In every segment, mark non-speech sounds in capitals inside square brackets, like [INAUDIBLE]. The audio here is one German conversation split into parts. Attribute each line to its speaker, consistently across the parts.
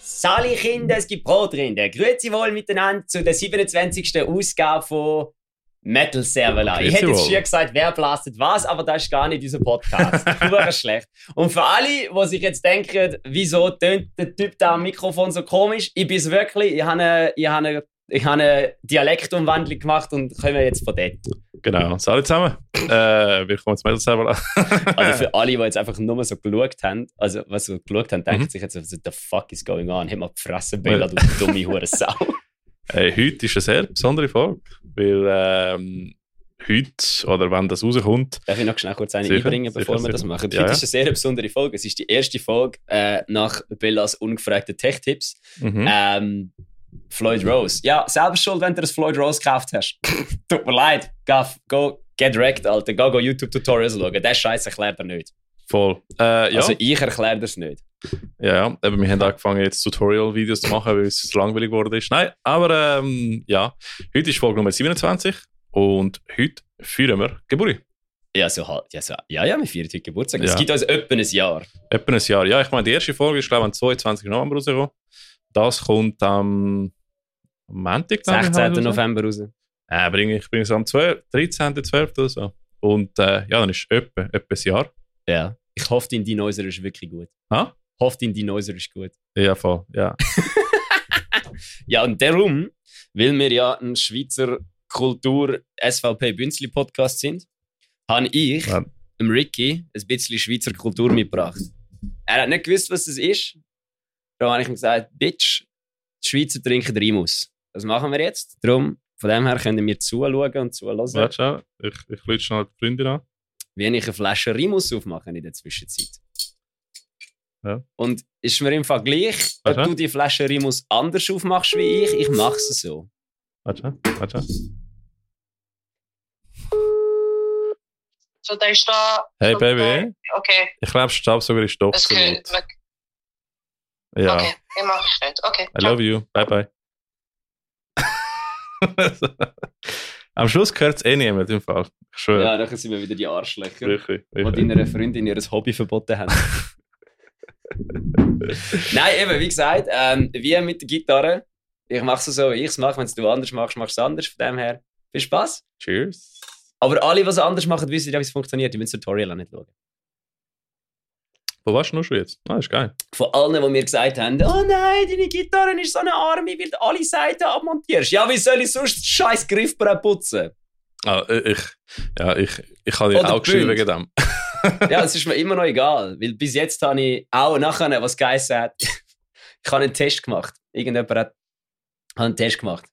Speaker 1: Sali Kinder, es gibt Brotrinde. Grüezi wohl miteinander zu der 27. Ausgabe von Metal Server Live. Ich
Speaker 2: Grüezi
Speaker 1: hätte jetzt
Speaker 2: wohl.
Speaker 1: schier gesagt, wer blastet was, aber das ist gar nicht unser
Speaker 2: [LAUGHS]
Speaker 1: Podcast. Super schlecht. Und für alle, die sich jetzt denken, wieso tönt der Typ da am Mikrofon so komisch, ich bin's wirklich, ich habe eine, ich habe eine, ich habe eine Dialektumwandlung gemacht und kommen jetzt von dort.
Speaker 2: Genau, salut zusammen. äh, willkommen zum Metal-Server.
Speaker 1: Also
Speaker 2: [LAUGHS]
Speaker 1: für alle, die jetzt einfach nur so geschaut haben, also was so geschaut haben, denken
Speaker 2: Mhm.
Speaker 1: sich jetzt, so, the fuck is going on? Hör mal die Fresse, Bella, du dumme
Speaker 2: [LAUGHS]
Speaker 1: Hurensau.
Speaker 2: Hey, Äh, heute ist eine sehr besondere Folge, weil ähm, heute, oder wenn das rauskommt,
Speaker 1: Darf ich noch schnell kurz eine
Speaker 2: Sicher,
Speaker 1: einbringen, bevor
Speaker 2: sicher,
Speaker 1: wir das
Speaker 2: sicher.
Speaker 1: machen?
Speaker 2: Ja,
Speaker 1: Heute
Speaker 2: ja.
Speaker 1: ist eine sehr besondere Folge. Es ist die erste Folge äh, nach Bellas ungefragten Tech-Tipps.
Speaker 2: mhm.
Speaker 1: Ähm, Floyd Rose. Ja, selber schuld, wenn du das Floyd Rose gekauft
Speaker 2: [LAUGHS]
Speaker 1: hast. Tut mir leid. Gaff, go get wrecked, Alter. Go, go YouTube-Tutorials schauen. Den Scheiß erklärt man nicht.
Speaker 2: voll. Äh, ja,
Speaker 1: Also ich erkläre das nicht.
Speaker 2: ja, ja. Eben, wir haben angefangen, jetzt Tutorial-Videos zu machen, weil es zu langweilig geworden ist. Nein, aber ähm, ja, heute ist Folge Nummer 27 und heute feiern wir Geburi.
Speaker 1: Ja, so halt. Ja, so, ja, ja, wir feiern heute Geburtstag. Es
Speaker 2: Ja.
Speaker 1: gibt uns etwa ein Jahr.
Speaker 2: Etwa ein Jahr. Ja, ich meine, die erste Folge ist, glaube ich, am 22. November rausgekommen. Das kommt am Montag, glaube ich,
Speaker 1: 16.
Speaker 2: raus.
Speaker 1: November raus.
Speaker 2: Äh, bringe ich bringe es am 12, 13., 12. oder so. Und äh, ja, dann ist etwa, etwa ein Jahr.
Speaker 1: Ja. Ich hoffe, dein Dinosaur ist wirklich gut.
Speaker 2: Ha?
Speaker 1: Hoffe, dein Dinosaur ist gut.
Speaker 2: Ja, voll. Ja.
Speaker 1: Ja, und darum, weil wir ja ein Schweizer Kultur-SVP-Bünzli-Podcast sind, habe ich
Speaker 2: Ja.
Speaker 1: dem Ricky ein bisschen Schweizer Kultur mitgebracht. Er hat nicht gewusst, was es ist. Darum habe ich ihm gesagt, Bitch, die Schweizer trinken Rimus. Das machen wir jetzt. Darum, von dem her können wir zuschauen und
Speaker 3: Also-
Speaker 1: zuhören,
Speaker 2: Warte schon, ich, ich lüte schnell die Freundin an.
Speaker 1: wie ich eine Flasche Rimus aufmache in der Zwischenzeit.
Speaker 2: Ja.
Speaker 1: Und ist mir im Vergleich, ob
Speaker 2: Warte.
Speaker 1: du die Flasche Rimus anders aufmachst wie ich, ich mache es so.
Speaker 2: Warte schon, warte schon.
Speaker 3: So, der ist da.
Speaker 2: Hey
Speaker 3: so,
Speaker 2: Baby,
Speaker 3: Okay,
Speaker 2: ich glaube, Staubsauger ist
Speaker 3: es
Speaker 2: Doppel.
Speaker 3: geht. weg.
Speaker 2: Ja,
Speaker 3: Okay, ich mache es nicht. Okay.
Speaker 2: I love you. Bye bye. [LAUGHS] am Schluss gehört es eh niemand im Fall. Ich schwöre.
Speaker 1: Ja, dann sind wir wieder die Arschlöcher,
Speaker 2: Wirklich,
Speaker 1: die
Speaker 2: wirklich.
Speaker 1: deiner Freundin ihr Hobby verboten haben. Nein, eben, wie gesagt, ähm, wie mit der Gitarre. Ich mache es so, wie ich es mache. Wenn es du anders machst, machst du es anders. Von dem her, viel Spaß.
Speaker 2: Cheers.
Speaker 1: Aber alle, die es anders machen, wissen ja, wie es funktioniert. Die müssen das Tutorial auch nicht schauen.
Speaker 2: Wo warst du noch schon jetzt? Ah, ist geil.
Speaker 1: Von allen, die mir gesagt haben, oh nein, deine Gitarre ist so eine Arme, weil du alle Seiten abmontierst. Ja, wie soll ich sonst das scheiß Griffbrett putzen?
Speaker 2: Ah, ich, ja, ich, ich habe dir
Speaker 1: Oder
Speaker 2: auch geschrieben
Speaker 1: Bünd.
Speaker 2: wegen dem.
Speaker 1: Ja, es ist mir immer noch egal, weil bis jetzt habe ich auch nachher, was geheißen hat, [LAUGHS] ich habe einen Test gemacht. Irgendjemand hat, hat einen Test gemacht.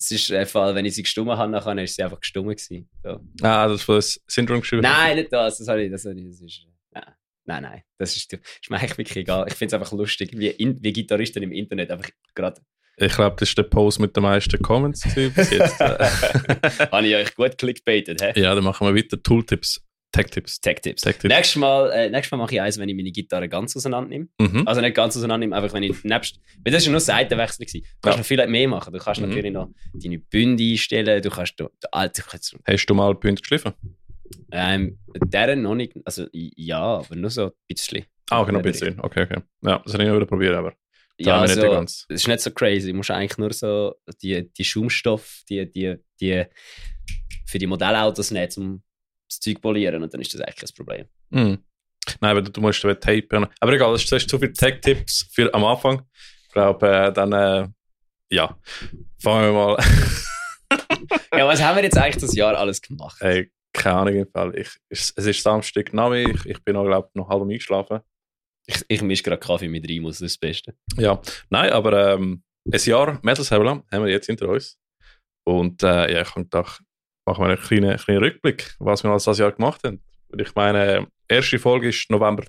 Speaker 1: Es ist einfach, wenn ich sie gestummen habe, nachher ist sie einfach gestummen gewesen. So.
Speaker 2: Ah, das war das Syndrom geschrieben.
Speaker 1: Nein, nicht das, das habe ich, das habe ich, das ist, nein, nein, nein, das ist, das ist mir eigentlich wirklich egal. Ich finde es einfach lustig, wie, in, wie Gitarristen im Internet einfach gerade,
Speaker 2: Ich glaube, das ist der Post mit den meisten Comments gewesen
Speaker 1: [LAUGHS]
Speaker 2: bis jetzt.
Speaker 1: äh,
Speaker 2: Äh,
Speaker 1: habe ich euch gut clickbaitet, hä?
Speaker 2: ja, dann machen wir weiter. Tooltips, Tech-Tips.
Speaker 1: Tech-Tipps.
Speaker 2: Tech-Tips.
Speaker 1: Nächstes Mal, äh, nächstes Mal mache ich eins, wenn ich meine Gitarre ganz auseinander nehme.
Speaker 2: Mhm.
Speaker 1: Also nicht ganz auseinandernehme, einfach wenn ich nebst. Weil das war nur Seitenwechsel. gewesen. Du kannst
Speaker 2: Ja.
Speaker 1: noch viel mehr machen. Du kannst
Speaker 2: Mhm.
Speaker 1: natürlich noch deine Bünde einstellen, du kannst. Du, du, ah, du kannst
Speaker 2: Hast du mal Punkte geschliffen?
Speaker 1: ähm, deren noch nicht. Also ja, aber nur so ein bisschen.
Speaker 2: Ah, okay, noch ein bisschen. Okay, okay. Ja, das habe ich noch wieder probiert, aber
Speaker 1: Ja,
Speaker 2: da haben wir nicht
Speaker 1: also,
Speaker 2: ganz.
Speaker 1: es ist nicht so crazy. Du musst eigentlich nur so die, die Schaumstoff, die, die, die für die Modellautos nehmen, um das Zeug polieren und dann ist das eigentlich kein Problem.
Speaker 2: Mhm. Nein, aber du musst eben tapen. Aber egal, das ist- das ist zu viel Tech-Tipps für am Anfang. Ich glaube, äh, dann, äh, ja, fangen wir mal. [LAUGHS]
Speaker 1: Ja, was haben wir jetzt eigentlich das Jahr alles gemacht?
Speaker 2: Hey, keine Ahnung, im Fall. Ich, es es ist Samstag, Nami. Ich, ich bin noch, glaube noch halb eingeschlafen.
Speaker 1: Ich, ich mische gerade Kaffee mit Rimus, das ist das Beste.
Speaker 2: Ja, nein, aber ähm, ein Jahr Metal Sabla haben wir jetzt hinter uns. Und äh, ja, ich habe gedacht, machen wir einen kleinen, kleinen Rückblick, was wir alles das Jahr gemacht haben. Und ich meine, erste Folge ist November,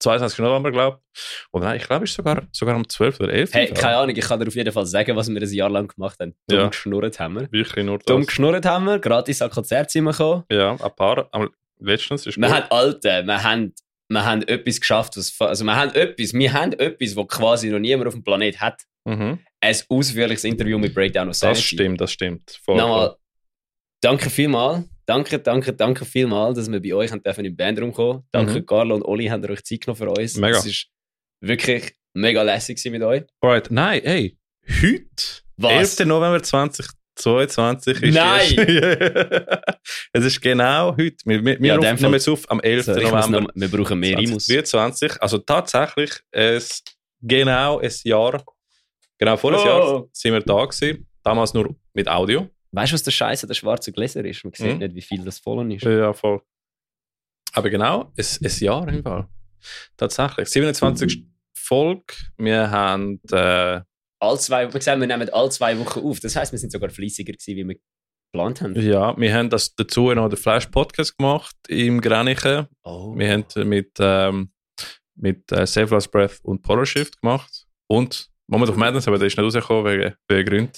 Speaker 2: 22. November, glaube ich. Oder nein, ich glaube, es ist sogar, sogar am 12. oder 11.
Speaker 1: Hey, keine Ahnung, ich kann dir auf jeden Fall sagen, was wir ein Jahr lang gemacht haben. Dumm
Speaker 2: Ja.
Speaker 1: geschnurrt haben wir.
Speaker 2: Wirklich nur das.
Speaker 1: Dumm geschnurrt haben wir, gratis an Konzertzimmer gekommen.
Speaker 2: Ja, ein paar. Am, letztens ist
Speaker 1: Wir
Speaker 2: gut.
Speaker 1: haben Alte, wir haben, wir haben etwas geschafft, was, fa- also wir haben etwas, wir haben etwas, was quasi noch niemand auf dem Planet hat.
Speaker 2: Mhm.
Speaker 1: Ein ausführliches Interview mit Breakdown of Sanity.
Speaker 2: Das stimmt, das stimmt. Voll,
Speaker 1: Äh, Nochmal, danke vielmal. Danke, danke, danke vielmal, dass wir bei euch haben dürfen im Bandraum kommen. Danke,
Speaker 2: Mhm.
Speaker 1: Carlo und Oli, haben euch Zeit genommen für uns.
Speaker 2: Mega.
Speaker 1: Es ist wirklich Mega lässig gewesen mit euch.
Speaker 2: Alright, nein, hey, heute,
Speaker 1: Was?
Speaker 2: 1. November 2022 ist
Speaker 1: Nein!
Speaker 2: es. [LAUGHS] es ist genau heute. Wir, wir, wir
Speaker 1: Ja, in dem
Speaker 2: rufen-
Speaker 1: Fall-
Speaker 2: nehmen es auf am 11.
Speaker 1: So, ich muss
Speaker 2: November
Speaker 1: noch, wir brauchen mehr Rimus.
Speaker 2: 2023. Also tatsächlich, es, genau ein Jahr, genau vor einem
Speaker 1: Oh.
Speaker 2: Jahr sind wir da gewesen. Damals nur mit Audio.
Speaker 1: Weißt du, was der Scheiße der schwarze Gläser ist? Man sieht
Speaker 2: Mhm.
Speaker 1: nicht, wie viel das voll ist.
Speaker 2: Ja, voll. Aber genau, es ein Jahr im Fall. Tatsächlich. 27. Folge. Wir haben äh,
Speaker 1: All zwei, wir sagen, wir nehmen alle zwei Wochen auf. Das heisst, wir sind sogar fleißiger gewesen, wie wir geplant haben.
Speaker 2: Ja, wir haben das dazu noch den Flash Podcast gemacht im Grenichen.
Speaker 1: Oh.
Speaker 2: Wir haben mit, ähm, mit äh, Save Last Breath und Polar Shift gemacht. Und Moment of Madness, aber der ist nicht rausgekommen wegen, wegen Gründen.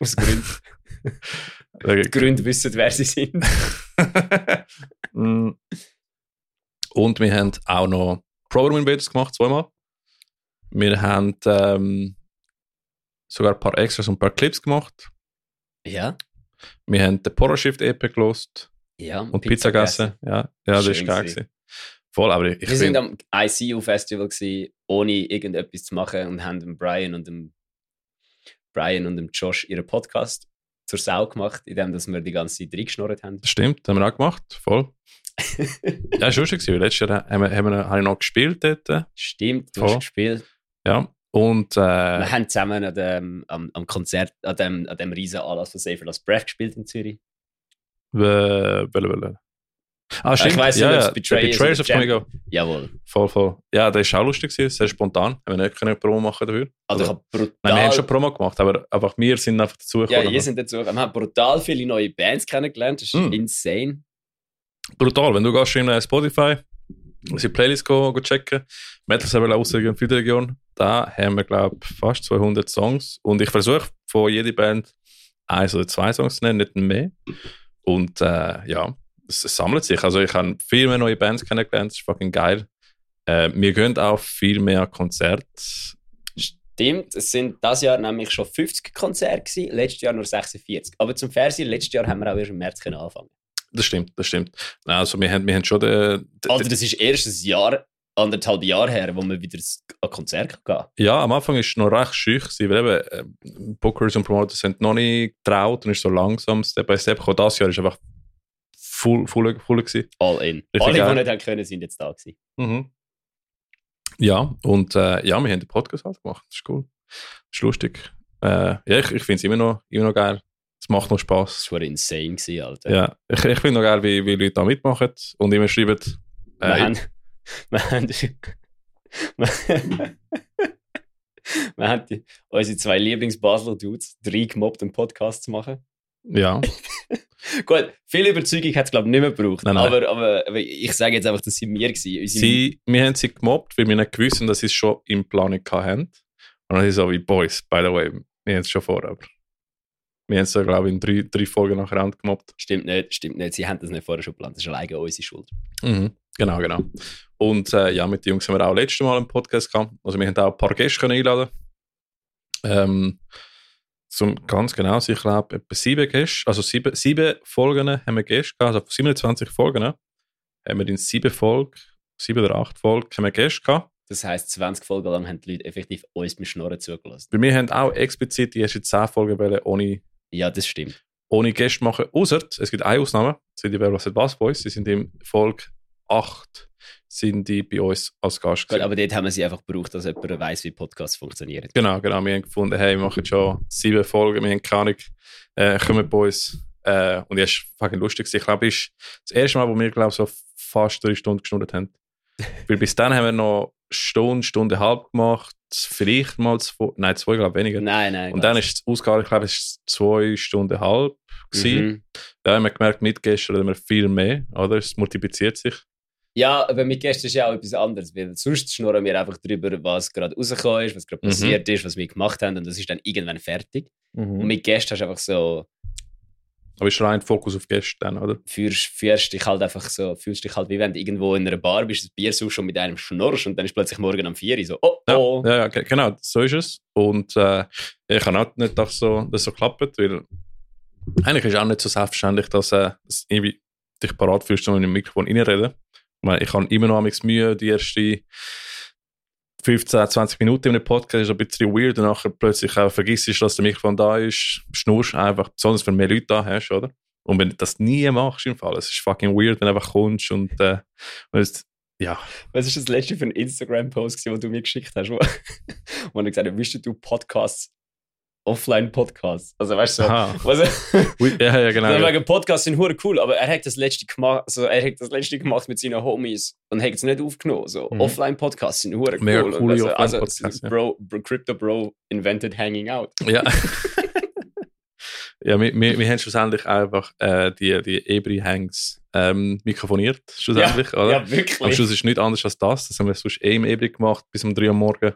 Speaker 1: aus Gründen,
Speaker 2: [LAUGHS] Wegen
Speaker 1: Gründen wissen, wer sie
Speaker 2: [LAUGHS]
Speaker 1: sind.
Speaker 2: Mm. und wir haben auch noch Program Invaders gemacht, zweimal. Wir haben ähm, sogar ein paar Extras und ein paar Clips gemacht.
Speaker 1: Ja.
Speaker 2: Wir haben den Polar Shift EP gelost
Speaker 1: Ja.
Speaker 2: und Pizzagasse. Ja, ja das
Speaker 1: Schön
Speaker 2: war geil.
Speaker 1: gewesen.
Speaker 2: gewesen. Voll, aber ich, ich
Speaker 1: wir
Speaker 2: bin-
Speaker 1: sind am ICU-Festival, gewesen, ohne irgendetwas zu machen und haben dem Brian und dem Brian und dem Josh ihren Podcast zur Sau gemacht, indem dass wir die ganze Zeit reingeschnorrt haben.
Speaker 2: Das stimmt, haben wir auch gemacht,
Speaker 1: [LAUGHS]
Speaker 2: voll. ja, ist lustig gewesen. weil Letztes Jahr haben wir, haben wir, habe ich noch gespielt dort.
Speaker 1: Stimmt, du
Speaker 2: Voll.
Speaker 1: hast gespielt.
Speaker 2: Ja. Und äh,
Speaker 1: Wir haben zusammen an dem, am, am Konzert, an dem, an dem riesen Anlass von Safer Last Breath gespielt in Zürich.
Speaker 2: wö- wö- wö- wö. Ah, stimmt.
Speaker 1: weiss nicht,
Speaker 2: ja,
Speaker 1: ob es
Speaker 2: ja,
Speaker 1: Betrayers
Speaker 2: der Betrayers
Speaker 1: oder
Speaker 2: of Tomago.
Speaker 1: Jawohl.
Speaker 2: Voll, voll. Ja, das war auch lustig, gewesen, sehr spontan. Haben wir nicht können Promo machen dafür.
Speaker 1: Also ich
Speaker 2: Oder-
Speaker 1: habe brutal...
Speaker 2: Nein, wir haben schon Promo gemacht, aber einfach wir sind einfach
Speaker 1: ja,
Speaker 2: dazugekommen.
Speaker 1: ihr sind dazu. Wir haben brutal viele neue Bands kennengelernt. Das ist
Speaker 2: Mm.
Speaker 1: insane.
Speaker 2: Brutal, wenn du gehst in äh, Spotify, unsere Playlist go, go checken, Metal Server aus und für die Region, da haben wir, glaube ich, fast 200 Songs. Und ich versuche von jeder Band eins oder zwei Songs zu nennen, nicht mehr. Und äh, ja, es, es sammelt sich. Also ich habe viel mehr neue Bands kennengelernt, das ist fucking geil. Äh, wir gehen auch viel mehr an Konzerte.
Speaker 1: Stimmt, es sind dieses Jahr nämlich schon 50 Konzerte, gewesen, letztes Jahr nur 46. Aber zum Fernsehen, letztes Jahr haben wir auch erst im März können anfangen.
Speaker 2: Das stimmt, das stimmt. Nein, Also wir haben, wir haben schon den, den,
Speaker 1: Also das ist erst ein Jahr, anderthalb Jahre her, wo wir wieder s- an Konzerte gehen können.
Speaker 2: Ja, am Anfang war es noch recht schüch, gewesen, weil eben ähm, Bookers und Promoters sind noch nicht getraut und ist so langsam Step by Step gekommen. Das Jahr war einfach voll, voll, voll gewesen.
Speaker 1: All in.
Speaker 2: Richtig
Speaker 1: Alle,
Speaker 2: geil.
Speaker 1: die nicht haben können, sind jetzt da gewesen.
Speaker 2: Ja, und äh, ja, wir haben den Podcast halt gemacht. Das ist cool. Das ist lustig. Äh, ja, ich, ich finde es immer noch, immer noch geil. Es macht noch Spaß.
Speaker 1: Das war insane, gewesen, Alter.
Speaker 2: Ja, ich, ich finde noch geil, wie, wie Leute da mitmachen und immer schreiben.
Speaker 1: Wir
Speaker 2: Äh,
Speaker 1: haben... Wir haben... wir- wir haben die, unsere zwei Lieblings-Basler-Dudes drei gemobbt, einen Podcast zu machen.
Speaker 2: ja,
Speaker 1: Gut, viel Überzeugung hat es, glaube ich, nicht mehr gebraucht.
Speaker 2: Nein, nein.
Speaker 1: Aber, aber, aber ich sage jetzt einfach, das sind wir gewesen. Unsere
Speaker 2: sie, wir haben sie gemobbt, weil wir nicht gewusst haben, dass sie es schon im Planung hatten. Und dann ist so wie Boys, by the way, wir haben es schon vor, aber wir haben es, glaube ich, in drei, drei Folgen nacheinander gemobbt.
Speaker 1: Stimmt nicht, stimmt nicht. Sie haben das nicht vorher schon geplant. Das ist alleine unsere Schuld.
Speaker 2: Genau, genau. Und äh, ja, mit den Jungs haben wir auch letztes Mal einen Podcast gehabt. Also wir haben auch ein paar Gäste können einladen. Ähm, zum, ganz genau, ich glaube, etwa sieben Gäste, also sieben, sieben Folgen haben wir Gäste gehabt, also von 27 Folgen haben wir in sieben Folgen, sieben oder acht Folgen haben wir Gäste gehabt.
Speaker 1: Das heisst, 20 Folgen lang haben die Leute effektiv uns mit Schnorren zugelassen.
Speaker 2: Bei mir haben auch explizit die ersten 10 Folgen wollen, ohne,
Speaker 1: Ja, das stimmt.
Speaker 2: ohne Gäste machen. Außer, es gibt eine Ausnahme, das sind die Wer was hat was Boys. Die sind in Folge 8 sind die bei uns als Gast.
Speaker 1: Gut,
Speaker 2: gewesen.
Speaker 1: aber dort haben wir sie einfach gebraucht, dass jemand weiss, wie Podcasts funktionieren.
Speaker 2: Genau, genau. Wir haben gefunden, hey, wir machen schon sieben Folgen, wir haben keine Ahnung, äh, kommen bei uns. Äh, und das ist fucking lustig. gewesen. Ich glaube, es ist das erste Mal, wo wir, glaube ich, so fast drei Stunden geschnurrt
Speaker 1: [LAUGHS]
Speaker 2: haben. Weil bis dann haben wir noch Stunde, Stunde halb gemacht, vielleicht mal zwei, nein, zwei, glaube ich, weniger.
Speaker 1: Nein, nein.
Speaker 2: Und dann ist die Ausgabe, ich glaube, es ist zwei Stunden halb. Mhm.
Speaker 1: Mhm.
Speaker 2: Da haben wir gemerkt, mit gestern haben wir viel mehr, oder? Es multipliziert sich.
Speaker 1: Ja, aber mit Gästen ist ja auch etwas anderes, weil sonst schnurren wir einfach darüber, was gerade rausgekommen ist, was gerade
Speaker 2: Mhm.
Speaker 1: passiert ist, was wir gemacht haben und das ist dann irgendwann fertig. Und
Speaker 2: Mhm.
Speaker 1: mit Gästen hast du einfach so,
Speaker 2: Aber es ist rein Fokus auf gestern, oder?
Speaker 1: fühlst, fühlst dich halt einfach so, fühlst dich halt, wie wenn du irgendwo in einer Bar bist, ein Bier suchst und mit einem schnurrst und dann ist plötzlich morgen am 4 Uhr so, oh,
Speaker 2: Ja,
Speaker 1: oh.
Speaker 2: ja, ja, ge- genau, so ist es. Und äh, ich habe auch nicht gedacht, so, dass es so klappt, weil eigentlich ist auch nicht so selbstverständlich, dass äh, dass irgendwie dich parat fühlst, um in ein Mikrofon reinreden. Ich, meine, ich habe immer noch am Mühe, die ersten 15, 20 Minuten in einem Podcast ist ein bisschen weird und nachher plötzlich auch vergisst, dass der Mikrofon da ist, schnurst einfach, besonders wenn du mehr Leute da hast, oder? Und wenn du das nie machst im Fall, es ist fucking weird, wenn du einfach kommst und, äh, und es- ja,
Speaker 1: Was ist das letzte für ein Instagram-Post, gewesen, den du mir geschickt hast, wo, [LAUGHS] wo ich gesagt habe, willst du Podcasts, Offline-Podcasts? Also weißt du, so,
Speaker 2: [LAUGHS] aha.
Speaker 1: was,
Speaker 2: Ui, Ja, ja, genau.
Speaker 1: Nein,
Speaker 2: ja.
Speaker 1: wegen Podcasts sind hure cool, aber er hat das letzte gemacht, also er hat das letzte gemacht mit seinen Homies und hat es nicht aufgenommen. So
Speaker 2: Mhm.
Speaker 1: Offline Podcasts sind hure cool.
Speaker 2: Mega
Speaker 1: Und
Speaker 2: coole
Speaker 1: also, also,
Speaker 2: Offline-Podcasts, ja.
Speaker 1: Bro, Bro, Crypto Bro invented hanging out. [LAUGHS]
Speaker 2: Ja. ja, wir, wir, wir haben schlussendlich einfach äh, die, die Ebri-Hangs ähm, mikrofoniert, schlussendlich, oder?
Speaker 1: Ja,
Speaker 2: Am
Speaker 1: wirklich.
Speaker 2: Schluss ist nichts anderes als das. Das haben wir sonst eh im Ebri gemacht, bis um 3 Uhr morgen.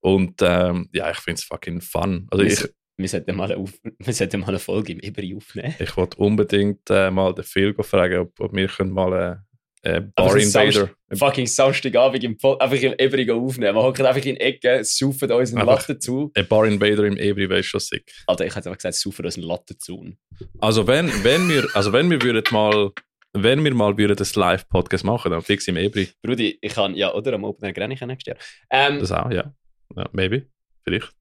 Speaker 2: Und ähm, ja, ich finde es fucking fun. Also ich,
Speaker 1: Wir, wir, sollten mal eine auf, wir sollten mal eine Folge im Ebri aufnehmen.
Speaker 2: ich wollte unbedingt äh, mal den Phil fragen, ob, ob wir können mal äh, äh,
Speaker 1: Aber
Speaker 2: Bar
Speaker 1: es ist
Speaker 2: Invader...
Speaker 1: Fucking Samstagabend im Pod, einfach im Ebri gehen aufnehmen. Wir hocken einfach in Ecken, saufen uns einen
Speaker 2: Einfach-
Speaker 1: Latte zu.
Speaker 2: Ein äh, Bar Invader im Ebri wäre schon sick.
Speaker 1: Alter, ich hätte einfach gesagt, saufen uns einen Latte zu.
Speaker 2: Also wenn, wenn wir, also wenn wir würden mal, wenn wir mal würden das Live-Podcast machen, dann fix im Ebri.
Speaker 1: Brudi, ich kann, ja, oder? Am Open Air Grenich nächstes Jahr. Ähm,
Speaker 2: Das auch, ja. ja maybe. Vielleicht.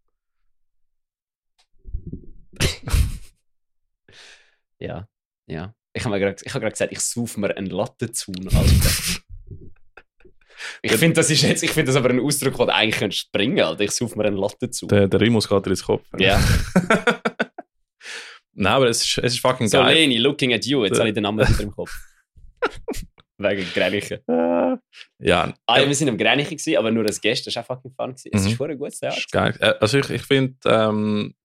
Speaker 1: Ja, ja. Ich habe gerade hab grad gesagt, ich sauf mir einen Latte zu. Alter. ich finde, das ist jetzt, ich finde das aber ein Ausdruck, den du eigentlich könntest springen Alter. Ich sauf mir einen Latte zu.
Speaker 2: [LAUGHS] Der, der Rimus geht dir ins Kopf.
Speaker 1: Ja.
Speaker 2: Nein, aber es ist, es ist fucking
Speaker 1: So,
Speaker 2: geil.
Speaker 1: Leni, looking at you. Jetzt
Speaker 2: Der-
Speaker 1: habe ich den Namen wieder im
Speaker 2: [LAUGHS]
Speaker 1: Kopf. Wegen Grenichen.
Speaker 2: Äh, ja,
Speaker 1: Ah, ja,
Speaker 2: äh,
Speaker 1: wir sind am Grenichen, gewesen, aber nur als Gäste. Das war auch fucking fun. Gewesen. Es
Speaker 2: Mhm.
Speaker 1: ist ein gutes Theater.
Speaker 2: ist geil. Äh, Also ich, ich finde, ähm,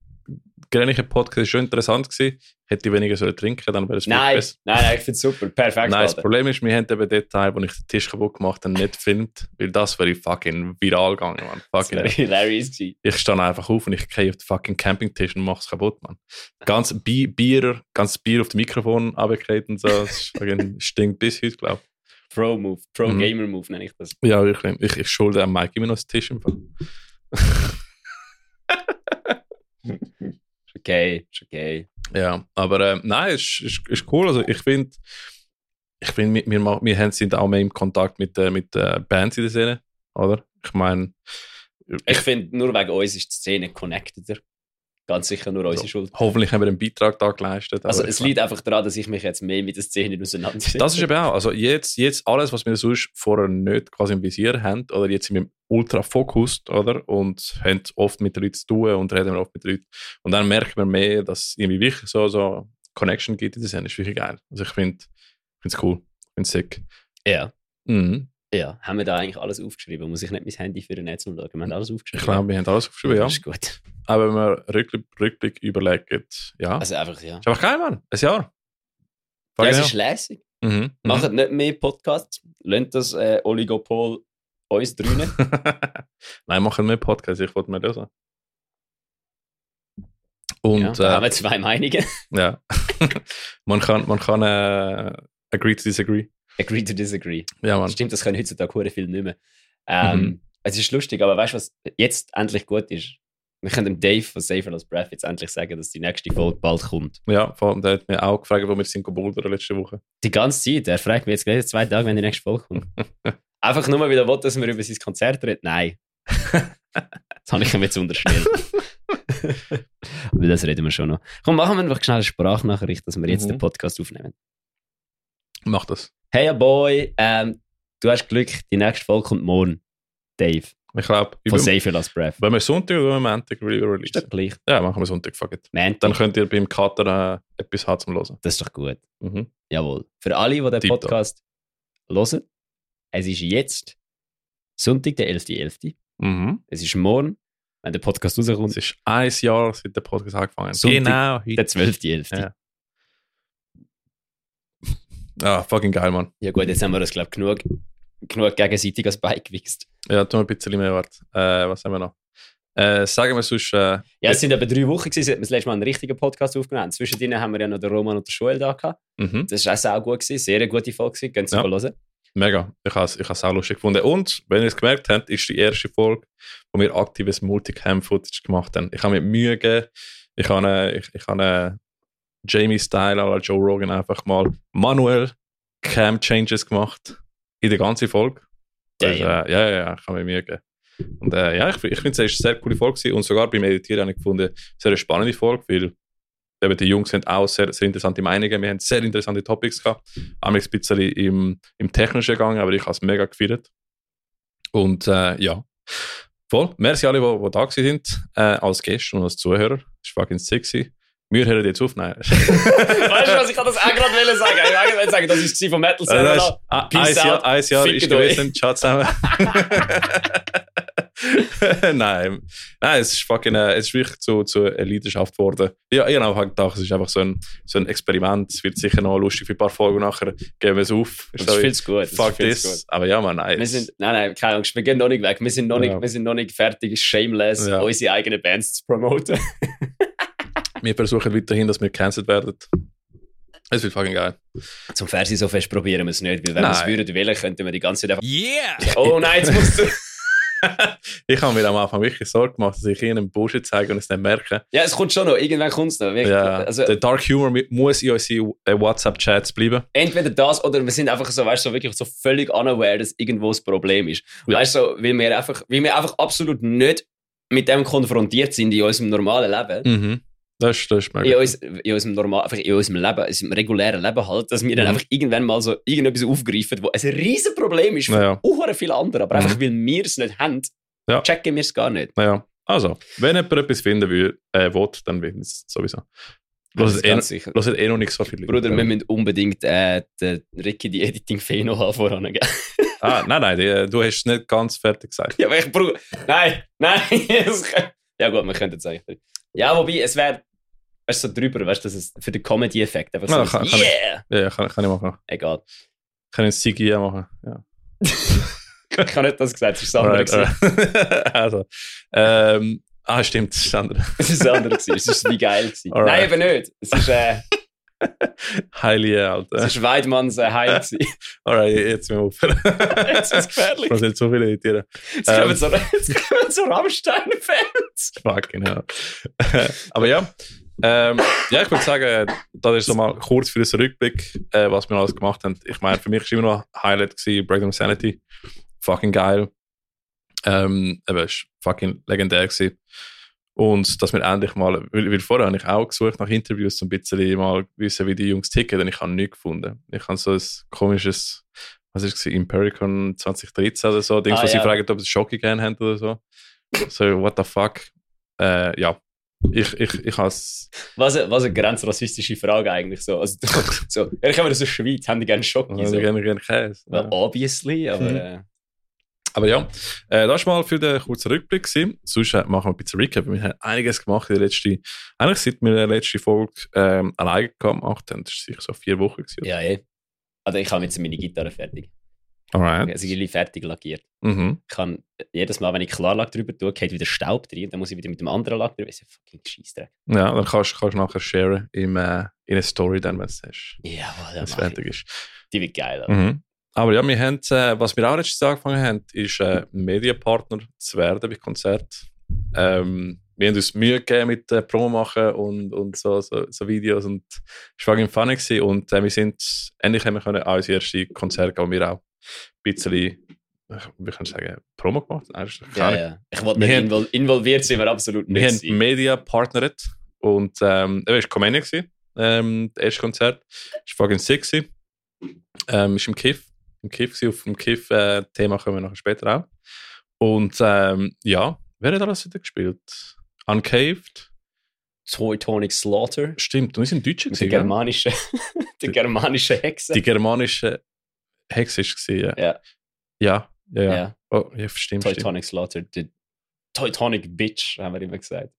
Speaker 2: Grenicher Podcast ist schon interessant gewesen. Hätte ich weniger sollen trinken, dann wäre es
Speaker 1: Nein, nein,
Speaker 2: besser.
Speaker 1: nein, ich finde es super. Perfekt,
Speaker 2: Nein, das
Speaker 1: Alter.
Speaker 2: Problem ist, wir haben eben den Teil, wo ich den Tisch kaputt gemacht habe, nicht gefilmt, weil das wäre fucking viral gegangen, man.
Speaker 1: Das
Speaker 2: Fucking
Speaker 1: war hilarious. gewesen.
Speaker 2: Ich stehe einfach auf und ich gehe auf den fucking Campingtisch und mach's kaputt, Mann. Ganz Bi Bier, ganz Bier auf das Mikrofon abgekriegt und so. Das ist
Speaker 1: [LAUGHS]
Speaker 2: fucking- stinkt bis heute, glaube
Speaker 1: Pro-Move,
Speaker 2: Mhm.
Speaker 1: Pro-Gamer-Move nenne ich das.
Speaker 2: ich. Ja, wirklich. Ich, ich schulde am Mike immer noch das Tisch im Fall.
Speaker 1: Ist okay, ist okay.
Speaker 2: Ja, aber ähm, nein, es ist, ist, ist cool. Also ich finde, ich find, wir, wir, ma- wir haben- sind auch mehr im Kontakt mit, äh, mit äh, Bands in der Szene, oder? Ich meine,
Speaker 1: Ich finde, nur wegen uns ist die Szene connecteder. Ganz sicher nur unsere
Speaker 2: So.
Speaker 1: Schuld.
Speaker 2: hoffentlich haben wir einen Beitrag da geleistet.
Speaker 1: Also,
Speaker 2: aber
Speaker 1: es
Speaker 2: ich mein-
Speaker 1: liegt einfach daran, dass ich mich jetzt mehr mit der Szene auseinandersetze.
Speaker 2: Das ist eben auch. Also jetzt, jetzt alles, was wir sonst vorher nicht quasi im Visier haben, oder jetzt sind wir ultra fokussiert, oder? Und haben oft mit Leuten zu tun und reden oft mit Leuten. Und dann merkt man mehr, dass es irgendwie wirklich so, so Connection gibt in der Szene. Ist wirklich geil. Also ich finde es cool. Ich finde es sick.
Speaker 1: Ja.
Speaker 2: Mhm.
Speaker 1: ja. [LAUGHS] Haben wir da eigentlich alles aufgeschrieben? Muss ich nicht mein Handy für den Netz schauen? Wir haben alles
Speaker 2: Ich
Speaker 1: aufgeschrieben.
Speaker 2: glaube, wir haben alles aufgeschrieben, ja.
Speaker 1: Das ist gut.
Speaker 2: Aber wenn wir Rückblick, Rückblick überlegen, ja.
Speaker 1: Also einfach, ja.
Speaker 2: ist einfach geil, Mann. Ein Jahr.
Speaker 1: ja es
Speaker 2: Fucking
Speaker 1: ist lässig.
Speaker 2: ja. Mhm. Mhm.
Speaker 1: Macht nicht mehr Podcasts. Lönnt das äh, Oligopol uns drinnen.
Speaker 2: [LAUGHS] Nein, machen wir Podcast. Ich wollte mir das sagen.
Speaker 1: [LAUGHS]
Speaker 2: Und äh,
Speaker 1: ja, da
Speaker 2: ja,
Speaker 1: haben wir zwei Meinungen. [LAUGHS]
Speaker 2: [LAUGHS] ja. man kann, man kann äh, agree to disagree.
Speaker 1: Agree to disagree.
Speaker 2: Ja, man.
Speaker 1: Stimmt, das können heutzutage hure viel nicht mehr. Ähm,
Speaker 2: Mhm.
Speaker 1: Es ist lustig, aber weißt du, was jetzt endlich gut ist? Wir können dem Dave von Safer als Breath jetzt endlich sagen, dass die nächste Folge bald kommt.
Speaker 2: Ja, vor allem, der hat mir auch gefragt, wo wir sind gebouldert letzte Woche.
Speaker 1: Die ganze Zeit, er fragt mich jetzt gleich in zwei Tagen, wenn die nächste Folge
Speaker 2: [LAUGHS]
Speaker 1: kommt. Einfach nur, weil er will, dass wir über sein Konzert reden.
Speaker 2: [LAUGHS]
Speaker 1: Nein. das habe ich ihm jetzt unterstellt. Aber das reden wir schon noch. Komm, machen wir einfach schnell eine Sprachnachricht, dass wir jetzt
Speaker 2: Mhm.
Speaker 1: den Podcast aufnehmen.
Speaker 2: Mach das.
Speaker 1: Hey, ja, Boy, ähm, du hast Glück, die nächste Folge kommt morgen. Dave,
Speaker 2: Ich glaube,
Speaker 1: von Safer als Breath.
Speaker 2: wenn wir Sonntag oder wenn wir Montag re-
Speaker 1: Ist doch
Speaker 2: releasen.
Speaker 1: gleich.
Speaker 2: Ja, machen wir Sonntag, fuck it.
Speaker 1: Montag.
Speaker 2: Dann könnt ihr beim Kater äh, etwas haben zum Hören.
Speaker 1: Das ist doch gut.
Speaker 2: Mhm.
Speaker 1: Jawohl. Für alle, die den
Speaker 2: Tipptopp.
Speaker 1: Podcast hören, es ist jetzt Sonntag, der 11.11.
Speaker 2: Mhm.
Speaker 1: Es ist morgen, wenn der Podcast
Speaker 2: Es
Speaker 1: rauskommt,
Speaker 2: ist ein Jahr, seit der Podcast angefangen hat.
Speaker 1: Sonntag,
Speaker 2: Genau, heute.
Speaker 1: der 12.11.
Speaker 2: Ja. Ah, fucking geil, Mann.
Speaker 1: Ja gut, jetzt haben wir uns, glaube ich, genug, genug gegenseitig als Bein gewichst.
Speaker 2: Ja, tun wir ein bisschen mehr Wort. Äh, was haben wir noch? Äh, sagen wir sonst, äh,
Speaker 1: Ja, es sind eben drei Wochen, gewesen, seit wir das letzte Mal einen richtigen Podcast aufgenommen haben. Zwischendrin haben wir ja noch den Roman und den Joel da gehabt.
Speaker 2: mhm,
Speaker 1: Das war auch sehr gut, gewesen, sehr eine gute Folge. gewesen. Geht es
Speaker 2: Ja.
Speaker 1: mal hören.
Speaker 2: mega. Ich habe es ich has auch lustig gefunden. Und, wenn ihr es gemerkt habt, ist die erste Folge, wo wir aktives Multicam-Footage gemacht haben. Ich habe mir Mühe gegeben. Ich habe äh, ich, ich habe, äh, Jamie-Style oder Joe Rogan einfach mal manuell Cam-Changes gemacht. In der ganzen Folge. Das,
Speaker 1: Damn.
Speaker 2: Also, äh, ja, ja, ja, ich habe mir Mühe gegeben. Und äh, ja, ich, ich finde, es war eine sehr coole Folge gewesen. und sogar beim Editieren habe ich gefunden, sehr eine spannende Folge, weil eben die Jungs haben auch sehr, sehr interessante Meinungen, wir haben sehr interessante Topics gehabt. Einmal ein bisschen im, im Technischen gegangen, aber ich habe es mega gefeiert. Und äh, ja, voll. Merci alle, die, die da gewesen sind, äh, als Gäste und als Zuhörer. Es war fucking sick. gewesen. Wir hören jetzt auf.
Speaker 1: [LAUGHS]
Speaker 2: Nein. [LAUGHS]
Speaker 1: Weißt du, was ich das auch gerade wollte sagen? Ich wollte eigentlich sagen, das ist vom Metal
Speaker 2: Also,
Speaker 1: Seminar.
Speaker 2: das ist,
Speaker 1: Peace
Speaker 2: ein, Jahr,
Speaker 1: out.
Speaker 2: ein Jahr
Speaker 1: Fickt
Speaker 2: ist
Speaker 1: euch.
Speaker 2: gewesen.
Speaker 1: [LAUGHS]
Speaker 2: Ciao zusammen. Nein, Nein es, ist fucking, äh, es ist wirklich zu, zu einer Leidenschaft geworden. Ja, ich habe auch gedacht, es ist einfach so ein, so ein Experiment. Es wird sicher noch lustig für ein paar Folgen nachher. Geben wir es auf.
Speaker 1: Das ist viel zu gut. Das
Speaker 2: Fuck
Speaker 1: ist viel zu
Speaker 2: this. Aber ja, man, nein.
Speaker 1: Wir
Speaker 2: es-
Speaker 1: sind, nein, nein, keine Angst, wir gehen noch nicht weg. Wir sind noch nicht,
Speaker 2: Ja.
Speaker 1: wir sind noch nicht fertig, Es ist shameless,
Speaker 2: Ja.
Speaker 1: unsere eigenen Bands zu promoten.
Speaker 2: wir versuchen weiterhin, dass wir gecancelt werden. Es wird fucking geil.
Speaker 1: Zum Fernsehen so fest probieren wir es nicht, weil wenn wir es
Speaker 2: Nein.
Speaker 1: würden wollen, könnten wir die ganze Zeit
Speaker 2: [LAUGHS]
Speaker 4: Yeah!
Speaker 1: einfach... Oh nein, jetzt musst du...
Speaker 2: Ich habe mir am Anfang wirklich Sorge gemacht, dass ich ihnen einen Bullshit zeige und es nicht merke.
Speaker 1: Ja, es kommt schon noch, irgendwann kommt es noch. wirklich.
Speaker 2: Ja,
Speaker 1: Also,
Speaker 2: der Dark Humor mi- muss in unseren äh, WhatsApp-Chats bleiben.
Speaker 1: entweder das oder wir sind einfach so, weißt du, so wirklich so völlig unaware, dass irgendwo das Problem ist.
Speaker 2: Ja.
Speaker 1: Weißt du, so, weil wir, einfach, weil wir einfach absolut nicht mit dem konfrontiert sind in unserem normalen Leben.
Speaker 2: Mhm. Das ist, das ist
Speaker 1: In,
Speaker 2: möglich.
Speaker 1: uns, in unserem normal, einfach in unserem Leben, in unserem regulären Leben halt, dass wir dann
Speaker 2: Mhm.
Speaker 1: einfach irgendwann mal so irgendetwas aufgreifen, wo ein riesen Problem ist für
Speaker 2: Naja,
Speaker 1: ja. viele andere, aber
Speaker 2: Mhm.
Speaker 1: einfach weil wir es nicht haben,
Speaker 2: Ja.
Speaker 1: checken wir es gar nicht.
Speaker 2: naja. Also, wenn jemand etwas finden will, äh, will dann will es sowieso.
Speaker 1: Das
Speaker 2: Los
Speaker 1: Also, ist
Speaker 2: eh,
Speaker 1: ganz sicher.
Speaker 2: hört eh noch nichts so viel.
Speaker 1: Bruder,
Speaker 2: ja.
Speaker 1: wir müssen unbedingt äh, den Ricky die Editing-Fee noch haben voran. gell? [LAUGHS]
Speaker 2: Ah, nein, nein, die, äh, du hast es nicht ganz fertig gesagt.
Speaker 1: Ja, aber ich brauche. Nein, nein. [LAUGHS] es kann- ja, gut, wir könnten es eigentlich. Ja, wobei, es wäre. Weißt du, so drüber, weißt du, dass es für den Comedy-Effekt einfach so.
Speaker 2: Ja,
Speaker 1: ist,
Speaker 2: Ah, kann- kann ich.
Speaker 1: yeah!
Speaker 2: Ja, ja, kann, kann ich machen.
Speaker 1: Egal.
Speaker 2: Kann ich ein CGI machen. Ja.
Speaker 1: Ich habe nicht das gesagt, es war das andere.
Speaker 2: Alright,
Speaker 1: gewesen.
Speaker 2: alright. [LAUGHS] also, ähm, ah, stimmt, das ist das andere.
Speaker 1: Es ist das andere. gewesen. [LAUGHS] Es ist wie geil. Gewesen.
Speaker 2: Alright.
Speaker 1: Nein, eben nicht. Es ist, äh,
Speaker 2: Heilige
Speaker 1: es
Speaker 2: Alter.
Speaker 1: ist Weidmanns äh,
Speaker 2: [LAUGHS]
Speaker 1: Heim. gewesen.
Speaker 2: Alright, jetzt müssen wir aufhören.
Speaker 1: [LAUGHS] Jetzt ist es gefährlich.
Speaker 2: Ich muss nicht so viel editieren.
Speaker 1: Jetzt
Speaker 2: Ähm.
Speaker 1: kommen so, [LAUGHS] jetzt kommen so Rammstein-Fans.
Speaker 2: Fucking hell. [LAUGHS] Aber ja, ähm, ja, ich würde sagen, das ist so mal kurz für den Rückblick, äh, was wir alles gemacht haben. Ich meine, für mich war immer noch Highlight gewesen, Breakdown Sanity. Fucking geil. Ähm, eben, es war fucking legendär gewesen. Und dass wir endlich mal, weil, weil vorher habe ich auch gesucht nach Interviews, um ein bisschen mal wissen, wie die Jungs ticken, denn ich habe nichts gefunden. Ich habe so ein komisches, was ist es, Impericon 2013 oder so, Dings,
Speaker 1: Ah,
Speaker 2: wo sie
Speaker 1: ja.
Speaker 2: fragen, ob sie Schocke gerne haben oder so. So, what the fuck? Äh, ja, ich, ich, ich has
Speaker 1: Was, eine- was eine grenzrassistische Frage eigentlich so. Also, [LAUGHS] so ich komme aus der Schweiz, haben die gerne Schocki?
Speaker 2: also
Speaker 1: So.
Speaker 2: gerne, gerne Käse.
Speaker 1: Well,
Speaker 2: Ja.
Speaker 1: obviously, aber.
Speaker 2: Mhm.
Speaker 1: Äh,
Speaker 2: Aber ja, äh, das war mal für den kurzen Rückblick. Gewesen. Sonst äh, machen wir ein bisschen Recap. Wir haben einiges gemacht in der letzten, eigentlich seit wir die letzte Folge ähm, alleine gemacht haben. Das war sicher so vier Wochen. Gewesen.
Speaker 1: Ja, eh. Also ich habe jetzt meine Gitarre fertig.
Speaker 2: Alright.
Speaker 1: Also ich fertig lackiert.
Speaker 2: Mhm.
Speaker 1: Ich kann äh, jedes Mal, wenn ich Klarlack drüber tue, geht wieder Staub drin und dann muss ich wieder mit dem anderen Lack drüber. Das ist ein fucking Scheissdreck.
Speaker 2: Ja, dann kannst du nachher sharen im, äh, in eine Story, dann, wenn es hast,
Speaker 1: Jawohl,
Speaker 2: wenn's
Speaker 1: das
Speaker 2: fertig ist.
Speaker 1: Die wird geil. Alter.
Speaker 2: Mhm. Aber ja, wir haben, äh, was wir auch letztes Jahr angefangen haben, ist, äh, Medienpartner zu werden bei Konzerten. Ähm, wir haben uns Mühe gegeben mit äh, Promo machen und, und so, so, so Videos und es war fucking funny gewesen. und äh, wir sind, endlich haben wir können auch unser erstes Konzert gehen, wo wir auch ein bisschen, äh, wie kann ich sagen, Promo gemacht haben. Eigentlich keine
Speaker 1: Ja,
Speaker 2: Ahnung.
Speaker 1: ja. Ich wollte
Speaker 2: Wir
Speaker 1: nicht
Speaker 2: haben-
Speaker 1: invol involviert sein, aber absolut
Speaker 2: Wir
Speaker 1: nicht.
Speaker 2: haben
Speaker 1: sein.
Speaker 2: Media partneret und ähm, das war Comenic, gewesen, ähm, das erste Konzert. Das war fucking sick. gewesen. Ähm, ist im Kiff. Im Kiff gewesen. Auf dem Kiff-Thema kommen wir nachher später auch. Und ähm, ja, wer hat alles wieder gespielt? Uncaved?
Speaker 1: Teutonic Slaughter.
Speaker 2: Stimmt, und wir sind Deutsche.
Speaker 1: Mit der
Speaker 2: gewesen, gell?
Speaker 1: germanischen, [LAUGHS] der germanischen Hexe.
Speaker 2: Die germanische Hexe war ja.
Speaker 1: Ja.
Speaker 2: Ja, ja, ja.
Speaker 1: ja.
Speaker 2: Oh, ja stimmt, stimmt.
Speaker 1: Teutonic Slaughter. Die Teutonic Bitch, haben wir immer gesagt.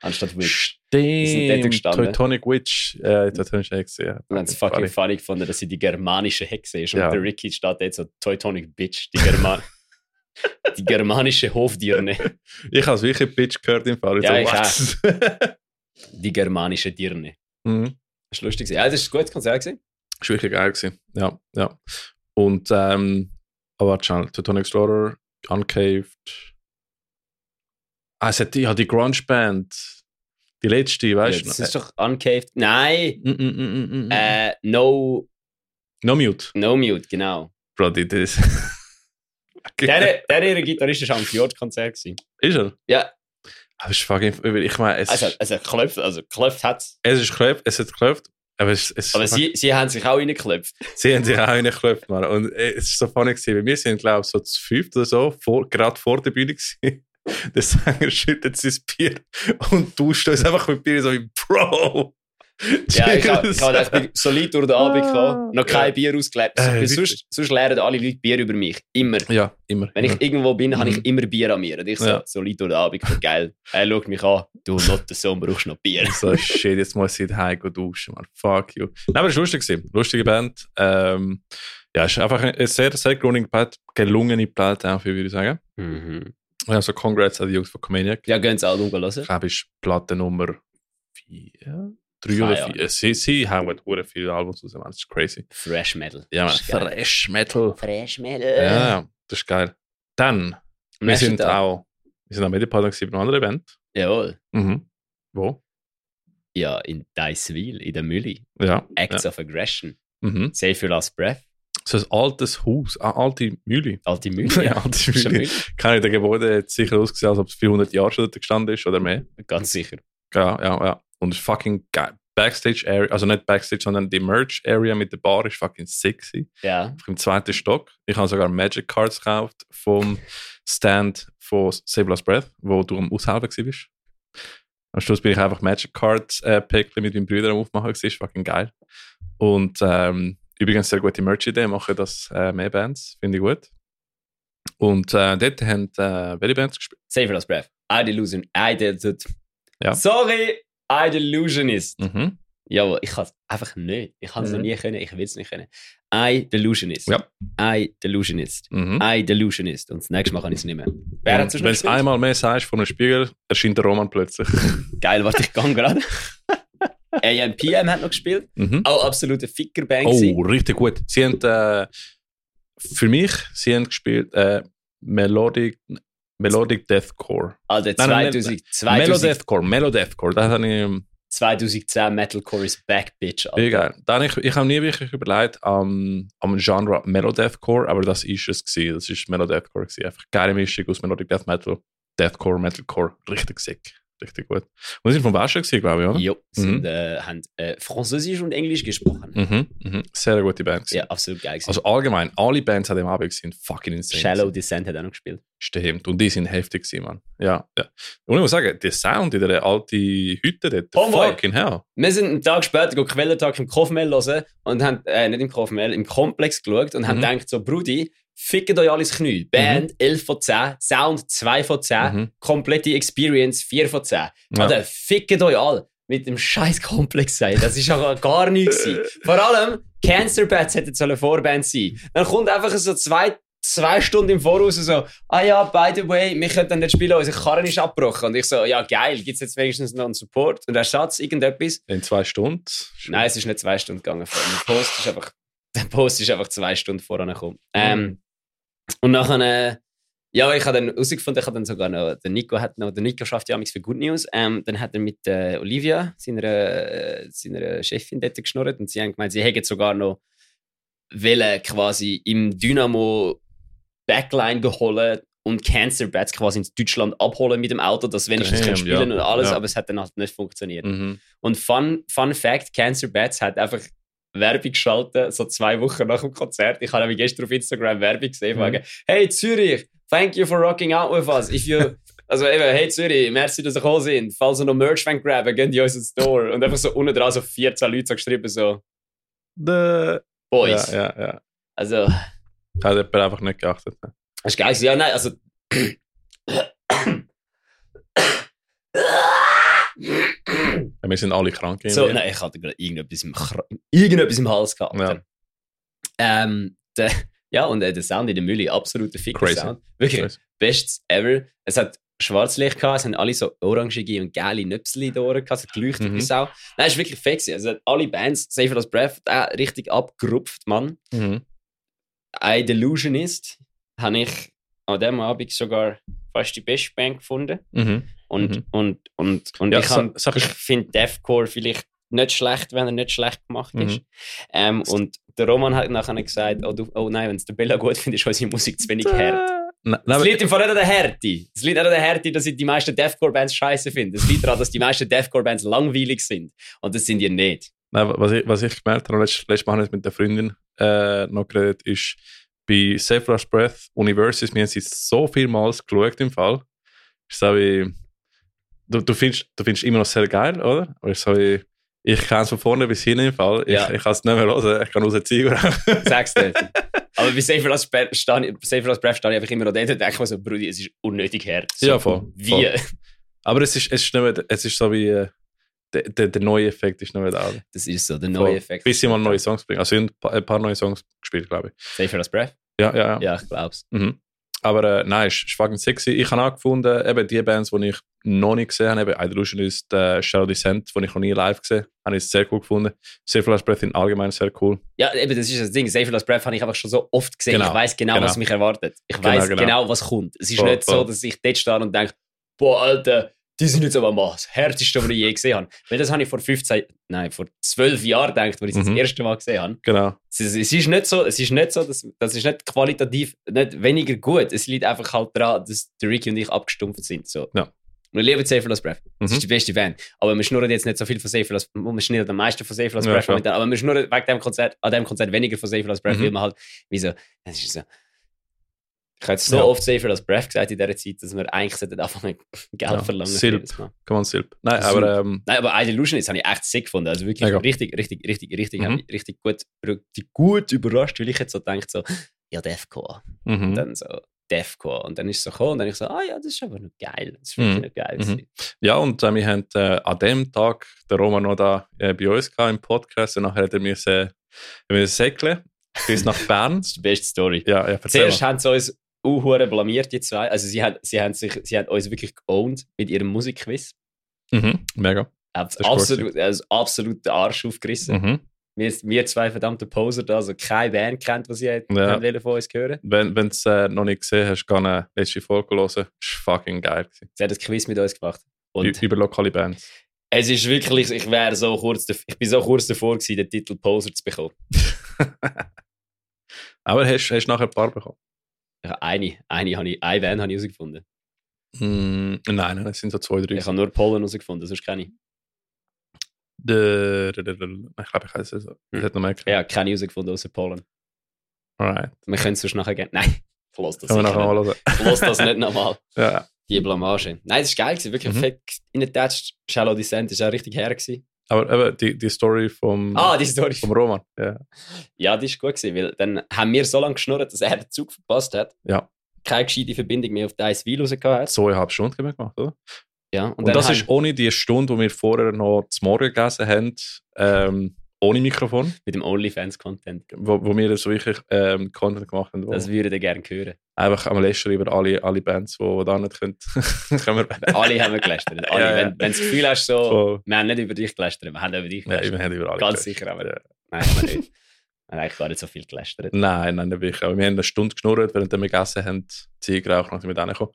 Speaker 1: Anstatt Witch. sind dort
Speaker 2: Stimmt,
Speaker 1: gestanden.
Speaker 2: Teutonic Witch. Äh, Teutonische Hexe, ja.
Speaker 1: Und dann ist fucking funny gefunden, dass sie die germanische Hexe ist. Und
Speaker 2: Ja.
Speaker 1: der Ricky steht jetzt so Teutonic Bitch, die, Germa
Speaker 2: [LAUGHS]
Speaker 1: die germanische Hofdirne.
Speaker 2: Ich habe es wirklich ein Bitch gehört im Fall.
Speaker 1: Ja, ich
Speaker 2: so, what?
Speaker 1: Die germanische Dirne.
Speaker 2: [LAUGHS] Mhm.
Speaker 1: Das war lustig. Ja, das ist ein gutes Konzert. gewesen.
Speaker 2: Das war wirklich geil. Gewesen. Ja, ja. Und, ähm, aber warte schnell, Teutonic Explorer, Uncaved. Ah, es hat die, ja, die Grunge Band. Die letzte,
Speaker 1: Ja,
Speaker 2: weißt
Speaker 1: das
Speaker 2: du? äh
Speaker 1: ist doch uncaved. Nein!
Speaker 2: Mm, mm, mm, mm, mm.
Speaker 1: Äh, no,
Speaker 2: no Mute. [LAUGHS]
Speaker 1: no Mute, genau.
Speaker 2: Bro, die, die,
Speaker 1: Der, der ihre Gitarrist war am Fjord-Konzert. gewesen.
Speaker 2: Ist er?
Speaker 1: Ja.
Speaker 2: Aber es ist fucking, ich meine, es,
Speaker 1: Also,
Speaker 2: ist-
Speaker 1: also, geklopft, also geklopft hat
Speaker 2: es ist geklopft, es hat geklopft, aber es, es
Speaker 1: Aber sie, sie haben sich auch reingeklopft.
Speaker 2: Sie haben sich auch reingeklopft, Mann. Und äh, es war so funny, gewesen, weil wir sind, glaube ich, so zu fünft oder so, vor, gerade vor der Bühne gewesen. [LAUGHS] Der Sänger schüttet sein Bier und tauscht uns einfach mit Bier so wie «Bro!»
Speaker 1: Ja,
Speaker 2: [LAUGHS]
Speaker 1: ich habe
Speaker 2: Cheers.
Speaker 1: gedacht, ich bin solid durch den Abend
Speaker 2: Ah.
Speaker 1: gekommen, noch kein
Speaker 2: Ja.
Speaker 1: Bier ausgelebt.
Speaker 2: Äh,
Speaker 1: Weil
Speaker 2: wirklich.
Speaker 1: sonst, sonst lernen alle Leute Bier über mich. Immer.
Speaker 2: Ja, immer.
Speaker 1: Wenn ich irgendwo bin, habe ich immer Bier an mir. Und ich so,
Speaker 2: Ja.
Speaker 1: solid durch den Abend, voll geil. Er schaut mich an, du Lotte Sohn brauchst noch Bier.
Speaker 2: Ich so, shit, jetzt muss ich daheim gehen duschen, man. Fuck you. Nein, aber es war lustig. gewesen. Lustige Band. Ähm, ja, es ist einfach eine sehr, sehr gelungene Platte, gelungene Platte, auch, würde ich sagen. Also, congrats an die Jungs von Comedian.
Speaker 1: Ja, gehen Sie Album hören.
Speaker 2: Ich glaube, ist Platte Nummer 4, 3
Speaker 1: Ah,
Speaker 2: oder
Speaker 1: ja.
Speaker 2: 4. Sie, sie haben hure viele Albums raus, man. Das ist crazy.
Speaker 1: Fresh Metal.
Speaker 2: Ja, man.
Speaker 1: Ist geil.
Speaker 2: Fresh Metal.
Speaker 1: Fresh Metal.
Speaker 2: Ja, das ist geil. Dann,
Speaker 1: Am
Speaker 2: wir
Speaker 1: nächsten
Speaker 2: sind
Speaker 1: Tag.
Speaker 2: auch, wir sind auch Medienpartner gewesen bei einer anderen Band.
Speaker 1: Jawohl.
Speaker 2: Mhm. Wo?
Speaker 1: Ja, in Deiswil, in der Mülli.
Speaker 2: Ja.
Speaker 1: Acts of Aggression.
Speaker 2: Mhm.
Speaker 1: Save your last breath.
Speaker 2: So ein altes Haus, eine alte [LAUGHS] Mühle.
Speaker 1: Alte Mülli.
Speaker 2: Ja,
Speaker 1: ja.
Speaker 2: alte
Speaker 1: Ist eine
Speaker 2: Mühle.
Speaker 1: Mühle.
Speaker 2: Keine, der Gebäude hat sicher ausgesehen, als ob es 400 Jahre schon dort gestanden ist oder mehr.
Speaker 1: Ganz sicher.
Speaker 2: Ja, ja, ja. Und es ist fucking geil. Backstage Area, also nicht Backstage, sondern die Merch Area mit der Bar ist fucking sexy.
Speaker 1: Ja.
Speaker 2: Im zweiten Stock. Ich habe sogar Magic Cards gekauft vom Stand von Save Last Breath, wo du am Aushelfen warst. Am Schluss bin ich einfach Magic Cards äh, Päckchen mit meinen Brüdern am Aufmachen. Das ist fucking geil. Und ähm, übrigens sehr gute Merch-Idee, machen das äh, mehr Bands, finde ich gut. Und äh, dort haben äh, welche Bands gespielt?
Speaker 1: Save your last breath. I delusion. I did.
Speaker 2: Ja.
Speaker 1: Sorry, I delusionist.
Speaker 2: Mhm.
Speaker 1: Jawohl, ich kann es einfach nicht. Ich kann es
Speaker 2: Mhm.
Speaker 1: noch nie können, ich will es nicht können. I delusionist.
Speaker 2: Ja.
Speaker 1: I delusionist.
Speaker 2: Mhm.
Speaker 1: I delusionist. Und das nächste Mal kann ich es nicht mehr. Wer hat
Speaker 2: Wenn
Speaker 1: es
Speaker 2: du es einmal mehr sagst von einem Spiegel, erscheint der Roman plötzlich. [LAUGHS]
Speaker 1: Geil, warte, ich gang gerade. AMPM hat noch gespielt.
Speaker 2: Mhm.
Speaker 1: Auch absolute Fickerband.
Speaker 2: Oh,
Speaker 1: gewesen.
Speaker 2: richtig gut. Sie haben, äh, für mich, sie haben gespielt äh, Melodic, Melodic Deathcore.
Speaker 1: Alter,
Speaker 2: Nein, nein, nein,
Speaker 1: 2000,
Speaker 2: Melo
Speaker 1: 2000,
Speaker 2: Deathcore, Melo Deathcore. Das habe ich, ähm,
Speaker 1: 2010 Metalcore is back, bitch. Alter.
Speaker 2: egal. Dann, ich ich habe nie wirklich überlegt am, am Genre Melo Deathcore, aber das ist es gewesen. Das ist Melo Deathcore gewesen. Einfach geile Mischung aus Melodic Death Metal, Deathcore, Metalcore. Richtig sick. Richtig gut. Und sie sind vom Waschen gewesen, glaube ich, oder?
Speaker 1: Jo, sind, äh, haben äh, Französisch und Englisch gesprochen.
Speaker 2: Mhm, mhm. Sehr gute Band. gewesen.
Speaker 1: Ja, absolut geil. gewesen.
Speaker 2: Also allgemein, alle Bands an dem Abend sind fucking insane.
Speaker 1: Shallow
Speaker 2: gewesen.
Speaker 1: Descent hat auch noch gespielt.
Speaker 2: Stimmt. Und die sind heftig gewesen, Mann. Ja, ja. Und ich muss sagen, der Sound in der alten Hütte dort,
Speaker 1: Homeboy.
Speaker 2: fucking hell.
Speaker 1: Wir sind einen Tag später go Quellentag im Kaufmehl hören und haben, äh, nicht im Kaufmehl, im Komplex geschaut und haben
Speaker 2: Mhm.
Speaker 1: gedacht, so, Brudi, fickt euch alles Knie. Band 11 von 10, Sound 2 von 10,
Speaker 2: Mhm.
Speaker 1: komplette Experience 4 von 10. Alter, fickt euch alle mit dem scheiß Komplex sein. Das ist auch gar nichts. gewesen. Vor allem, Cancer Bats hätten sollen Vorband sein. Dann kommt einfach so zwei, zwei Stunden im Voraus und so, ah ja, by the way, wir können dann nicht spielen, unsere Karren ist abgebrochen. Und ich so, ja geil, gibt's jetzt wenigstens noch einen Support und Ersatz, irgendetwas?
Speaker 2: In zwei Stunden.
Speaker 1: Nein, es ist nicht zwei Stunden gegangen. Der Post ist einfach, [LAUGHS] der Post ist einfach zwei Stunden voran gekommen.
Speaker 2: Mhm.
Speaker 1: Ähm, und nachher, äh, ja, ich habe dann herausgefunden, ich habe dann sogar noch, der Nico hat noch, der Nico schafft ja amigs für Good News. Ähm, dann hat er mit äh, Olivia, seiner, äh, seiner Chefin, dort geschnurrt und sie haben gemeint, sie hätten sogar noch wollen, quasi im Dynamo Backline geholt und Cancer Bats quasi ins Deutschland abholen mit dem Auto, dass wenigstens
Speaker 2: Damn,
Speaker 1: können spielen
Speaker 2: ja.
Speaker 1: und alles,
Speaker 2: Ja.
Speaker 1: aber es hat dann halt nicht funktioniert.
Speaker 2: Mhm.
Speaker 1: Und Fun, Fun Fact: Cancer Bats hat einfach Werbung geschaltet, so zwei Wochen nach dem Konzert. Ich habe nämlich gestern auf Instagram Werbung gesehen,
Speaker 2: Mhm.
Speaker 1: mhm. Hey Zürich, thank you for rocking out with us. If you, also eben, hey Zürich, merci, dass ihr gekommen sind. Falls ihr noch Merch wollt graben, geht in unseren Store. Und einfach so unten dran so 14 Leute so geschrieben, so,
Speaker 2: The
Speaker 1: Boys.
Speaker 2: Ja, ja, ja.
Speaker 1: Also,
Speaker 2: Da hat jemand einfach nicht geachtet. ne?
Speaker 1: das ist geil. gewesen. Ja, nein, also.
Speaker 2: Ja, wir sind alle krank.
Speaker 1: So,
Speaker 2: irgendwie.
Speaker 1: nein, ich hatte gerade irgendetwas im, Kr- irgendetwas im Hals gehabt.
Speaker 2: Ja.
Speaker 1: Ähm, der, [LAUGHS] ja, und äh, der Sound in der Mühle, absoluter
Speaker 2: Crazy.
Speaker 1: Ficker-Sound. Wirklich,
Speaker 2: Crazy.
Speaker 1: bestes ever. Es hat Schwarzlicht gehabt, es haben alle so orangige und geile Nöpsli da oben gehabt, es hat geleuchtet
Speaker 2: Mhm.
Speaker 1: bis auch. Nein, es war wirklich fake. Also, es hat alle Bands, Save for das Breath, da richtig abgerupft, Mann.
Speaker 2: Mhm.
Speaker 1: I Delusionist habe ich an diesem Abend sogar fast die beste Band gefunden.
Speaker 2: Mhm.
Speaker 1: Und,
Speaker 2: Mhm.
Speaker 1: und, und, und
Speaker 2: Ja,
Speaker 1: ich habe
Speaker 2: Sa- Sache
Speaker 1: ich
Speaker 2: ist,
Speaker 1: finde Deathcore vielleicht nicht schlecht, wenn er nicht schlecht gemacht ist.
Speaker 2: Mhm.
Speaker 1: Ähm, und der Roman hat nachher gesagt, oh, du, oh nein, wenn es der Bella gut findet, ist unsere Musik zu wenig hart.
Speaker 2: Nein, nein,
Speaker 1: Es
Speaker 2: aber-
Speaker 1: liegt im Fall nicht an der Härte. Es liegt nicht an der Härte, dass ich die meisten Deathcore-Bands scheiße finde. Es liegt daran, dass die meisten Deathcore-Bands langweilig sind. Und das sind die nicht.
Speaker 2: Nein, was, ich, was ich gemerkt habe, letztes, letztes Mal haben wir mit der Freundin äh, noch geredet, ist, bei Save Last Breath Universes, wir haben sie so vielmals geschaut im Fall. Ist so wie, du, du, findest, du findest immer noch sehr geil, oder? Aber ist so wie, ich kann es von vorne bis hinten im Fall. Ich,
Speaker 1: Ja.
Speaker 2: ich kann es nicht mehr hören, ich kann rausziehen. oder? [LAUGHS]
Speaker 1: Sag's nicht. Aber bei Safer Last Breath stehe ich einfach immer noch dort und denke mir so, Brudi, es ist unnötig hart. So,
Speaker 2: Ja, voll,
Speaker 1: Wie?
Speaker 2: voll. Aber es ist, es ist, nicht mehr, es ist so wie, äh, der, der, der neue Effekt ist nicht mehr da.
Speaker 1: Das ist so der neue Effekt.
Speaker 2: Bis sie mal neue Songs bringen. Also, sie haben ein paar- ein paar neue Songs gespielt, glaube ich.
Speaker 1: Safer Last Breath?
Speaker 2: Ja, ja, ja.
Speaker 1: Ja, ich glaub's.
Speaker 2: Mhm. Aber äh, nein, ist, ist fucking sexy. Ich habe auch gefunden, eben die Bands, die ich noch nicht gesehen habe, eben Idolution ist äh, Shadow Descent, die ich noch nie live gesehen habe, habe ich sehr cool gefunden. Safe Last Breath in allgemein sehr cool.
Speaker 1: Ja, eben, das ist das Ding. Safer Last Breath habe ich einfach schon so oft gesehen.
Speaker 2: Genau.
Speaker 1: Ich weiß genau,
Speaker 2: Genau.
Speaker 1: was mich erwartet. Ich
Speaker 2: Genau,
Speaker 1: weiß
Speaker 2: genau.
Speaker 1: genau. was kommt. Es ist
Speaker 2: Voll,
Speaker 1: nicht so,
Speaker 2: voll.
Speaker 1: dass ich dort stehe und denke, boah, Alter, die sind jetzt aber mal das Härteste, was ich je gesehen habe. Weil das habe ich vor 15, nein, vor 12 Jahren gedacht, als ich es
Speaker 2: Mhm.
Speaker 1: das erste Mal gesehen habe.
Speaker 2: Genau.
Speaker 1: Es, es es ist nicht so, es ist nicht so, dass, das ist nicht qualitativ nicht weniger gut. Es liegt einfach halt daran, dass der Ricky und ich abgestumpft sind. So.
Speaker 2: Ja.
Speaker 1: Wir lieben Safer Last Breath. Das
Speaker 2: Mhm.
Speaker 1: ist die beste Band. Aber wir schnurren jetzt nicht so viel von Safer Last Wir schnurren am meisten von Safer Last
Speaker 2: Ja,
Speaker 1: Breath
Speaker 2: klar.
Speaker 1: momentan. Aber wir schnurren wegen dem Konzert, an dem Konzert weniger von Safer Last Breath,
Speaker 2: Mhm.
Speaker 1: weil wir halt, wie so, das ist so. Ich habe jetzt so
Speaker 2: Ja.
Speaker 1: oft Safer Last Breath gesagt in dieser Zeit, dass wir eigentlich sollten anfangen [LAUGHS] Geld
Speaker 2: Ja.
Speaker 1: verlangen. für
Speaker 2: Silb.
Speaker 1: jedes Mal.
Speaker 2: Come on, Silb. Nein,
Speaker 1: Silb.
Speaker 2: aber ähm,
Speaker 1: Nein, aber Idolution jetzt habe ich echt sick gefunden. Also wirklich
Speaker 2: Mega.
Speaker 1: richtig, richtig, richtig, richtig,
Speaker 2: Mhm.
Speaker 1: hab ich richtig gut, richtig gut überrascht, weil ich jetzt so denkt so, ja, Defcore.
Speaker 2: mhm.
Speaker 1: Dann so, Defcore. Und dann ist es so gekommen und dann ich so, ah ja, das ist aber noch geil. Das ist wirklich
Speaker 2: Mhm.
Speaker 1: noch geil.
Speaker 2: Mhm.
Speaker 1: gewesen.
Speaker 2: ja, und äh, wir haben äh, an dem Tag den Roman noch da äh, bei uns gehabt, im Podcast und nachher hat er mir säckeln bis nach Bern. [LAUGHS]
Speaker 1: Das ist die beste Story.
Speaker 2: Ja, ja, erzähl
Speaker 1: Zuerst
Speaker 2: mal.
Speaker 1: haben sie uns uhuere blamiert, die zwei. Also sie haben, sie haben, sich, sie haben uns wirklich geowned mit ihrem Musikquiz.
Speaker 2: Mhm. Mega.
Speaker 1: Haben
Speaker 2: ist gut
Speaker 1: absolut, also absolut den Arsch aufgerissen.
Speaker 2: Mhm.
Speaker 1: Wir, wir zwei verdammte Poser da, also keine Band kennt, was sie
Speaker 2: Ja.
Speaker 1: haben wollen von uns hören.
Speaker 2: Wenn du es äh, noch nicht gesehen hast, kann äh, letzte Folge hören. Ist fucking geil. Gewesen.
Speaker 1: Sie haben das Quiz mit uns gemacht. Und
Speaker 2: Ü- Über lokale Bands.
Speaker 1: Es ist wirklich, ich wäre so kurz, dav- ich bin so kurz davor gewesen, den Titel Poser zu bekommen.
Speaker 2: Aber hast du nachher ein paar bekommen?
Speaker 1: Ja, eine, eine, habe ich, eine Band habe ich herausgefunden.
Speaker 2: Mm, nein, nein, es sind so zwei, drei.
Speaker 1: Ich habe nur Polen herausgefunden, sonst keine.
Speaker 2: Dä- dä- dä- dä- Ich glaube, ich weiß es. Ich hätte noch mehr gehabt.
Speaker 1: Hm. Ja, keine herausgefunden außer Polen.
Speaker 2: Alright.
Speaker 1: Wir können es sonst nachher gerne. Nein, verlass das
Speaker 2: Können wir nachher
Speaker 1: sicher
Speaker 2: mal hören.
Speaker 1: nicht. Verlass das nicht nochmal.
Speaker 2: Ja.
Speaker 1: Die Blamage. Nein, das war geil, gewesen, wirklich
Speaker 2: Mhm.
Speaker 1: fett in der Touch. Shallow Descent ist auch richtig her. Gewesen.
Speaker 2: Aber eben, die, die Story vom,
Speaker 1: Ah, die Story.
Speaker 2: vom Roman. Ja.
Speaker 1: Ja, die ist gut gewesen, weil dann haben wir so lange geschnurrt, dass er den Zug verpasst hat.
Speaker 2: Ja.
Speaker 1: Keine gescheite Verbindung mehr auf die Eiswil rausgehauen hat.
Speaker 2: Zweieinhalb Stunden haben wir gemacht, oder?
Speaker 1: Ja,
Speaker 2: Und,
Speaker 1: dann
Speaker 2: das
Speaker 1: haben-
Speaker 2: ist ohne die Stunde, die wir vorher noch zum Morgen gegessen haben, ähm, ohne Mikrofon,
Speaker 1: mit dem OnlyFans-Content.
Speaker 2: wo, wo wir so wirklich ähm, Content gemacht haben. Wo
Speaker 1: Das würde ich gerne hören.
Speaker 2: einfach am lästern über alle, alle Bands, die die da nicht können. [LAUGHS] können wir
Speaker 1: Alle haben wir
Speaker 2: [LAUGHS]
Speaker 1: gelästert. Alle.
Speaker 2: Ja, ja.
Speaker 1: Wenn, wenn du das Gefühl hast, so,
Speaker 2: Voll.
Speaker 1: wir haben nicht über dich gelästert, wir haben über dich
Speaker 2: Ja,
Speaker 1: gelästert.
Speaker 2: wir haben über alle
Speaker 1: Oh. Ganz
Speaker 2: gelästert.
Speaker 1: sicher, aber
Speaker 2: Ja. [LAUGHS]
Speaker 1: nein, haben wir nicht. Wir haben eigentlich gar nicht so viel gelästert.
Speaker 2: Nein, nein, nicht wirklich. Aber wir haben eine Stunde geschnurrt, während wir gegessen haben, Zieh geraucht, nachdem wir reingekommen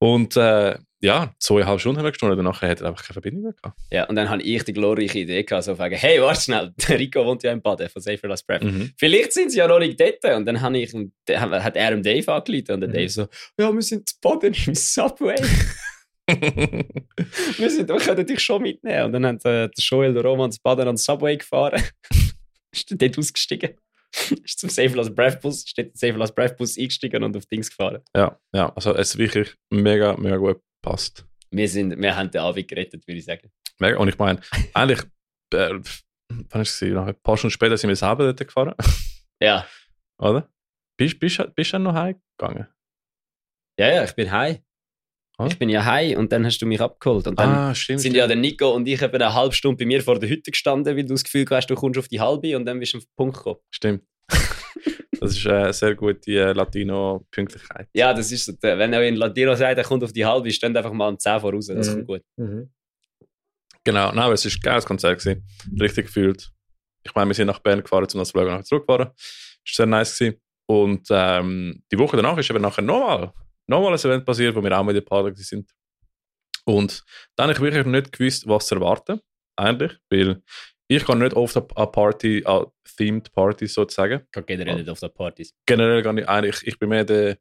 Speaker 2: Und äh, ja, zweieinhalb Stunden haben wir geschnurrt und nachher hat er einfach keine Verbindung mehr gehabt.
Speaker 1: Ja, und dann habe ich die glorreiche Idee gehabt, so fragen, hey, warte schnell, [LAUGHS] der Rico wohnt ja im Baden von Safer Last Prep. Vielleicht sind sie ja noch nicht dort. Und dann habe ich, ihm- dann hat er dem Dave angeleitet und der
Speaker 2: Mhm.
Speaker 1: Dave so, ja, wir sind zu Baden im Subway. wir, sind, wir können dich schon mitnehmen. Und dann haben äh, der Joel, der Roman, das Baden an den Subway gefahren. [LAUGHS] ist dann dort ausgestiegen. ist zum Safe Last Breath Bus, ist dort Safe Last Breath Bus eingestiegen und auf Dings gefahren.
Speaker 2: [LAUGHS] ja, ja, also es ist wirklich mega, mega gut gepasst.
Speaker 1: Wir, sind, wir haben den Abend gerettet, würde ich sagen.
Speaker 2: Mega. Und ich meine, eigentlich, äh, wann ist es? gewesen? Nach Ein paar Stunden später sind wir selber dort gefahren,
Speaker 1: Ja,
Speaker 2: oder? Bist bist du bist, du noch heimgegangen?
Speaker 1: ja, ja ich bin heim.
Speaker 2: Ah.
Speaker 1: Ich bin ja heim und dann hast du mich abgeholt. Und dann
Speaker 2: ah, stimmt.
Speaker 1: sind ja der Nico und ich eben eine halbe Stunde bei mir vor der Hütte gestanden, weil du das Gefühl hast, du kommst auf die halbe und dann bist du auf den Punkt gekommen.
Speaker 2: Stimmt. [LAUGHS] das ist eine sehr gute äh, Latino-Pünktlichkeit.
Speaker 1: Ja, das ist so. der- Wenn er in Latino sagt, er kommt auf die halbe, steht einfach mal um 10 voraus. Das
Speaker 2: Mhm.
Speaker 1: kommt gut.
Speaker 2: Genau, nein, aber es war ein geiles Konzert. Gewesen. Richtig gefühlt. Ich meine, wir sind nach Bern gefahren, um das zu schauen, und nachher zurückgefahren. Ist sehr nice gewesen. Und ähm, die Woche danach ist aber nachher nochmal, nochmal ein Event passiert, wo wir auch mit der Party gewesen sind. Und dann habe ich wirklich nicht gewusst, was zu erwarten. Eigentlich, weil Ich gehe nicht oft an an Party, an themed Partys sozusagen.
Speaker 1: Ich gehe generell nicht auf die Partys.
Speaker 2: Generell gehe ich eigentlich, ich bin mehr der,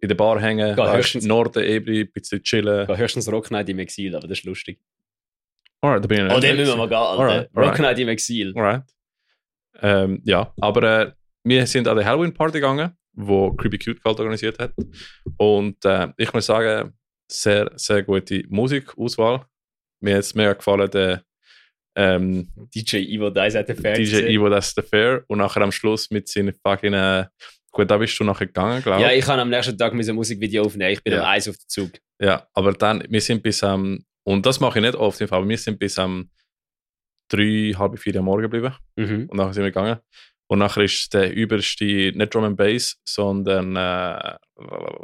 Speaker 2: in der Bar hängen,
Speaker 1: Geh
Speaker 2: weisst,
Speaker 1: höchstens-
Speaker 2: Norden, Ebri, ein bisschen
Speaker 1: Ich
Speaker 2: chillen.
Speaker 1: gehe höchstens Rocknight im Exil, aber das ist lustig.
Speaker 2: Alright, da bin ich nicht.
Speaker 1: Oh, den müssen wir mal gehen, Alter.
Speaker 2: Alright, alright.
Speaker 1: Rocknight im Exil.
Speaker 2: Alright. Ähm, ja, aber äh, wir sind an der Halloween-Party gegangen, wo Creepy Cute Cult organisiert hat. Und äh, ich muss sagen, sehr, sehr gute Musikauswahl. Mir hat es mega gefallen, der ähm,
Speaker 1: DJ Ivo Dice hat den Fan
Speaker 2: DJ
Speaker 1: gesehen.
Speaker 2: Ivo, das ist der Fair. Und nachher am Schluss mit seinen fucking. Äh, gut, da bist du nachher gegangen, glaube ich.
Speaker 1: Ja, ich kann am nächsten Tag mein Musikvideo aufnehmen. Ich bin
Speaker 2: Ja.
Speaker 1: am Eis auf den Zug.
Speaker 2: Ja, aber dann, wir sind bis am, und das mache ich nicht oft im Fall, aber wir sind bis am drei, halb vier am Morgen geblieben
Speaker 1: Mhm.
Speaker 2: und nachher sind wir gegangen. Und nachher ist der überste, nicht Drum and Bass, sondern äh,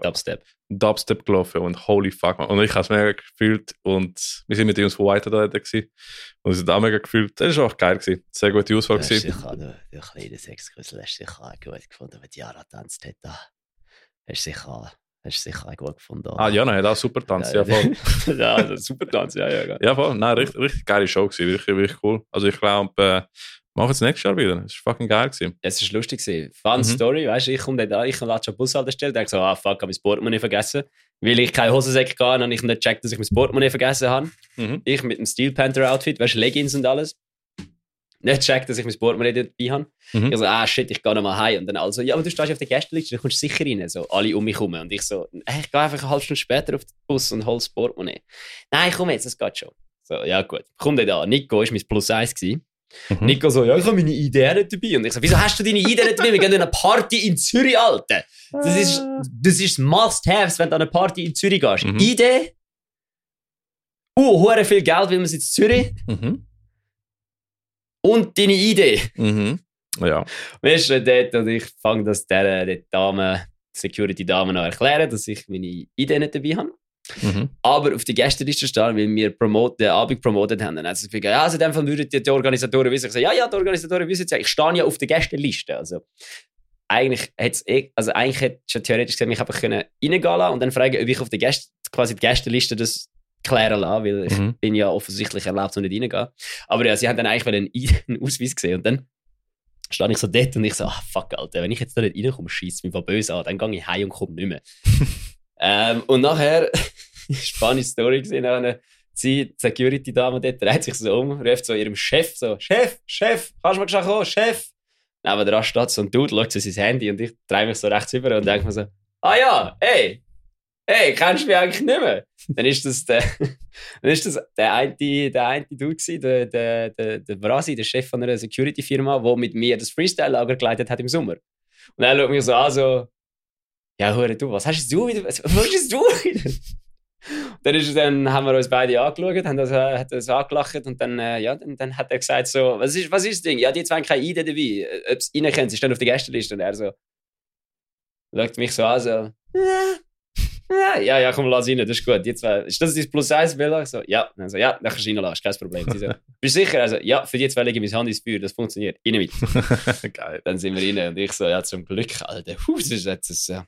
Speaker 1: Dubstep.
Speaker 2: Dubstep gelaufen und holy fuck, man. Und ich habe es mega gefühlt und wir sind mit den Jungs von White da gewesen und es hat auch mega gefühlt. Das war auch geil, gewesen. sehr gute Auswahl.
Speaker 1: Das ist
Speaker 2: Gewesen.
Speaker 1: sicher auch noch, der kleine Sexgrüssel hast du sicher auch gut gefunden, wenn Jara tanzt hat. da. Hast du sicher, hast du sicher auch gut gefunden.
Speaker 2: Ah, Jana hat auch super tanzt, ja voll.
Speaker 1: [LAUGHS] ja, also super Tanz, ja, ja. ja.
Speaker 2: Ja, voll. Nein, [LAUGHS] richtig, richtig geile Show gewesen, wirklich, wirklich cool. Also ich glaube, äh, machen wir es nächstes Jahr wieder. Es war fucking geil gewesen.
Speaker 1: Es war lustig. Gewesen. Fun
Speaker 2: Mhm.
Speaker 1: Story, weißt du, ich komme da, ich latsche an die Bushaltestelle, denke so, ah fuck, habe mein Portemonnaie vergessen. Weil ich keine Hosensäcke gehe, habe ich nicht gecheckt, dass ich mein Portemonnaie vergessen habe.
Speaker 2: Mhm.
Speaker 1: Ich mit dem Steel Panther Outfit, weißt du, Leggings und alles. Nicht checkt, dass ich mein Portemonnaie nicht dabei habe.
Speaker 2: Mhm.
Speaker 1: Ich so, ah shit, ich gehe nochmal heim. Und dann also, ja, aber du stehst auf der Gästeliste, dann kommst du sicher rein. So, alle um mich herum. Und ich so, hey, ich gehe einfach eine halbe Stunde später auf den Bus und hol das Portemonnaie. Nein, komm jetzt, das geht schon. So, ja gut. Komm dann da. Nico war mein Plus 1 gewesen.
Speaker 2: Mhm.
Speaker 1: Nico so, ja, ich habe meine Ideen nicht dabei. Und ich so, wieso hast du deine Ideen nicht dabei? Wir gehen an eine Party in Zürich, Alter. Das ist das ist Must-Haves, wenn du an eine Party in Zürich gehst.
Speaker 2: Mhm.
Speaker 1: Idee. Uh, hure viel Geld, weil wir sind in Zürich.
Speaker 2: Mhm.
Speaker 1: Und deine Idee.
Speaker 2: Mhm. Ja.
Speaker 1: Weißt du, dort, und ich fange das der, der Dame, Security-Dame noch erklären, dass ich meine Idee nicht dabei habe.
Speaker 2: [LAUGHS] Mhm.
Speaker 1: Aber auf die Gästeliste stehen, weil wir promote, den Abend promotet haben. Dann hat sie gesagt, ja, also in dem Fall würden die, die Organisatoren wissen. Ich sage, ja, ja, die Organisatoren wissen es ja. Ich stehe ja auf der Gästeliste. Also eigentlich hätte eh, also eigentlich hätte schon theoretisch gesehen, mich einfach können reingehen lassen und dann fragen, ob ich auf der Gäste, quasi die Gästeliste das klären lassen, weil ich
Speaker 2: Mhm. [LAUGHS]
Speaker 1: bin ja offensichtlich erlaubt, so nicht reingehen. Aber ja, sie haben dann eigentlich wollen einen, I- [LAUGHS] einen Ausweis gesehen und dann stand ich so dort und ich so, ah, fuck, Alter, wenn ich jetzt da nicht reinkomme, schießt mich von böse an, dann gehe ich heim und komme nicht mehr. ähm, und nachher, [LAUGHS] spannende Story gesehen, nachher sie, die Security-Dame dort, dreht sich so um, ruft so ihrem Chef so, Chef, Chef, kannst du mal schnell kommen, Chef? Neben dran steht so ein Dude, schaut so sein Handy und ich drehe mich so rechts über und denke mir so, ah ja, hey, hey, kennst du mich eigentlich nicht mehr? Dann ist das der, dann ist das der eine, der eine Dude gewesen, der, der, der, der Brasi, der Chef von einer Security-Firma, der mit mir das Freestyle-Lager geleitet hat im Sommer. Und er schaut mich so an, so, ja, hure du, was hast du wieder, was, was hast jetzt du wieder? [LAUGHS] Und Dann, ist, er- dann haben wir uns beide angeschaut, haben das, äh, hat das angelacht und dann, äh, ja, dann, dann hat er gesagt so, was ist, was ist das Ding? Ja, die zwei haben keine Idee dabei, äh, ob sie rein können, sie stehen auf der Gästeliste. Und er so, schaut mich so an, so, ja, ja, ja, ja, komm, lass rein, das ist gut. Die zwei, ist das dein plus 1 bild Ich so, ja. Und er so, ja, dann kannst du reinlassen, ist kein Problem.
Speaker 2: [LAUGHS]
Speaker 1: Sie so, bist du sicher? Also, ja, für die zwei lege ich mein Hand ins Feuer, das funktioniert, rein mit.
Speaker 2: geil.
Speaker 1: Dann sind wir rein und ich so, ja, zum Glück, Alter. Puh, das ist jetzt ein, äh,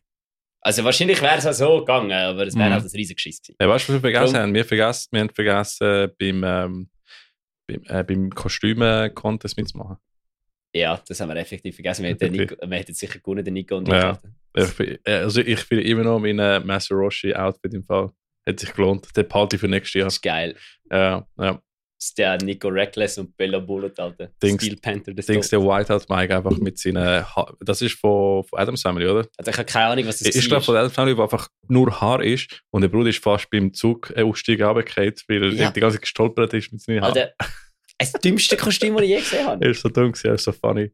Speaker 1: also wahrscheinlich wäre es auch so gegangen, aber es wäre
Speaker 2: Mhm.
Speaker 1: halt ein riesiges Geschiss gewesen.
Speaker 2: Ja, weißt du, was wir vergessen
Speaker 1: Komm.
Speaker 2: haben? Wir, vergessen, wir haben vergessen, äh, beim, ähm, beim, äh, beim Kostüme-Contest mitzumachen.
Speaker 1: Ja, das haben wir effektiv vergessen. Wir hätten, den Nico, wir hätten sicher gewonnen, den Nico und
Speaker 2: Ja.
Speaker 1: ja.
Speaker 2: Ich, bin- äh, also ich bin immer noch mein äh, Masaroshi-Outfit im Fall. Hat sich gelohnt. Der Party für nächstes
Speaker 1: Das ist geil.
Speaker 2: Jahr. Ja, ja.
Speaker 1: Das ist der Nico Reckless und Bella Bullet, Alter.
Speaker 2: Denkst-
Speaker 1: Steel Panther des
Speaker 2: Ich denke,
Speaker 1: Todes.
Speaker 2: der Whiteout Mike einfach mit seinen. Ha das ist von, von Adam Family, oder?
Speaker 1: Also ich habe keine Ahnung, was das
Speaker 2: Ich, ich glaube, von Adam Family, wo einfach nur Haar ist und der Bruder ist fast beim Zug äh, aussteigen runtergefallen, weil er
Speaker 1: Ja.
Speaker 2: die ganze Zeit gestolpert ist mit seinen Haaren.
Speaker 1: Alter, das dümmste Kostüm, das ich je gesehen habe.
Speaker 2: Er ist so dumm, gewesen, er ist so funny.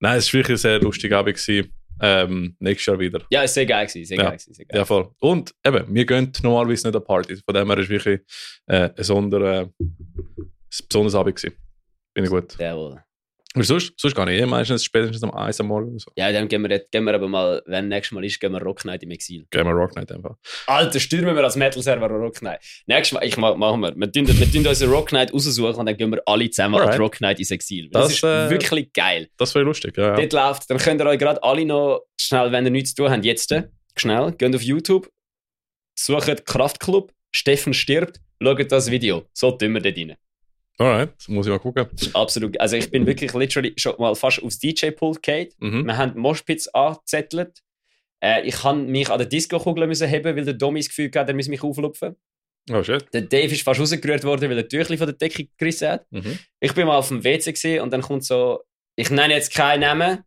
Speaker 2: Nein, es war wirklich ein sehr lustiger Abend. gewesen. Ähm, nächstes Jahr wieder.
Speaker 1: Ja, ist sehr geil gewesen, sehr
Speaker 2: Ja.
Speaker 1: geil gewesen, sehr geil.
Speaker 2: Ja, voll. Und eben, wir gehen normalerweise nicht an Partys. Von dem her ist wirklich äh, ein, sonder, äh, ein besonderes Abend. Gewesen. Bin ich gut.
Speaker 1: Der wohl.
Speaker 2: Aber sonst, sonst gar nicht. Meistens spätestens um 1 am Morgen oder so.
Speaker 1: Ja, dann gehen wir, dort- gehen wir aber mal, wenn nächstes Mal ist, gehen wir Rock Night im Exil.
Speaker 2: Gehen wir Rock Night einfach.
Speaker 1: Alter, stürmen wir als Metal-Server an Rock Night. Nächstes Mal, ich mach, machen wir. Wir tun, wir tun unsere Rock Night raussuchen und dann gehen wir alle zusammen an
Speaker 2: Alright.
Speaker 1: die Rock Night ins Exil. Das,
Speaker 2: Das,
Speaker 1: ist
Speaker 2: äh,
Speaker 1: wirklich geil.
Speaker 2: Das wäre lustig, ja. ja.
Speaker 1: Dort läuft, dann könnt ihr euch gerade alle noch schnell, wenn ihr nichts zu tun habt, jetzt äh, schnell, geht auf YouTube, sucht Kraftclub, Steffen stirbt, schaut das Video. So tun wir dort rein.
Speaker 2: Alright, muss ich mal gucken.
Speaker 1: Das ist absolut. Also ich bin wirklich literally schon mal fast aufs DJ-Pult gegangen.
Speaker 2: Mhm.
Speaker 1: Wir haben Moshpits angezettelt. Äh, ich habe mich an der Disco-Kugel müssen heben, weil der Domi das Gefühl hatte, er müsse mich auflupfen.
Speaker 2: Oh shit.
Speaker 1: Der Dave ist fast rausgerührt worden, weil er Tüchli von der Decke gerissen hat.
Speaker 2: Mhm.
Speaker 1: Ich bin mal auf dem WC gewesen und dann kommt so, ich nenne jetzt keinen Namen,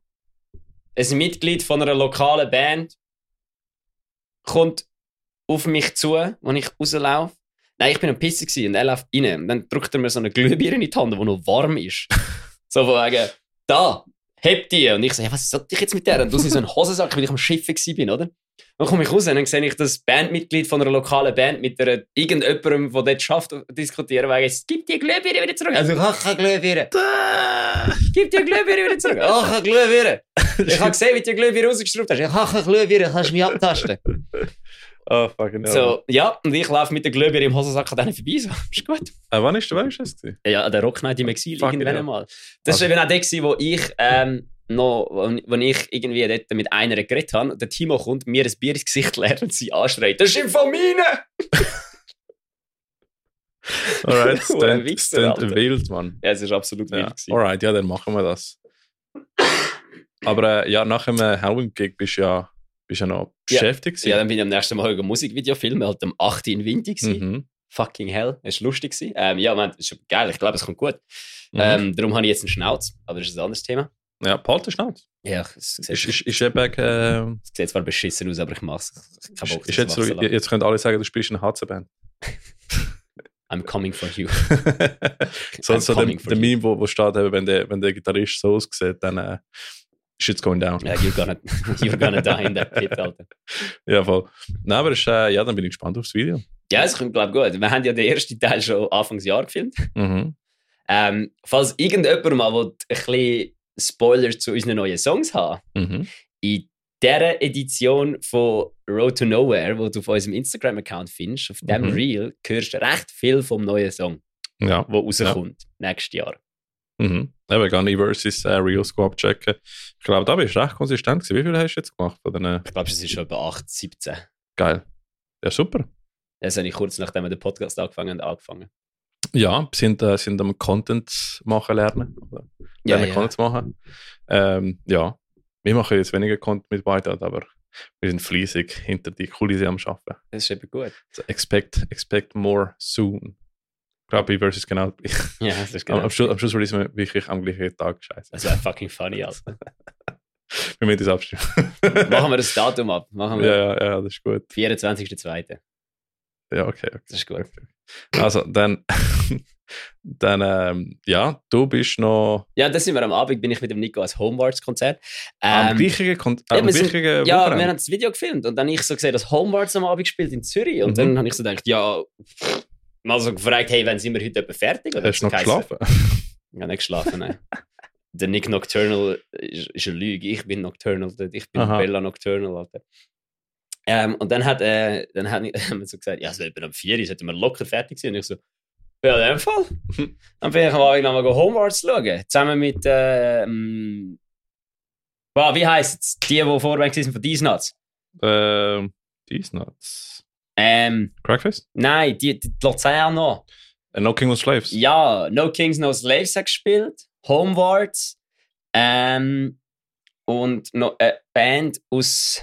Speaker 1: ein Mitglied von einer lokalen Band kommt auf mich zu, wenn ich rauslaufe. Nein, ich bin am Pissen gewesen und er läuft rein. Und dann drückt er mir so eine Glühbirne in die Hand, die noch warm ist. so von wegen, da, heb die. Und ich so, ja, was soll ich jetzt mit der? Und du hast so einen Hosensack, weil ich am Schiffen gewesen bin, oder? Dann komme ich raus und dann sehe ich das Bandmitglied von einer lokalen Band mit einer, irgendjemandem, der dort schafft, diskutieren, weil es gibt die Glühbirne wieder zurück. Also, ach, keine Glühbirne. [LAUGHS] Gib die Glühbirne wieder zurück. Ach, eine Glühbirne. [LAUGHS] Ich habe gesehen, wie du die Glühbirne rausgeschraubt hast. Ach, eine Glühbirne, kannst du mich abtasten.
Speaker 2: Oh, fucking
Speaker 1: [LAUGHS]
Speaker 2: hell.
Speaker 1: So, ja, und ich laufe mit der Glühbirne im Hosensack an denen vorbei. So, ist gut.
Speaker 2: Äh, wann ist, wann ist das? gewesen?
Speaker 1: Ja, der Rocknight im Exil
Speaker 2: Fucking
Speaker 1: irgendwann
Speaker 2: hell.
Speaker 1: einmal. Das war eben auch der, gewesen, wo ich ähm, noch, wo ich irgendwie dort mit einer geredet habe. Der Timo kommt, mir ein Bier ins Gesicht leert und sie anschreit. Das ist im Famine! [LAUGHS]
Speaker 2: Alright,
Speaker 1: Huere
Speaker 2: stand,
Speaker 1: Wichser,
Speaker 2: stand
Speaker 1: Alter.
Speaker 2: wild, Mann.
Speaker 1: Ja, es war absolut
Speaker 2: Ja.
Speaker 1: wild. gewesen.
Speaker 2: Alright, ja, dann machen wir das. Aber äh, ja, nach dem äh, Halloween-Gig bist du ja, bist ja noch
Speaker 1: Ja.
Speaker 2: beschäftigt.
Speaker 1: Ja, dann bin ich am nächsten Mal über Musikvideofilme, halt am 8. in Winter. gewesen.
Speaker 2: mhm.
Speaker 1: Fucking hell, es war lustig. gewesen. Ähm, ja, man, ist geil, ich glaube, es kommt gut.
Speaker 2: Mhm.
Speaker 1: Ähm, darum habe ich jetzt einen Schnauz, aber das ist ein anderes Thema.
Speaker 2: ja, Palte Schnauz.
Speaker 1: Ja, ich- es sieht,
Speaker 2: Ist, ist, ist eben, äh,
Speaker 1: es sieht zwar beschissen aus, aber ich mache es. Ich habe Bock,
Speaker 2: ist
Speaker 1: das
Speaker 2: jetzt,
Speaker 1: wachsen
Speaker 2: so,
Speaker 1: lassen.
Speaker 2: jetzt können alle sagen, du spielst in einer
Speaker 1: [LAUGHS]
Speaker 2: HC-Band.
Speaker 1: I'm coming for you. [LAUGHS]
Speaker 2: so so der,
Speaker 1: coming for
Speaker 2: der
Speaker 1: you.
Speaker 2: Meme, wo, wo steht, eben, wenn, der, wenn der Gitarrist so aussieht, dann äh, shit's going down.
Speaker 1: Ja, Äh, you're gonna, [LAUGHS] you're gonna die in that pit, Alter.
Speaker 2: Ja, voll. Nein, aber es ist, äh, ja, dann bin ich gespannt aufs Video.
Speaker 1: Ja, es kommt, glaube ich, gut. Wir haben ja den ersten Teil schon Anfangs Jahr gefilmt.
Speaker 2: Mhm.
Speaker 1: Ähm, falls irgendjemand mal will, ein bisschen Spoiler zu unseren neuen Songs haben
Speaker 2: Mhm.
Speaker 1: in dieser Edition von Road to Nowhere, wo du auf unserem Instagram-Account findest, auf dem
Speaker 2: Mhm.
Speaker 1: Reel, hörst du recht viel vom neuen Song,
Speaker 2: Ja.
Speaker 1: der rauskommt nächstes Jahr.
Speaker 2: Mhm. Eben, Gunny versus äh, Rio Squad checken. Ich glaube, da bist du recht konsistent gewesen. Wie viel hast du jetzt gemacht? Von den, äh,
Speaker 1: Ich glaube, es ist schon bei 8, 17.
Speaker 2: geil. Ja, super.
Speaker 1: Das habe ich kurz nachdem wir den Podcast angefangen haben, angefangen.
Speaker 2: Ja, sind, äh, sind am Content machen lernen. Oder lernen Content zu machen. Ähm, ja, wir machen jetzt weniger Content mit Whiteout, aber wir sind fleissig hinter die Kulisse am Schaffen.
Speaker 1: das ist eben gut.
Speaker 2: So expect, expect more soon. Ich glaube, Beavers ist genau. [LAUGHS]
Speaker 1: Ja, [LAUGHS] das ist
Speaker 2: Am,
Speaker 1: genau.
Speaker 2: am Schluss, am Schluss releasen wir wirklich am gleichen Tag. Scheiße.
Speaker 1: Das wäre fucking funny, Alter.
Speaker 2: Wir müssen das abstimmen.
Speaker 1: Machen wir das Datum ab. Machen wir
Speaker 2: ja, ja, ja, das ist gut.
Speaker 1: 24.02.
Speaker 2: Ja, okay. okay.
Speaker 1: Das ist gut.
Speaker 2: Also, dann, [LAUGHS] dann ähm, ja, du bist noch
Speaker 1: Ja, das sind wir am Abend, bin ich mit dem Nico als Homewards-Konzert.
Speaker 2: am
Speaker 1: Ähm,
Speaker 2: gleichen Kon äh,
Speaker 1: eben,
Speaker 2: am
Speaker 1: wir sind-
Speaker 2: gleichen
Speaker 1: Ja, wir
Speaker 2: Wochenende.
Speaker 1: haben das Video gefilmt und dann ich so gesehen, dass Homewards am Abend spielt in Zürich und
Speaker 2: Mhm.
Speaker 1: dann habe ich so gedacht, ja, pff, mal so gefragt, hey, wann sind wir heute etwa fertig? Und dann
Speaker 2: Hast du noch
Speaker 1: geheißen,
Speaker 2: geschlafen? [LAUGHS]
Speaker 1: Ich habe nicht geschlafen, nein. Der Nick Nocturnal ist, ist eine Lüge, ich bin Nocturnal, dort. ich bin
Speaker 2: Aha.
Speaker 1: Bella Nocturnal, Alter. Ähm, und dann hat, äh, dann hat [LAUGHS] haben wir so gesagt, ja, es wäre am 4 Uhr, sollten wir locker fertig sein. Und ich so, ja, in dem
Speaker 2: [LAUGHS]
Speaker 1: Fall. dann bin ich am Abend nochmal Homewards schauen, zusammen mit, äh, ähm, wow, wie heisst es, die, die vorweg sind von These Nuts.
Speaker 2: ähm, These Nuts.
Speaker 1: Ähm,
Speaker 2: Crackfest?
Speaker 1: nein, die, die die Luzerner.
Speaker 2: A Knocking on Slaves?
Speaker 1: Ja, No Kings, No Slaves hat gespielt, Homewards ähm, und noch eine Band aus,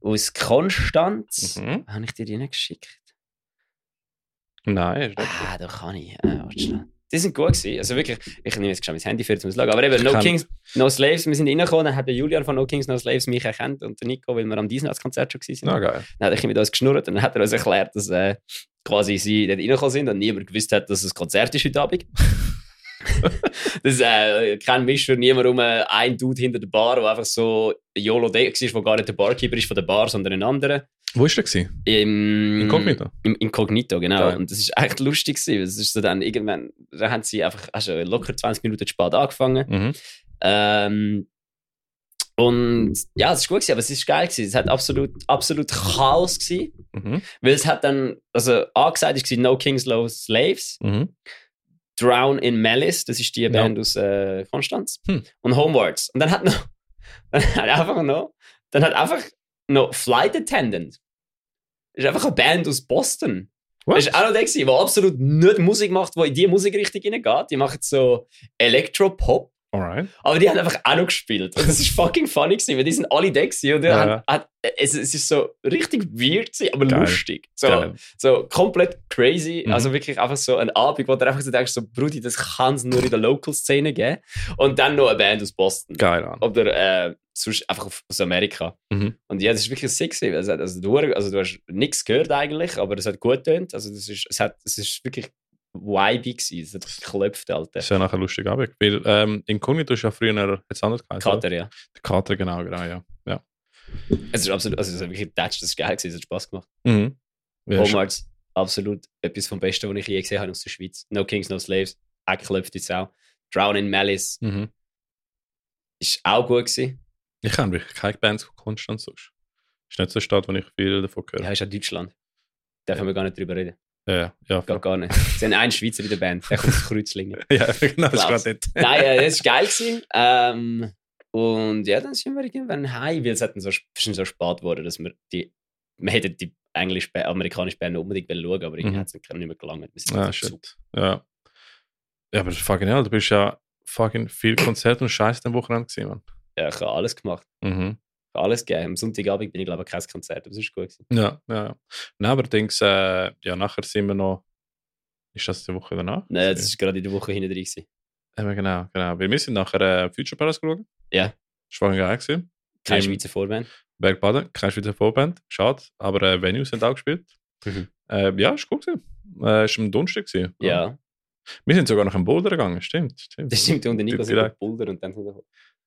Speaker 1: aus Konstanz.
Speaker 2: Mhm.
Speaker 1: Habe ich dir die nicht geschickt?
Speaker 2: Nein, ist nicht.
Speaker 1: Ah, da kann ich. Äh, warte schnell. die sind gut gewesen. Also wirklich, ich nehme jetzt schon mein Handy für, um es zu schauen. Aber eben, No
Speaker 2: Kann-
Speaker 1: Kings, No Slaves, wir sind reingekommen, dann hat der Julian von No Kings, No Slaves mich erkannt und der Nico, weil wir am Disney-Konzert schon waren.
Speaker 2: Na geil.
Speaker 1: Dann hat er mit uns geschnurrt und dann hat er uns erklärt, dass äh, quasi sie dort reingekommen sind und niemand gewusst hat, dass es ein Konzert ist heute
Speaker 2: [LAUGHS]
Speaker 1: Abend. das äh, kein Mischer, niemand um äh, ein Dude hinter der Bar, der einfach so YOLO Day war, der gar nicht der Barkeeper ist von der Bar, sondern ein anderer.
Speaker 2: Wo war der? gewesen?
Speaker 1: Im,
Speaker 2: Inkognito?
Speaker 1: Im Inkognito, genau.
Speaker 2: Geil.
Speaker 1: Und das ist echt lustig gewesen. weil Es ist so dann irgendwann, da haben sie einfach also locker 20 Minuten zu spät angefangen.
Speaker 2: Mhm.
Speaker 1: Ähm, und ja, es war gut, gewesen, aber es war geil. Gewesen. Es hat absolut, absolut Chaos. Gewesen.
Speaker 2: Mhm.
Speaker 1: Weil es hat dann, also angesagt war, No Kings, No Slaves,
Speaker 2: Mhm.
Speaker 1: Drown in Malice, das ist die Band aus äh, Konstanz,
Speaker 2: Hm.
Speaker 1: und Homewards. Und dann hat noch, [LAUGHS] dann hat einfach noch, dann hat einfach noch Flight Attendant. Ist einfach eine Band aus Boston.
Speaker 2: What?
Speaker 1: Das war auch noch der, gewesen, der absolut nicht Musik macht, die in diese Musikrichtung hineingeht. Die machen so Elektropop.
Speaker 2: Alright.
Speaker 1: Aber die haben einfach auch noch gespielt. Und das ist fucking funny gewesen, weil die sind alle da gewesen. Und die
Speaker 2: Ja.
Speaker 1: haben, hat, es, es ist so richtig weird gewesen, aber
Speaker 2: Geil.
Speaker 1: lustig. So,
Speaker 2: Geil.
Speaker 1: so komplett crazy.
Speaker 2: Mhm.
Speaker 1: Also wirklich einfach so ein Abend, wo du einfach so denkst, so, Brudi, das kann es nur in der Local-Szene geben. Und dann noch eine Band aus Boston.
Speaker 2: Geil, Mann.
Speaker 1: Oder äh, sonst einfach auf- aus Amerika.
Speaker 2: Mhm.
Speaker 1: Und ja, das ist wirklich sick. gewesen. Es hat, also, du, also du hast nichts gehört eigentlich, aber es hat gut getönt. Also das ist, es, hat, es ist wirklich vibey gewesen. Es hat geklopft, Alter.
Speaker 2: Ist ja nachher lustig Abend. Weil ähm, Inkognito ist ja früher jetzt anders geheißen. oder?
Speaker 1: Kater, ja.
Speaker 2: Der Kater, genau, genau, ja. ja.
Speaker 1: Es ist absolut, also es ist wirklich touch, das ist geil gewesen, es hat Spaß gemacht.
Speaker 2: Mhm.
Speaker 1: Oh
Speaker 2: Ja, ist-
Speaker 1: Homearts, absolut etwas vom Besten, was ich je gesehen habe aus der Schweiz. No Kings, No Slaves, Eckklöpft die Sau. Drown in Malice
Speaker 2: mhm.
Speaker 1: ist auch gut gewesen.
Speaker 2: Ich kenne wirklich keine Bands von Konstanz sonst. Ist nicht so eine Stadt, wo ich viel davon
Speaker 1: Ja,
Speaker 2: höre.
Speaker 1: ist auch Deutschland. Dürfen wir gar nicht drüber reden.
Speaker 2: Ja, ja. Ja,
Speaker 1: Geht gar nicht. Sie haben einen Schweizer in der Band, der kommt aus Kreuzlingen.
Speaker 2: [LAUGHS] ja genau, das ist
Speaker 1: Glaub's.
Speaker 2: gerade nicht.
Speaker 1: Nein, äh, das war geil. Gewesen. Ähm, und ja, dann sind wir irgendwann heim, weil es hat dann so, sp- schon so spät geworden, dass wir die, wir hätten die englische, Ba- amerikanische Band noch unbedingt wollen schauen, aber irgendwie
Speaker 2: Mhm.
Speaker 1: hat es nicht mehr gelangt. Wir sind
Speaker 2: Ah,
Speaker 1: auf
Speaker 2: shit.
Speaker 1: Zug.
Speaker 2: Ja. Ja, aber fucking hell, du bist ja fucking viel Konzert und Scheiß am Wochenende gesehen, Mann.
Speaker 1: Ja, ich habe alles gemacht.
Speaker 2: Mhm.
Speaker 1: Hab alles gegeben. Am Sonntagabend bin ich, glaube ich, kein Konzert, aber es ist gut. Gewesen.
Speaker 2: Ja, ja, ja. Nein, aber denkst, äh, ja, nachher sind wir noch. Ist das die Woche danach?
Speaker 1: Nein, das war gerade in der Woche hinten drin. Gewesen.
Speaker 2: Eben, genau, genau. Weil wir sind nachher äh, Future Palace geschaut.
Speaker 1: Ja.
Speaker 2: Das war geil gewesen.
Speaker 1: Keine
Speaker 2: Im
Speaker 1: Schweizer Vorband.
Speaker 2: Bergbaden, keine Schweizer Vorband, schade, aber äh, Venues haben auch gespielt.
Speaker 1: Mhm.
Speaker 2: Äh, ja, ist cool gewesen. Äh, ist am Donnerstag gewesen.
Speaker 1: Ja, [LAUGHS]
Speaker 2: Wir sind sogar nach dem Boulder gegangen, stimmt. stimmt.
Speaker 1: das stimmt. Und der Nico
Speaker 2: Direkt.
Speaker 1: sind auf Boulder und dann sind wir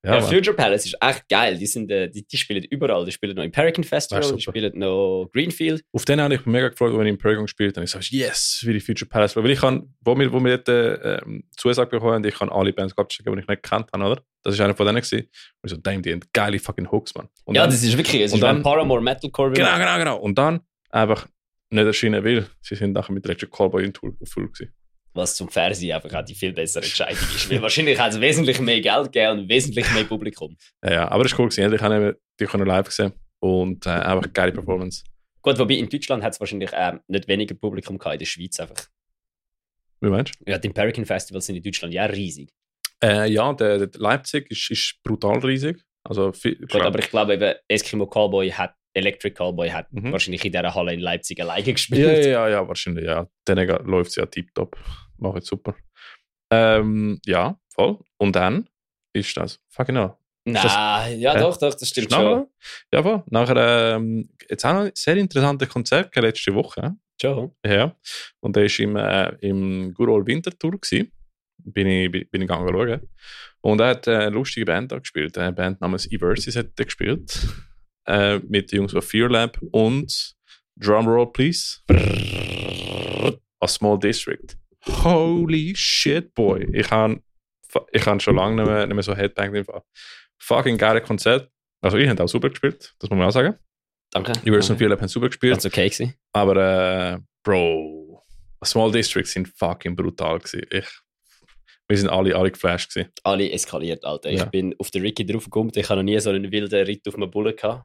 Speaker 2: Ja,
Speaker 1: Ja,
Speaker 2: ja,
Speaker 1: Future Palace ist echt geil. Die, sind, äh, die, die spielen überall. Die spielen noch im Perican Festival,
Speaker 2: Ah,
Speaker 1: die
Speaker 2: super.
Speaker 1: spielen noch Greenfield.
Speaker 2: Auf den habe ich mich mega gefreut, als ich im Program gespielt habe. Ich sage, yes, wie die Future Palace. Weil ich habe, wo wir, wo wir dort äh, ähm, Zusage bekommen haben, ich kann alle Bands abchecken, die ich nicht gekannt habe, oder? Das ist einer von denen gewesen. Und ich so, damn, die haben geile fucking Hooks, Mann. Und
Speaker 1: ja,
Speaker 2: dann,
Speaker 1: das ist wirklich. Es
Speaker 2: und
Speaker 1: ist dann,
Speaker 2: dann-
Speaker 1: Paramore Metalcore.
Speaker 2: genau, genau, genau. Und dann einfach nicht erschienen, weil sie sind nachher mit Electric Callboy in Tour auf Tour gewesen.
Speaker 1: Was zum Fernsehen einfach auch die viel bessere Entscheidung ist. Weil wahrscheinlich hat es wesentlich mehr Geld gegeben und wesentlich mehr Publikum.
Speaker 2: Ja, ja, aber das ist cool gewesen. Ich habe die können live gesehen und äh, einfach geile Performance.
Speaker 1: Gut, wobei in Deutschland hat es wahrscheinlich ähm, nicht weniger Publikum gehabt, in der Schweiz einfach.
Speaker 2: Wie meinst
Speaker 1: Ja, die Perican Festivals sind in Deutschland ja riesig.
Speaker 2: du? Äh, ja, der, der Leipzig ist, ist brutal riesig. Also viel,
Speaker 1: Gut, aber ich glaube eben, Eskimo Cowboy hat, Electric Cowboy hat
Speaker 2: Mhm.
Speaker 1: wahrscheinlich in dieser Halle in Leipzig alleine gespielt.
Speaker 2: Ja, ja, ja, wahrscheinlich, ja. Denen läuft es ja tiptop. Mach jetzt super. Ähm, ja, voll. Und dann ist das. Fucking hell.
Speaker 1: Nein, ja,
Speaker 2: Hä?
Speaker 1: doch, doch, das stimmt schon.
Speaker 2: Schnabel? Ja, voll. Nachher, ähm, jetzt auch noch ein sehr interessantes Konzert gehabt letzte Woche.
Speaker 1: schon.
Speaker 2: Ja. Und der war im, äh, im Good Old Winter Tour. Gewesen. Bin ich, bin, bin ich gegangen schauen. Und er hat äh, eine lustige Band da gespielt. Eine Band namens Eversis hat er gespielt. Äh, mit den Jungs von Fear Lab und Drumroll, please. A Small District. Holy shit, boy. Ich habe ich han schon lange nicht mehr, nicht mehr so Headbang im Fall. Fucking geile Konzert. Also, ich habe auch super gespielt, das muss man auch sagen.
Speaker 1: Danke.
Speaker 2: Universal
Speaker 1: Danke.
Speaker 2: Fear Lab haben super gespielt.
Speaker 1: Ganz okay gewesen.
Speaker 2: Aber äh, Bro, Small Districts sind fucking brutal gewesen. Ich, wir sind alle, alle geflasht gewesen.
Speaker 1: Alle eskaliert, Alter. Ich
Speaker 2: Ja.
Speaker 1: bin auf den Ricky draufgekommen, ich habe noch nie so einen wilden Ritt auf einem Bullen gehabt.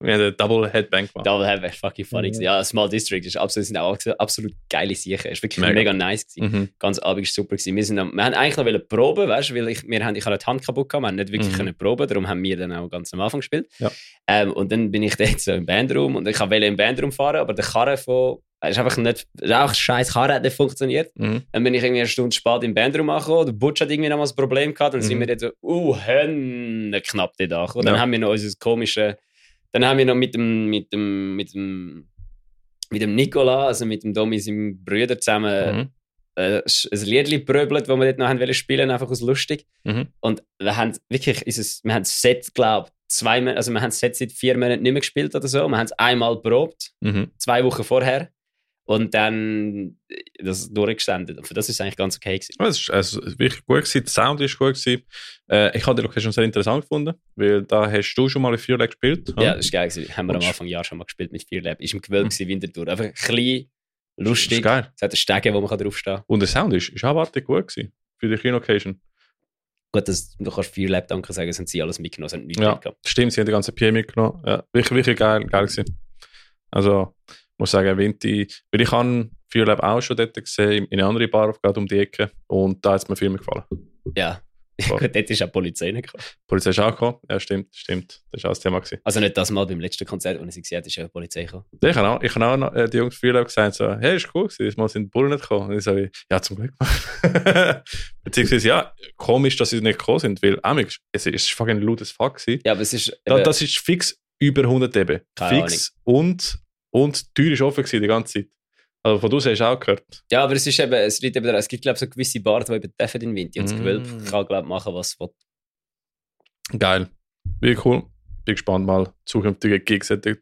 Speaker 2: Wir haben einen Double Headbang gemacht.
Speaker 1: Da war echt fucking funny. gewesen. Ja, Small District ist absolut, sind auch absolut geile Sicher. Ist wirklich mega,
Speaker 2: Mega.
Speaker 1: nice gewesen.
Speaker 2: Mhm.
Speaker 1: Ganz Abend war super gewesen. Wir, sind am, wir haben eigentlich noch wollen proben, weißt du, weil ich, wir haben, ich habe die Hand kaputt gehabt, wir haben nicht wirklich
Speaker 2: Mhm.
Speaker 1: können proben, darum haben wir dann auch ganz am Anfang gespielt.
Speaker 2: Ja.
Speaker 1: Ähm, und dann bin ich [LAUGHS] dort so im Bandraum und ich wollte im Bandraum fahren, aber der Karre von, es ist einfach nicht, es ist auch scheiß Karre hat nicht funktioniert.
Speaker 2: Mhm.
Speaker 1: Dann bin ich irgendwie eine Stunde spät im Bandraum angekommen. Der Butch hat irgendwie damals ein Problem gehabt. Dann sind
Speaker 2: Mhm.
Speaker 1: wir dort so, uh, Hände knapp dort angekommen. Dann
Speaker 2: Ja.
Speaker 1: haben wir noch unser komisches, dann haben wir noch mit dem, mit dem, mit dem, mit dem Nicola, also mit dem Domi, seinem Bruder zusammen,
Speaker 2: Mhm.
Speaker 1: äh, ein Lied bröbelt, das wir dort noch haben wollen spielen, einfach aus lustig.
Speaker 2: Mhm.
Speaker 1: Und wir haben wirklich, unser, wir haben das Set, glaube zwei, Mon- also wir haben das Set seit vier Monaten nicht mehr gespielt oder so. Wir haben es einmal probt
Speaker 2: Mhm.
Speaker 1: zwei Wochen vorher und dann äh, das durchgesendet. Und für das ist es eigentlich ganz okay gewesen.
Speaker 2: Ja, Es ist also, es ist wirklich gut gewesen, der Sound ist gut gewesen. Äh, ich habe die Location sehr interessant gefunden, weil da hast du schon mal in Fear Lab gespielt. oder?
Speaker 1: Ja, das ist geil gewesen. Haben wir
Speaker 2: Ah. Und
Speaker 1: am
Speaker 2: sch-
Speaker 1: Anfang Jahr schon mal gespielt mit Fear Lab. Ist im Gewölbe
Speaker 2: Mhm.
Speaker 1: gewesen, Winterthur. Einfach klein, lustig.
Speaker 2: Ist geil.
Speaker 1: Es hat eine Stege, wo man kann draufstehen kann.
Speaker 2: Und der Sound ist, ist auch artig gut gewesen für die Kino-Occasion.
Speaker 1: Gut, das, du kannst Fear Lab danke sagen, das haben sie alles mitgenommen, sie haben nichts
Speaker 2: Ja.
Speaker 1: mitgenommen.
Speaker 2: Stimmt, sie haben die ganze PM mitgenommen. Ja, wirklich, wirklich geil, geil gewesen. Also, muss sagen, Vinti, weil ich habe viel Lab auch schon dort gesehen, in einer anderen Bar, gerade um die Ecke, und da hat es mir viel mehr gefallen.
Speaker 1: [LAUGHS] Ja.
Speaker 2: Voll.
Speaker 1: Gut, dort ist ja die Polizei nicht gekommen.
Speaker 2: Die Polizei ist auch gekommen, ja stimmt, stimmt, das war auch das Thema. Gewesen.
Speaker 1: Also nicht das Mal beim letzten Konzert, wo ich sie gesehen habe, ist ja die Polizei gekommen.
Speaker 2: Ja, Ich habe auch, ich habe auch noch, äh, die Jungs viel auch gesagt, so, hey, ist cool gewesen, mal sind die Bullen nicht gekommen. Und ich so, wie, ja, zum Glück. [LAUGHS] Beziehungsweise, ja, komisch, dass sie nicht gekommen sind, weil, amig, es ist fucking laut as fuck gewesen.
Speaker 1: Ja, aber es ist.
Speaker 2: Da,
Speaker 1: eben-
Speaker 2: das ist fix über 100 eben.
Speaker 1: Keine
Speaker 2: fix und, und die Tür ist offen gewesen die ganze Zeit. Also von draußen hast du auch gehört.
Speaker 1: Ja, aber es ist eben, es liegt eben daran, es gibt glaube ich so gewisse Bars, die eben dürfen in Winter und das
Speaker 2: Mm.
Speaker 1: Gewölbe kann glaube ich machen, was es will.
Speaker 2: Geil. Wie cool. Bin gespannt, mal zukünftige Gigs dort zu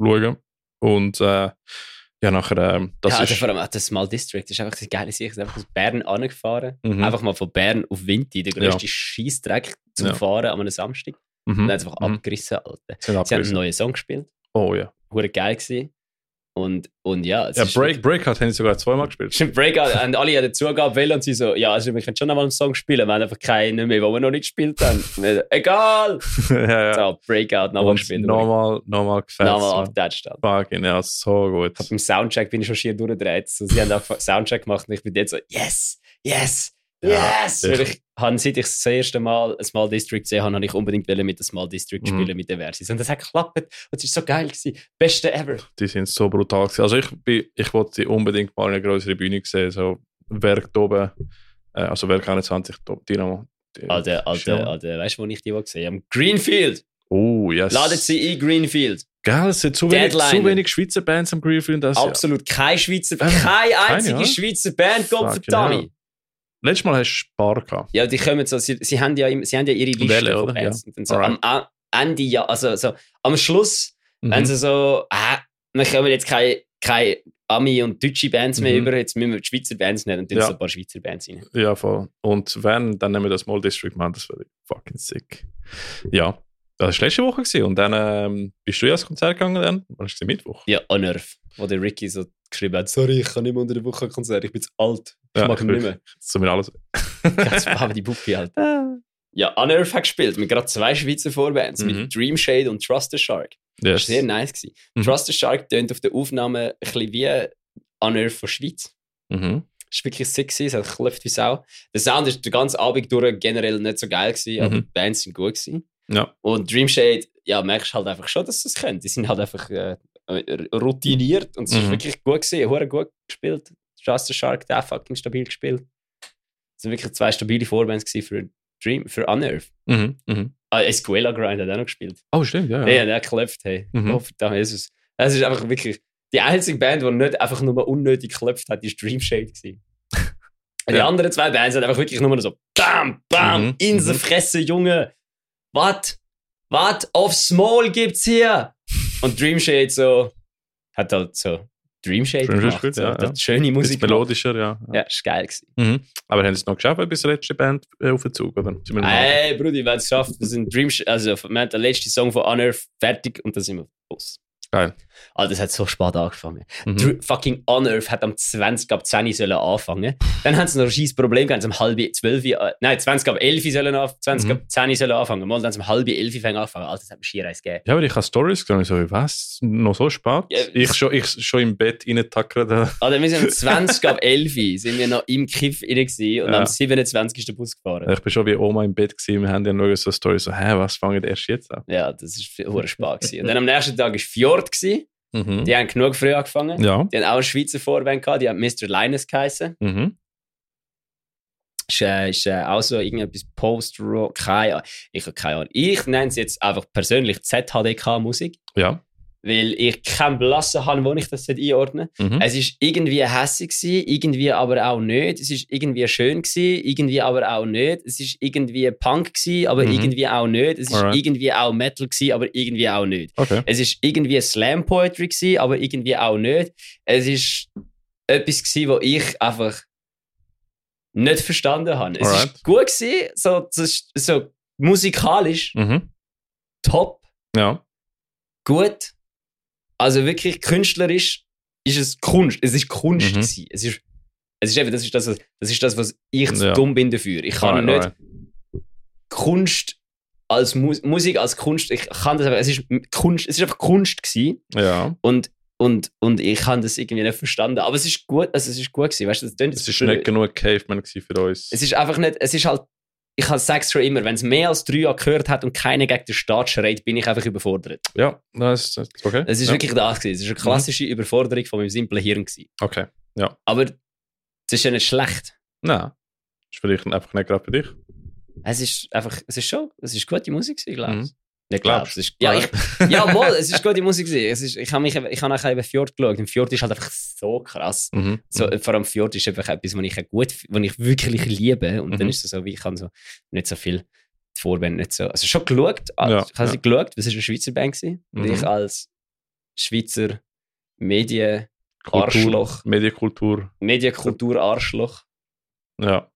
Speaker 2: schauen. Und äh, ja, nachher, ähm, das
Speaker 1: ja, also
Speaker 2: ist.
Speaker 1: vor allem auch das Small District ist einfach das geile Sicht. Einfach aus Bern angefahren.
Speaker 2: Mhm.
Speaker 1: Einfach mal von Bern auf Winti, der grösste Scheißdreck zum
Speaker 2: Ja.
Speaker 1: Fahren an einem Samstag.
Speaker 2: Mhm.
Speaker 1: Und dann einfach
Speaker 2: Mhm.
Speaker 1: abgerissen, Alter.
Speaker 2: Sind
Speaker 1: Sie haben einen
Speaker 2: abgerissen.
Speaker 1: neuen Song gespielt.
Speaker 2: Oh ja.
Speaker 1: Hure geil gewesen. Und, und ja, es
Speaker 2: Ja,
Speaker 1: ist-
Speaker 2: Break, Breakout haben sie sogar zweimal gespielt.
Speaker 1: [LAUGHS] Stimmt, Breakout. Und alle haben Zugabe wollen und sie so, ja, also wir können schon nochmal einen Song spielen. Wir haben einfach keinen mehr, den wir noch nicht gespielt haben. Wir, Egal!
Speaker 2: ja, ja.
Speaker 1: So, Breakout nochmal
Speaker 2: Und
Speaker 1: gespielt.
Speaker 2: nochmal, nochmal gefällt.
Speaker 1: Nochmal auf
Speaker 2: Nochmal.
Speaker 1: der Stadt.
Speaker 2: Fucking, ja, so gut.
Speaker 1: Beim Soundcheck bin ich schon schier durchgedreht. So, sie haben auch [LAUGHS] Soundcheck gemacht und ich bin jetzt so, yes, yes,
Speaker 2: Ja,
Speaker 1: yes!
Speaker 2: sicher.
Speaker 1: Weil ich habe, seit ich das erste Mal ein Small District gesehen habe, habe ich unbedingt wollen mit dem Small District
Speaker 2: Mhm.
Speaker 1: spielen, mit den Versis. Und das hat geklappt und es war so geil. Gewesen. Beste ever.
Speaker 2: Die sind so brutal. Gewesen. Also ich, bin, ich wollte sie unbedingt mal in eine größere Bühne sehen. So Werk da oben, äh, also Werk 21, da- Dynamo. Die-
Speaker 1: Alter, alter,
Speaker 2: Dynamo.
Speaker 1: alter, weißt du, wo ich die wohl gesehen habe? Am Greenfield!
Speaker 2: Oh, yes.
Speaker 1: Ladet sie ein, Greenfield.
Speaker 2: Geil, es sind zu wenig,
Speaker 1: Deadline.
Speaker 2: zu wenig Schweizer Bands am Greenfield. Das Jahr.
Speaker 1: Absolut keine Schweizer,
Speaker 2: Ähm,
Speaker 1: keine einzige
Speaker 2: ja.
Speaker 1: Schweizer Band, Gott
Speaker 2: Fucking hell.
Speaker 1: verdammt.
Speaker 2: Letztes Mal hast du Spar gehabt.
Speaker 1: Ja, die kommen so, sie, sie, haben ja, im- sie haben ja ihre Liste
Speaker 2: Welle,
Speaker 1: von
Speaker 2: oder?
Speaker 1: Bands. Und dann so am
Speaker 2: Alright.
Speaker 1: A- Ende, ja, also so, am Schluss, wenn
Speaker 2: Mhm.
Speaker 1: sie so, ah, wir kommen jetzt keine, keine Ami- und deutsche Bands mehr
Speaker 2: Mhm.
Speaker 1: über, jetzt müssen wir die Schweizer Bands nehmen und dann
Speaker 2: Ja.
Speaker 1: so ein paar Schweizer Bands rein.
Speaker 2: Ja, voll. Und wenn, dann nehmen wir das Small District, Mann, das wäre fucking sick. Ja, das war letzte Woche gewesen. und dann ähm, bist du ja ins Konzert gegangen dann, wann ist es Mittwoch?
Speaker 1: Ja, Unearth, wo der Ricky so geschrieben hat, sorry, ich kann nicht mehr unter der Woche ein Konzert, ich bin zu alt, ich
Speaker 2: Ja,
Speaker 1: mag nicht
Speaker 2: wirklich.
Speaker 1: mehr.
Speaker 2: So mir alles.
Speaker 1: [LAUGHS] Ganz warm, die Puppe halt. Ja, Unearth hat gespielt mit gerade zwei Schweizer Vorbands,
Speaker 2: Mhm.
Speaker 1: mit Dreamshade und Trust the Shark.
Speaker 2: Yes.
Speaker 1: Das war sehr nice. Gewesen.
Speaker 2: Mhm.
Speaker 1: Trust the Shark tönt auf der Aufnahme ein bisschen wie Unearth von Schweiz.
Speaker 2: Mhm.
Speaker 1: Es war wirklich sick, gewesen, es hat geklopft wie Sau. Der Sound war den ganzen Abend durch generell nicht so geil, gewesen, aber
Speaker 2: Mhm.
Speaker 1: die Bands sind gut. Gewesen.
Speaker 2: Ja.
Speaker 1: Und Dreamshade, ja, merkst halt einfach schon, dass sie es können. Die sind halt einfach äh, äh, routiniert und es war
Speaker 2: Mhm.
Speaker 1: wirklich gut, gewesen, hure gut gespielt. Trust the Shark, der hat fucking stabil gespielt. Es waren wirklich zwei stabile Vorbands gewesen für Dream, für Unearth.
Speaker 2: Mhm. Mhm.
Speaker 1: Ah, Escuela Grind hat auch noch gespielt.
Speaker 2: Oh, stimmt, ja. ja.
Speaker 1: Ja, der klopft, hey.
Speaker 2: Mhm.
Speaker 1: Oh, verdammt, Jesus. Das ist einfach wirklich die einzige Band, die nicht einfach nur unnötig geklopft hat, ist Dreamshade
Speaker 2: [LAUGHS]
Speaker 1: gewesen. Die
Speaker 2: Ja.
Speaker 1: anderen zwei Bands sind einfach wirklich nur so BAM, BAM,
Speaker 2: Mhm.
Speaker 1: in die
Speaker 2: Mhm.
Speaker 1: Fresse, Junge. Wat? Wat auf Small gibt's hier? Und Dreamshade so, hat halt so Dreamshade
Speaker 2: Dreamshade
Speaker 1: gemacht.
Speaker 2: gespielt,
Speaker 1: so,
Speaker 2: ja,
Speaker 1: hat
Speaker 2: ja.
Speaker 1: halt Schöne
Speaker 2: Bisschen
Speaker 1: Musik. gemacht.
Speaker 2: melodischer, ja. ja.
Speaker 1: Ja, ist geil gewesen.
Speaker 2: Mhm. Aber haben sie es noch geschafft, bis zur letzten Band äh, auf den Zug, oder? Sind wir noch-
Speaker 1: Ey, Brudi, wir haben es geschafft. Wir sind Dreamshade, also wir haben den letzten Song von Unearth fertig und dann sind wir los.
Speaker 2: Geil.
Speaker 1: Alter, das hat so spät angefangen.
Speaker 2: Mhm.
Speaker 1: Dr- Fucking Unearth hat am 20 ab 10 Uhr sollen anfangen. Dann haben sie noch ein scheiß Problem gehabt, haben sie um halb 12 Uhr, äh, nein, 20 ab 11 Uhr sollen anfangen, 20
Speaker 2: Mhm.
Speaker 1: ab 10 Uhr sollen anfangen. Mal, dann haben sie um halb 11 Uhr fangen angefangen. Alter, das hat mir schier eins gegeben.
Speaker 2: Ja, aber ich habe Stories gesehen, ich so, was? Noch so spät?
Speaker 1: Ja.
Speaker 2: Ich schon, ich schon im Bett reingetackert. äh.
Speaker 1: Alter, wir sind um 20 ab 11 Uhr, [LAUGHS] sind wir noch im Kiff rein gewesen und
Speaker 2: Ja.
Speaker 1: am 27. ist der Bus gefahren.
Speaker 2: Ich bin schon wie Oma im Bett gewesen, wir haben ja nur so Stories, so, hä, was fangen die erst jetzt an?
Speaker 1: Ja, das ist hure Spaß gewesen. Und dann am nächsten Tag war Fjord. Gewesen.
Speaker 2: Mhm.
Speaker 1: Die haben genug früh angefangen.
Speaker 2: Ja.
Speaker 1: Die haben auch eine Schweizer Vorband gehabt, die haben Mr. Linus geheißen.
Speaker 2: Mhm.
Speaker 1: Ist, äh, ist äh, auch so irgendetwas Post-Rock, keine Ahnung. Ich habe keine Ahnung. Ich nenne es jetzt einfach persönlich ZHDK-Musik,
Speaker 2: Ja.
Speaker 1: weil ich keinen Blassen habe, wo ich das einordnen
Speaker 2: Mhm.
Speaker 1: Es ist irgendwie hässig, gewesen, irgendwie aber auch nicht. Es ist irgendwie schön, gewesen, irgendwie aber auch nicht. Es ist irgendwie Punk, gewesen, aber
Speaker 2: Mhm.
Speaker 1: irgendwie auch nicht. Es ist
Speaker 2: Alright.
Speaker 1: irgendwie auch Metal, gewesen, aber irgendwie auch nicht.
Speaker 2: Okay.
Speaker 1: Es ist irgendwie Slam Poetry gewesen, aber irgendwie auch nicht. Es ist etwas gewesen, was ich einfach nicht verstanden habe. Es
Speaker 2: Alright.
Speaker 1: ist gut gewesen, so, das ist so musikalisch
Speaker 2: Mhm.
Speaker 1: top,
Speaker 2: Ja.
Speaker 1: gut. Also wirklich künstlerisch ist es Kunst. Es ist Kunst
Speaker 2: Mhm.
Speaker 1: gewesen. Es ist, es ist eben, das ist das, was, das ist das, was ich zu
Speaker 2: Ja.
Speaker 1: dumm bin dafür. Ich kann
Speaker 2: Alright,
Speaker 1: nicht
Speaker 2: alright.
Speaker 1: Kunst als Mus Musik als Kunst. Ich kann das einfach. Es ist Kunst. Es ist einfach Kunst gewesen.
Speaker 2: Ja.
Speaker 1: Und, Und, und ich habe das irgendwie nicht verstanden. Aber es ist gut, also es ist gut gewesen. Weißt du, das klingt
Speaker 2: Es
Speaker 1: jetzt
Speaker 2: war
Speaker 1: blöd.
Speaker 2: nicht genau genug Caveman gewesen für uns.
Speaker 1: Es ist einfach nicht, es ist halt, ich habe Sex schon immer. Wenn es mehr als drei Jahre gehört hat und keiner gegen den Staat schreit, bin ich einfach überfordert.
Speaker 2: ja, nein, es ist okay.
Speaker 1: Es ist
Speaker 2: ja. Mhm.
Speaker 1: wirklich das gewesen. Es ist eine klassische Überforderung von meinem simplen Hirn gewesen.
Speaker 2: Okay.
Speaker 1: Aber es ist ja nicht schlecht.
Speaker 2: Nein. Ist vielleicht einfach nicht gerade für dich.
Speaker 1: Es ist einfach, es ist schon, es ist gute Musik gewesen, glaube ich.
Speaker 2: Mhm.
Speaker 1: Nicht glaub,
Speaker 2: Glaubst
Speaker 1: es ist, ja, ich, ja, mal, es ist gute Musik gewesen. Es ist, ich habe mich, ich habe nachher eben Fjord geschaut. Im Fjord ist halt einfach so krass.
Speaker 2: Mhm.
Speaker 1: So, Vor allem Fjord ist einfach etwas, was ich auch gut, was ich wirklich liebe. Und dann
Speaker 2: Mhm.
Speaker 1: ist es so, wie ich kann so nicht so viel die Vorband nicht so. Also schon geschaut, also
Speaker 2: Ja,
Speaker 1: ich habe
Speaker 2: ja.
Speaker 1: sie geschaut, das ist eine Schweizer Band gewesen. Und
Speaker 2: Mhm.
Speaker 1: ich als Schweizer Medien,
Speaker 2: Kultur,
Speaker 1: Arschloch.
Speaker 2: Medienkultur.
Speaker 1: Medienkultur-Arschloch.
Speaker 2: Ja.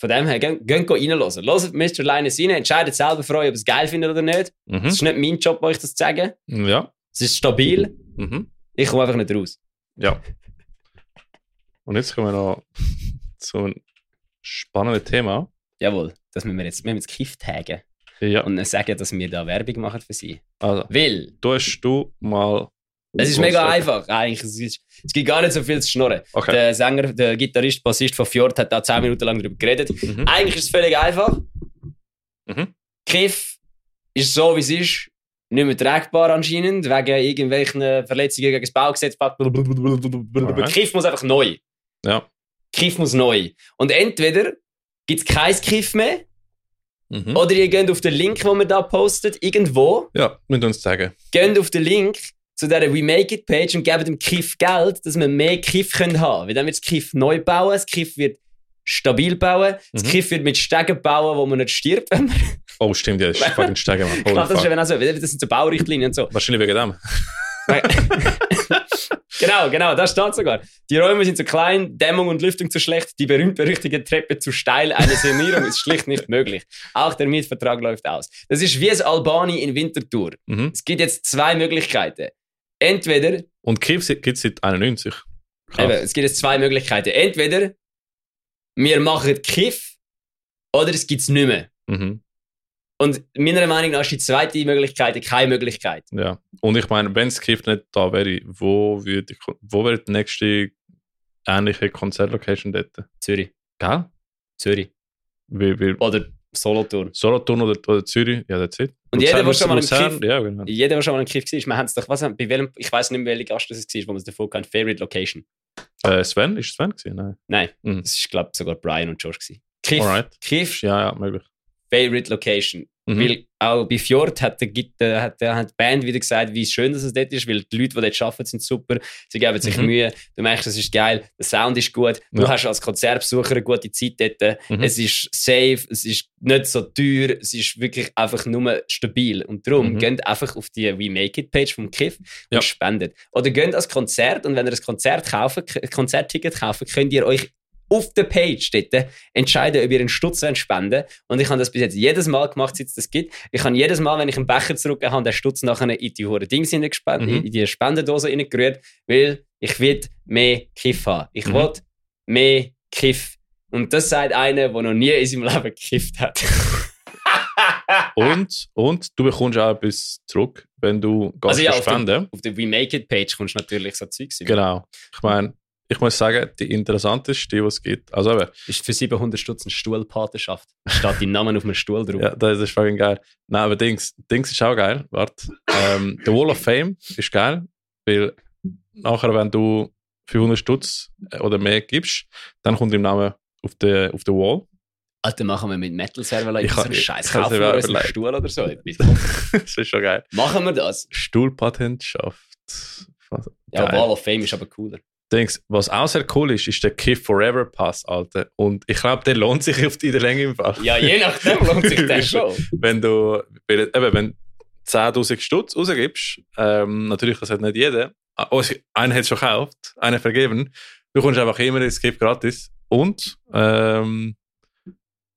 Speaker 1: Von dem her, gehen gehen reinhören. Hört Mr. Linus rein, entscheidet selber für euch, ob ihr es geil findet oder nicht. Es
Speaker 2: Mhm.
Speaker 1: ist nicht mein Job, euch das zu sagen.
Speaker 2: Ja.
Speaker 1: Es ist stabil,
Speaker 2: Mhm.
Speaker 1: ich komme einfach nicht raus.
Speaker 2: Ja. Und jetzt kommen wir noch zu einem spannenden Thema.
Speaker 1: Jawohl, das müssen wir jetzt, wir müssen jetzt Kiff taggen
Speaker 2: Ja.
Speaker 1: und dann sagen, dass wir da Werbung machen für sie.
Speaker 2: Also,
Speaker 1: Weil,
Speaker 2: tust du mal.
Speaker 1: Es ist mega einfach, eigentlich. Es, ist, es gibt gar nicht so viel zu schnurren.
Speaker 2: Okay.
Speaker 1: Der Sänger, der Gitarrist, Bassist von Fjord hat da 10 Minuten lang darüber geredet.
Speaker 2: Mhm.
Speaker 1: Eigentlich ist es völlig einfach.
Speaker 2: Mhm.
Speaker 1: Kiff ist so, wie es ist. Nicht mehr tragbar anscheinend, wegen irgendwelchen Verletzungen gegen das Baugesetz. Blablabla.
Speaker 2: Alright.
Speaker 1: Kiff muss einfach neu.
Speaker 2: Ja.
Speaker 1: Kiff muss neu. Und entweder gibt es kein Kiff mehr,
Speaker 2: Mhm.
Speaker 1: oder ihr geht auf den Link, den wir da postet, irgendwo.
Speaker 2: Ja, mit uns zeigen.
Speaker 1: geht auf den Link zu dieser We Make It Page und gebt dem Kiff Geld, dass wir mehr Kiff können haben. Weil dann wird das Kiff neu bauen, das Kiff wird stabil bauen, das
Speaker 2: Mhm.
Speaker 1: Kiff wird mit Stegen bauen, wo man nicht stirbt. Wenn man
Speaker 2: Oh, stimmt, ja, das ist fucking steigen,
Speaker 1: [LAUGHS]
Speaker 2: Mann.
Speaker 1: ich
Speaker 2: Holy
Speaker 1: glaub, das, ist
Speaker 2: fuck.
Speaker 1: eben auch so, weil das sind so Baurichtlinien und so.
Speaker 2: Wahrscheinlich wegen dem.
Speaker 1: Genau, genau, da steht sogar. Die Räume sind zu klein, Dämmung und Lüftung zu schlecht, die berühmt-berüchtigte Treppe zu steil, eine Sanierung ist schlicht nicht möglich. Auch der Mietvertrag läuft aus. Das ist wie es Albani in Winterthur.
Speaker 2: Mhm.
Speaker 1: Es gibt jetzt zwei Möglichkeiten. Entweder
Speaker 2: Und Kiew gibt es seit 91. Krass.
Speaker 1: Eben, es gibt jetzt zwei Möglichkeiten. Entweder wir machen Kiff oder es gibt es nicht mehr.
Speaker 2: Mhm.
Speaker 1: Und meiner Meinung nach ist die zweite Möglichkeit keine Möglichkeit.
Speaker 2: Ja. Und ich meine, wenn Kiew nicht da wäre, wo, würde, ich- wo wäre die nächste ähnliche Konzertlocation dort?
Speaker 1: Zürich.
Speaker 2: Gell?
Speaker 1: Zürich.
Speaker 2: Wie, wie
Speaker 1: Oder Solothurn.
Speaker 2: Solothurn oder, oder Zürich? Ja, that's it.
Speaker 1: Und jeder, der
Speaker 2: Luzern-
Speaker 1: schon mal im
Speaker 2: Luzern-
Speaker 1: Kiff-
Speaker 2: Ja, genau.
Speaker 1: Jeder, der schon mal ein Kiff war, wir haben es doch, was, haben- bei welchem, ich weiß nicht mehr, welche Gast das war, wo man es davor kann. Favorite Location.
Speaker 2: Äh, Sven? Ist Sven gewesen? Nein.
Speaker 1: Nein,
Speaker 2: Mhm.
Speaker 1: das war, glaube ich, sogar Brian und Josh. Gewesen. Kiff,
Speaker 2: Alright.
Speaker 1: Kiff,
Speaker 2: Ja, ja, möglich.
Speaker 1: Favorite Location.
Speaker 2: Mhm.
Speaker 1: Weil auch bei Fjord hat, der, Git- äh, hat, der- hat die Band wieder gesagt, wie schön dass es dort ist, weil die Leute, die dort arbeiten, sind super. Sie geben sich
Speaker 2: Mhm.
Speaker 1: Mühe. Du merkst, es ist geil, der Sound ist gut. Du
Speaker 2: Ja.
Speaker 1: hast als Konzertbesucher eine gute Zeit dort. Äh,
Speaker 2: Mhm.
Speaker 1: Es ist safe, es ist nicht so teuer, es ist wirklich einfach nur stabil. Und darum
Speaker 2: Mhm.
Speaker 1: geht einfach auf die We Make It Page vom Kiff
Speaker 2: Ja.
Speaker 1: und spendet. Oder geht als Konzert und wenn ihr ein Konzert kaufen, ein Konzertticket kaufen, könnt ihr euch auf der Page dort entscheiden, ob ihr einen Stutz wollt spenden Und ich habe das bis jetzt jedes Mal gemacht, seit es das gibt. Ich habe jedes Mal, wenn ich einen Becher zurückgegeben habe, den Stutz nachher in die hohen Dings hineingespendet,
Speaker 2: Mhm.
Speaker 1: in die Spendendose hineingerührt, weil ich will mehr Kiff haben. Ich
Speaker 2: Mhm.
Speaker 1: will mehr Kiff. Und das sagt einer, der noch nie in seinem Leben gekifft [LAUGHS] hat.
Speaker 2: Und, und du bekommst auch etwas zurück, wenn du Gas
Speaker 1: Also ja, auf
Speaker 2: spenden.
Speaker 1: auf der We Make It Page kommst du natürlich so Zeugs über.
Speaker 2: Genau. Ich meine, ich muss sagen, die interessanteste, die es gibt. Also eben,
Speaker 1: Ist für 700 Stutz eine Stuhlpatenschaft. Steht dein Name auf einem Stuhl drauf.
Speaker 2: ja, das ist fucking geil. Nein, aber Dings, Dings ist auch geil. Warte. Ähm, der Wall of Fame ist geil, weil nachher, wenn du 500 Stutz äh, oder mehr gibst, dann kommt dein Name auf der auf der Wall. [LAUGHS]
Speaker 1: Alter, machen wir mit Metal Server like,
Speaker 2: Ich
Speaker 1: so
Speaker 2: hab-
Speaker 1: einen
Speaker 2: ich-
Speaker 1: Scheiß.
Speaker 2: ich hab's
Speaker 1: Kaufen
Speaker 2: mir
Speaker 1: wir
Speaker 2: auch
Speaker 1: uns einen
Speaker 2: überlegt.
Speaker 1: Stuhl oder [LAUGHS] so. etwas.
Speaker 2: das ist schon geil.
Speaker 1: machen wir das.
Speaker 2: Stuhlpatentschaft. Was-
Speaker 1: Ja,
Speaker 2: Geil.
Speaker 1: Wall of Fame ist aber cooler.
Speaker 2: Dings, was auch sehr cool ist, ist der Kiff Forever Pass, Alter. Und ich glaube, der lohnt sich [LAUGHS] auf die Länge im Fall.
Speaker 1: Ja, je nachdem lohnt sich das [LAUGHS] schon.
Speaker 2: Wenn du, weil, eben, wenn du 10.000 Stutz rausgibst, ähm, natürlich, das hat nicht jeder. Ah, Oh, es- einer hat schon gekauft, einer vergeben. Du kommst einfach immer ins Kiff gratis. Und, ähm,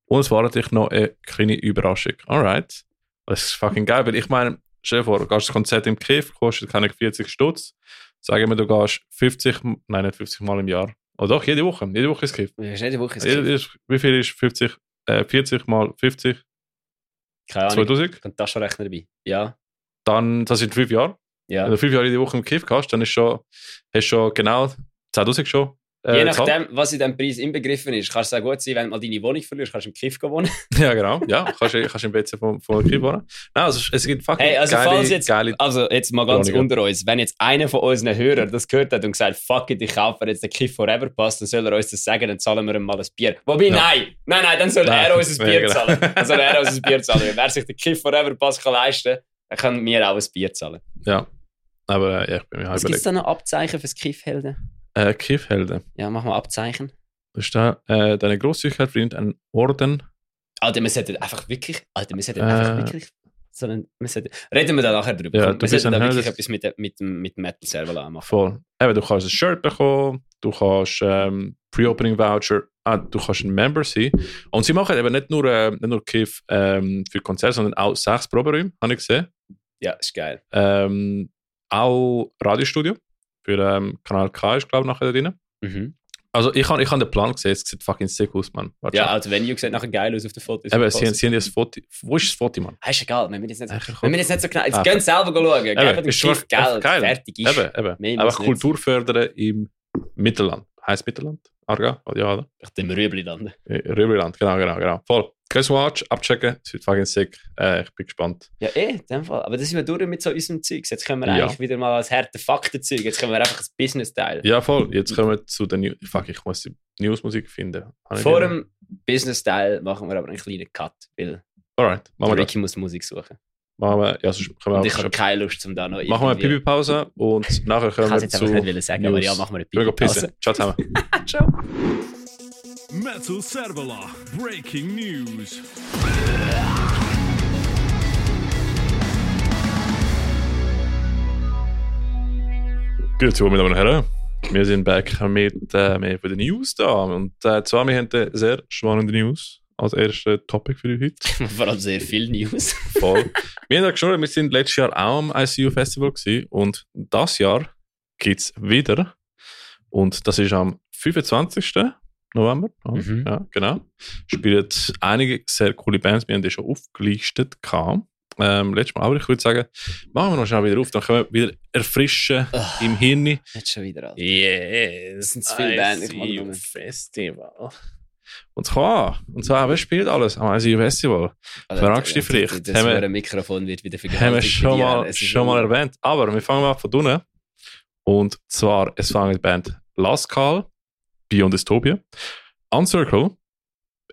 Speaker 2: und es wartet dich noch eine kleine Überraschung. Alright. Das ist fucking geil, weil ich meine, stell dir vor, du gehst das Konzert im Kiff, kostet keine 40 Stutz. Sagen wir, du gehst 50, M- nein, nicht 50 Mal im Jahr. Oder doch, jede Woche. Jede Woche ins Kiff.
Speaker 1: Hast du jede Woche
Speaker 2: Jede-
Speaker 1: ein
Speaker 2: jede- Wie viel ist 50, äh, 40 mal 50?
Speaker 1: Keine Ahnung.
Speaker 2: 2000?
Speaker 1: Ich habe einen Taschenrechner dabei. Ja.
Speaker 2: Dann, das sind fünf Jahre. Wenn
Speaker 1: Ja.
Speaker 2: du fünf Jahre in die Woche im Kiff hast, dann ist schon, hast schon genau 10.000 schon. äh,
Speaker 1: Je
Speaker 2: gezahlt. [LAUGHS]
Speaker 1: nachdem, was in diesem Preis inbegriffen ist, kann es auch gut sein, wenn du mal deine Wohnung verlierst, kannst du im Kiff gehen wohnen.
Speaker 2: Ja, genau. Ja, kannst, du- kannst du im WC vom, vom Kiff wohnen. Nein, also es- es gibt fucking
Speaker 1: Hey, also
Speaker 2: geile,
Speaker 1: falls jetzt-
Speaker 2: geile...
Speaker 1: Also, jetzt mal ganz
Speaker 2: Veronika.
Speaker 1: unter uns. Wenn jetzt einer von unseren Hörern das gehört hat und gesagt fuck it, ich kaufe mir jetzt den Kiff Forever Pass, dann soll er uns das sagen, dann zahlen wir ihm mal ein Bier. Wobei,
Speaker 2: Ja.
Speaker 1: nein! Nein, nein, dann soll
Speaker 2: Nein.
Speaker 1: er uns ein
Speaker 2: Ja,
Speaker 1: Bier
Speaker 2: genau.
Speaker 1: zahlen. Dann soll er uns ein Bier zahlen. Wer sich den Kiff Forever Pass kann leisten kann, dann können wir auch ein Bier zahlen.
Speaker 2: Ja. Aber äh, ja, ich bin mir halb
Speaker 1: Was gibt es
Speaker 2: überlegt.
Speaker 1: da noch Abzeichen fürs Kiffhelden?
Speaker 2: Äh, Kiffhelden.
Speaker 1: Ja, machen wir Abzeichen.
Speaker 2: Das ist da, äh, deine Großzügigkeit verdient einen Orden.
Speaker 1: Alter, wir sollten einfach wirklich. Alter, wir sollten
Speaker 2: Äh.
Speaker 1: einfach wirklich. Sondern wir sollten, reden wir da nachher drüber.
Speaker 2: Ja,
Speaker 1: Komm,
Speaker 2: du
Speaker 1: wir
Speaker 2: bist
Speaker 1: sollten da
Speaker 2: ein
Speaker 1: wirklich
Speaker 2: Held.
Speaker 1: etwas mit, dem- mit, dem- mit dem Metal Server machen.
Speaker 2: Voll. Eben, du kannst ein Shirt bekommen, du kannst ähm, Pre-Opening Voucher, ah, du kannst ein Member sein. Und sie machen eben nicht nur, äh, nicht nur Kiff ähm, für Konzerte, sondern auch sechs Proberäume, habe ich gesehen.
Speaker 1: Ja, ist geil.
Speaker 2: Ähm, auch Radiostudio für ähm, Kanal K ist, glaube ich, nachher da drin.
Speaker 1: Mhm.
Speaker 2: Also ich habe ich hab den Plan gesehen, es sieht fucking sick aus, Mann. Warte
Speaker 1: Ja,
Speaker 2: schon.
Speaker 1: also Venue sieht nachher geil aus auf den Fotos.
Speaker 2: Eben, sie, haben- sie haben jetzt das Foto. Wo ist das Foto, Mann?
Speaker 1: Ah, ist egal, wenn wir jetzt nicht,
Speaker 2: Ach, ich-
Speaker 1: wenn wir jetzt nicht so genau. Jetzt
Speaker 2: Ah.
Speaker 1: gehen selber schauen. Geben
Speaker 2: Eben,
Speaker 1: dem
Speaker 2: ist
Speaker 1: Kiff
Speaker 2: schon-
Speaker 1: Geld.
Speaker 2: echt geil.
Speaker 1: Fertig ist.
Speaker 2: Eben, eben.
Speaker 1: Mehr muss
Speaker 2: Einfach
Speaker 1: nicht
Speaker 2: Kultur fördern im Mittelland. Heißt Mittelland? Arga? Ja, oder?
Speaker 1: Ich dem Rüebli dann.
Speaker 2: Rüberland, genau, genau, genau. Voll. Gehst Watch, abchecken, es wird fucking sick. Äh, ich bin gespannt.
Speaker 1: Ja, eh, in dem Fall. Aber das sind wir durch mit so unserem Zeugs. Jetzt können wir
Speaker 2: Ja.
Speaker 1: eigentlich wieder mal als harte Faktenzeug. Jetzt können wir einfach das Business-Teil.
Speaker 2: Ja, voll. Jetzt kommen wir zu den News. Fuck, ich muss die Newsmusik finden. Hab ich
Speaker 1: Vor
Speaker 2: gesehen?
Speaker 1: dem Business-Teil machen wir aber einen kleinen Cut, weil
Speaker 2: Alright, machen wir das.
Speaker 1: Ricky muss Musik suchen.
Speaker 2: Machen wir, ja, sonst können wir
Speaker 1: Und
Speaker 2: auch-
Speaker 1: ich habe keine Lust, um da noch
Speaker 2: Machen wir eine
Speaker 1: irgendwie-
Speaker 2: Pipi-Pause und nachher
Speaker 1: Ich
Speaker 2: kommen
Speaker 1: kann es
Speaker 2: wir
Speaker 1: jetzt
Speaker 2: zu.
Speaker 1: einfach nicht
Speaker 2: Wir
Speaker 1: wollen sagen, aber
Speaker 2: News.
Speaker 1: ja, machen wir eine
Speaker 2: gehen
Speaker 1: Pipi-Pause.
Speaker 2: pissen.
Speaker 1: [LAUGHS]
Speaker 2: Ciao zusammen.
Speaker 1: Ciao.
Speaker 4: Metal Servola breaking news.
Speaker 2: Grüezi, meine Damen und Herren. Wir sind back mit, äh, mit den News da. Und äh, zwar, wir haben eine sehr spannende News als erstes Topic für heute.
Speaker 1: Vor allem sehr viel News.
Speaker 2: Voll. wir haben ja geschrieben, wir sind letztes Jahr auch am ICU Festival gewesen, und das Jahr gibt es wieder. Und das ist am 25. November.
Speaker 1: Mhm.
Speaker 2: Ja, genau. Spielen einige sehr coole Bands. Wir haben die schon aufgelistet. gehabt. Ähm, letztes Mal. Aber ich würde sagen, machen wir noch schnell wieder auf, dann können wir wieder erfrischen
Speaker 1: Ah.
Speaker 2: im Hirn.
Speaker 1: Jetzt schon wieder. Alter.
Speaker 2: Yes.
Speaker 1: Das sind zu viele Bands, ich mag nicht mehr.
Speaker 2: Festival. Und zwar, und zwar, wer spielt alles am ICU Festival?
Speaker 1: Alter,
Speaker 2: Verragst
Speaker 1: Alter,
Speaker 2: du dich vielleicht?
Speaker 1: Das
Speaker 2: Haben wir-
Speaker 1: verdammte Mikrofon wird wieder vergessen.
Speaker 2: haben wir schon mal, schon mal erwähnt. Aber wir fangen mal von unten. Und zwar, es fangen die Band Last Call, Beyond Dystopia, Uncircle,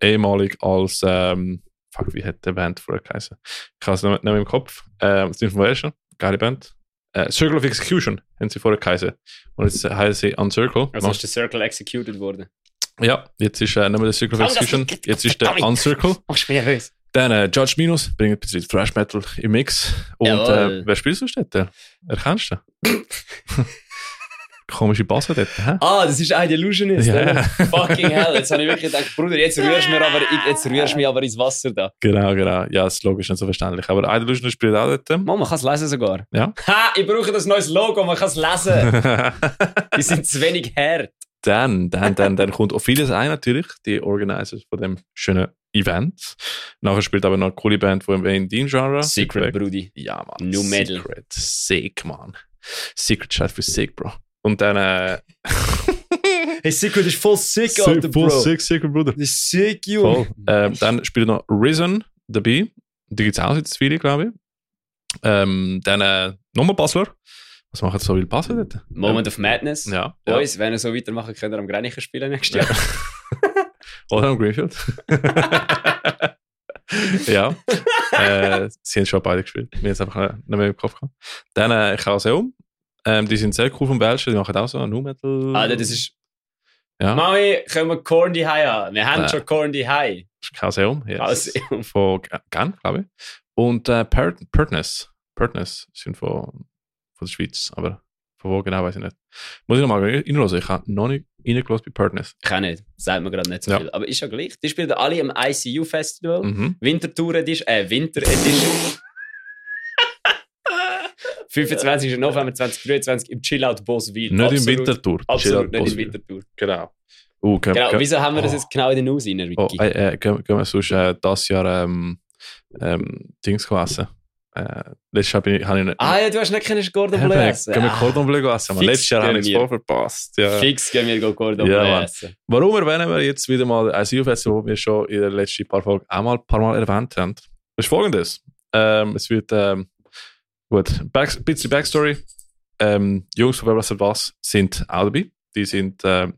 Speaker 2: ehemalig als, ähm, fuck, wie hat die Band vorher geheißen? Ich habe es nicht mehr im Kopf. Ähm, Steam von Valation, geile Band. Äh, Circle of Execution haben sie vorher geheißen. Und jetzt heißen sie Uncircle.
Speaker 1: Also ist der Circle executed worden.
Speaker 2: ja, jetzt ist äh, nicht mehr der Circle of
Speaker 1: Komm, das-
Speaker 2: Execution, jetzt ist der
Speaker 1: Tommy.
Speaker 2: Uncircle.
Speaker 1: Oh, ich bin nervös.
Speaker 2: Dann äh, Judge Minus bringt ein bisschen Thrash Metal im Mix. Und
Speaker 1: Jawohl.
Speaker 2: äh, wer spielst du dort? äh? Erkennst du?
Speaker 1: [LAUGHS]
Speaker 2: den? Komische Basse dort, hä?
Speaker 1: Ah, das ist ein Illusionist.
Speaker 2: Ja,
Speaker 1: oder?
Speaker 2: ja.
Speaker 1: Fucking hell. Jetzt habe ich wirklich gedacht, Bruder, jetzt rührst du mir aber,
Speaker 2: [LAUGHS]
Speaker 1: jetzt rührst du mich aber ins Wasser da.
Speaker 2: Genau, genau. Ja, das ist logisch nicht so verständlich. Aber Idolution spielt auch dort.
Speaker 1: Mama, man kann es lesen sogar.
Speaker 2: Ja.
Speaker 1: Ha, ich brauche das neues Logo, man kann es
Speaker 2: [LAUGHS]
Speaker 1: lesen. Die sind zu wenig hart.
Speaker 2: [LAUGHS] dann, dann, dann, dann kommt auch vieles ein natürlich, die Organisers von dem schönen Event. Nachher spielt aber noch eine coole Band von dem Dean Genre.
Speaker 1: Secret, Brudi.
Speaker 2: Ja, Mann.
Speaker 1: New Metal.
Speaker 2: Secret. Sick, Mann. Secret Chat für Sick, Bro. Und dann äh,
Speaker 1: [LAUGHS]
Speaker 2: [LAUGHS]
Speaker 1: Hey, Secret ist voll sick, Alter,
Speaker 2: Full
Speaker 1: Bro.
Speaker 2: Sick, Secret, Bruder.
Speaker 1: Das ist sick, Junge.
Speaker 2: Voll. Ähm, dann spielt noch Risen dabei. Die gibt es auch jetzt viele, glaube ich. Ähm, dann äh, nochmal Basler. Was machen so viel Basler dort?
Speaker 1: Moment of Madness.
Speaker 2: Ähm, ja. ja.
Speaker 1: Boys, wenn ihr so weitermachen könnt, ihr am Grenichen spielen nächstes Jahr.
Speaker 2: Oder am Greenfield. [LAUGHS] ja. äh, sie haben schon beide gespielt. Mir jetzt einfach äh, nicht mehr im Kopf gehabt. Dann, äh, ich hau sie um. Ähm, die sind sehr cool vom Welschen. Die machen auch so Nu Metal.
Speaker 1: Alter, das ist.
Speaker 2: Ja.
Speaker 1: Mami, können wir Corn die High haben? Wir haben
Speaker 2: Äh.
Speaker 1: schon Corn die High.
Speaker 2: Ich hau sie um. Yes.
Speaker 1: Also, [LAUGHS]
Speaker 2: von G- Cannes, glaube ich. Und äh, Pert- Pertness. Pertness sind von, von der Schweiz, aber von wo genau weiß ich nicht. Muss ich nochmal reinhören. Ich habe noch nicht reingelassen bei Pertness.
Speaker 1: ich auch nicht. Sagt mir gerade nicht so
Speaker 2: Ja.
Speaker 1: viel. Aber ist ja gleich. Die spielen alle am ICU Festival.
Speaker 2: Mhm.
Speaker 1: Wintertour Edition. Äh, Winter Edition. 25. November 2023 im Chillout Boswil.
Speaker 2: Nicht im
Speaker 1: Absolut-
Speaker 2: Winterthur.
Speaker 1: Absolut
Speaker 2: Chill out,
Speaker 1: nicht im
Speaker 2: Boswil.
Speaker 1: Wintertour.
Speaker 2: Genau. Uh, gehen,
Speaker 1: Genau,
Speaker 2: gehen,
Speaker 1: wieso haben wir das
Speaker 2: Oh.
Speaker 1: jetzt genau in den News rein, Ricky?
Speaker 2: oh, äh, äh, gehen, gehen wir sonst äh, das Jahr ähm, ähm, Dings essen? Äh, letztes Jahr bin ich, habe ich nicht.
Speaker 1: Ah ja, du hast nicht können Gordon
Speaker 2: Eben,
Speaker 1: Bleu
Speaker 2: ich
Speaker 1: essen.
Speaker 2: kann mir
Speaker 1: Ah,
Speaker 2: Cordon Bleu essen. Aber
Speaker 1: Fix
Speaker 2: letztes Jahr habe ich es
Speaker 1: bei mir.
Speaker 2: voll verpasst. Ja.
Speaker 1: Fix gehen wir Gordon
Speaker 2: Ja,
Speaker 1: Bleu
Speaker 2: Mann.
Speaker 1: essen.
Speaker 2: Warum erwähnen wir jetzt wieder mal ein Silvester, das wir schon in den letzten paar Folgen auch mal ein paar Mal erwähnt haben? Das ist folgendes. Ähm, es wird, ähm, gut, Back, ein bisschen Backstory. Ähm, Jungs von Webraster Was sind auch dabei. Die sind ähm,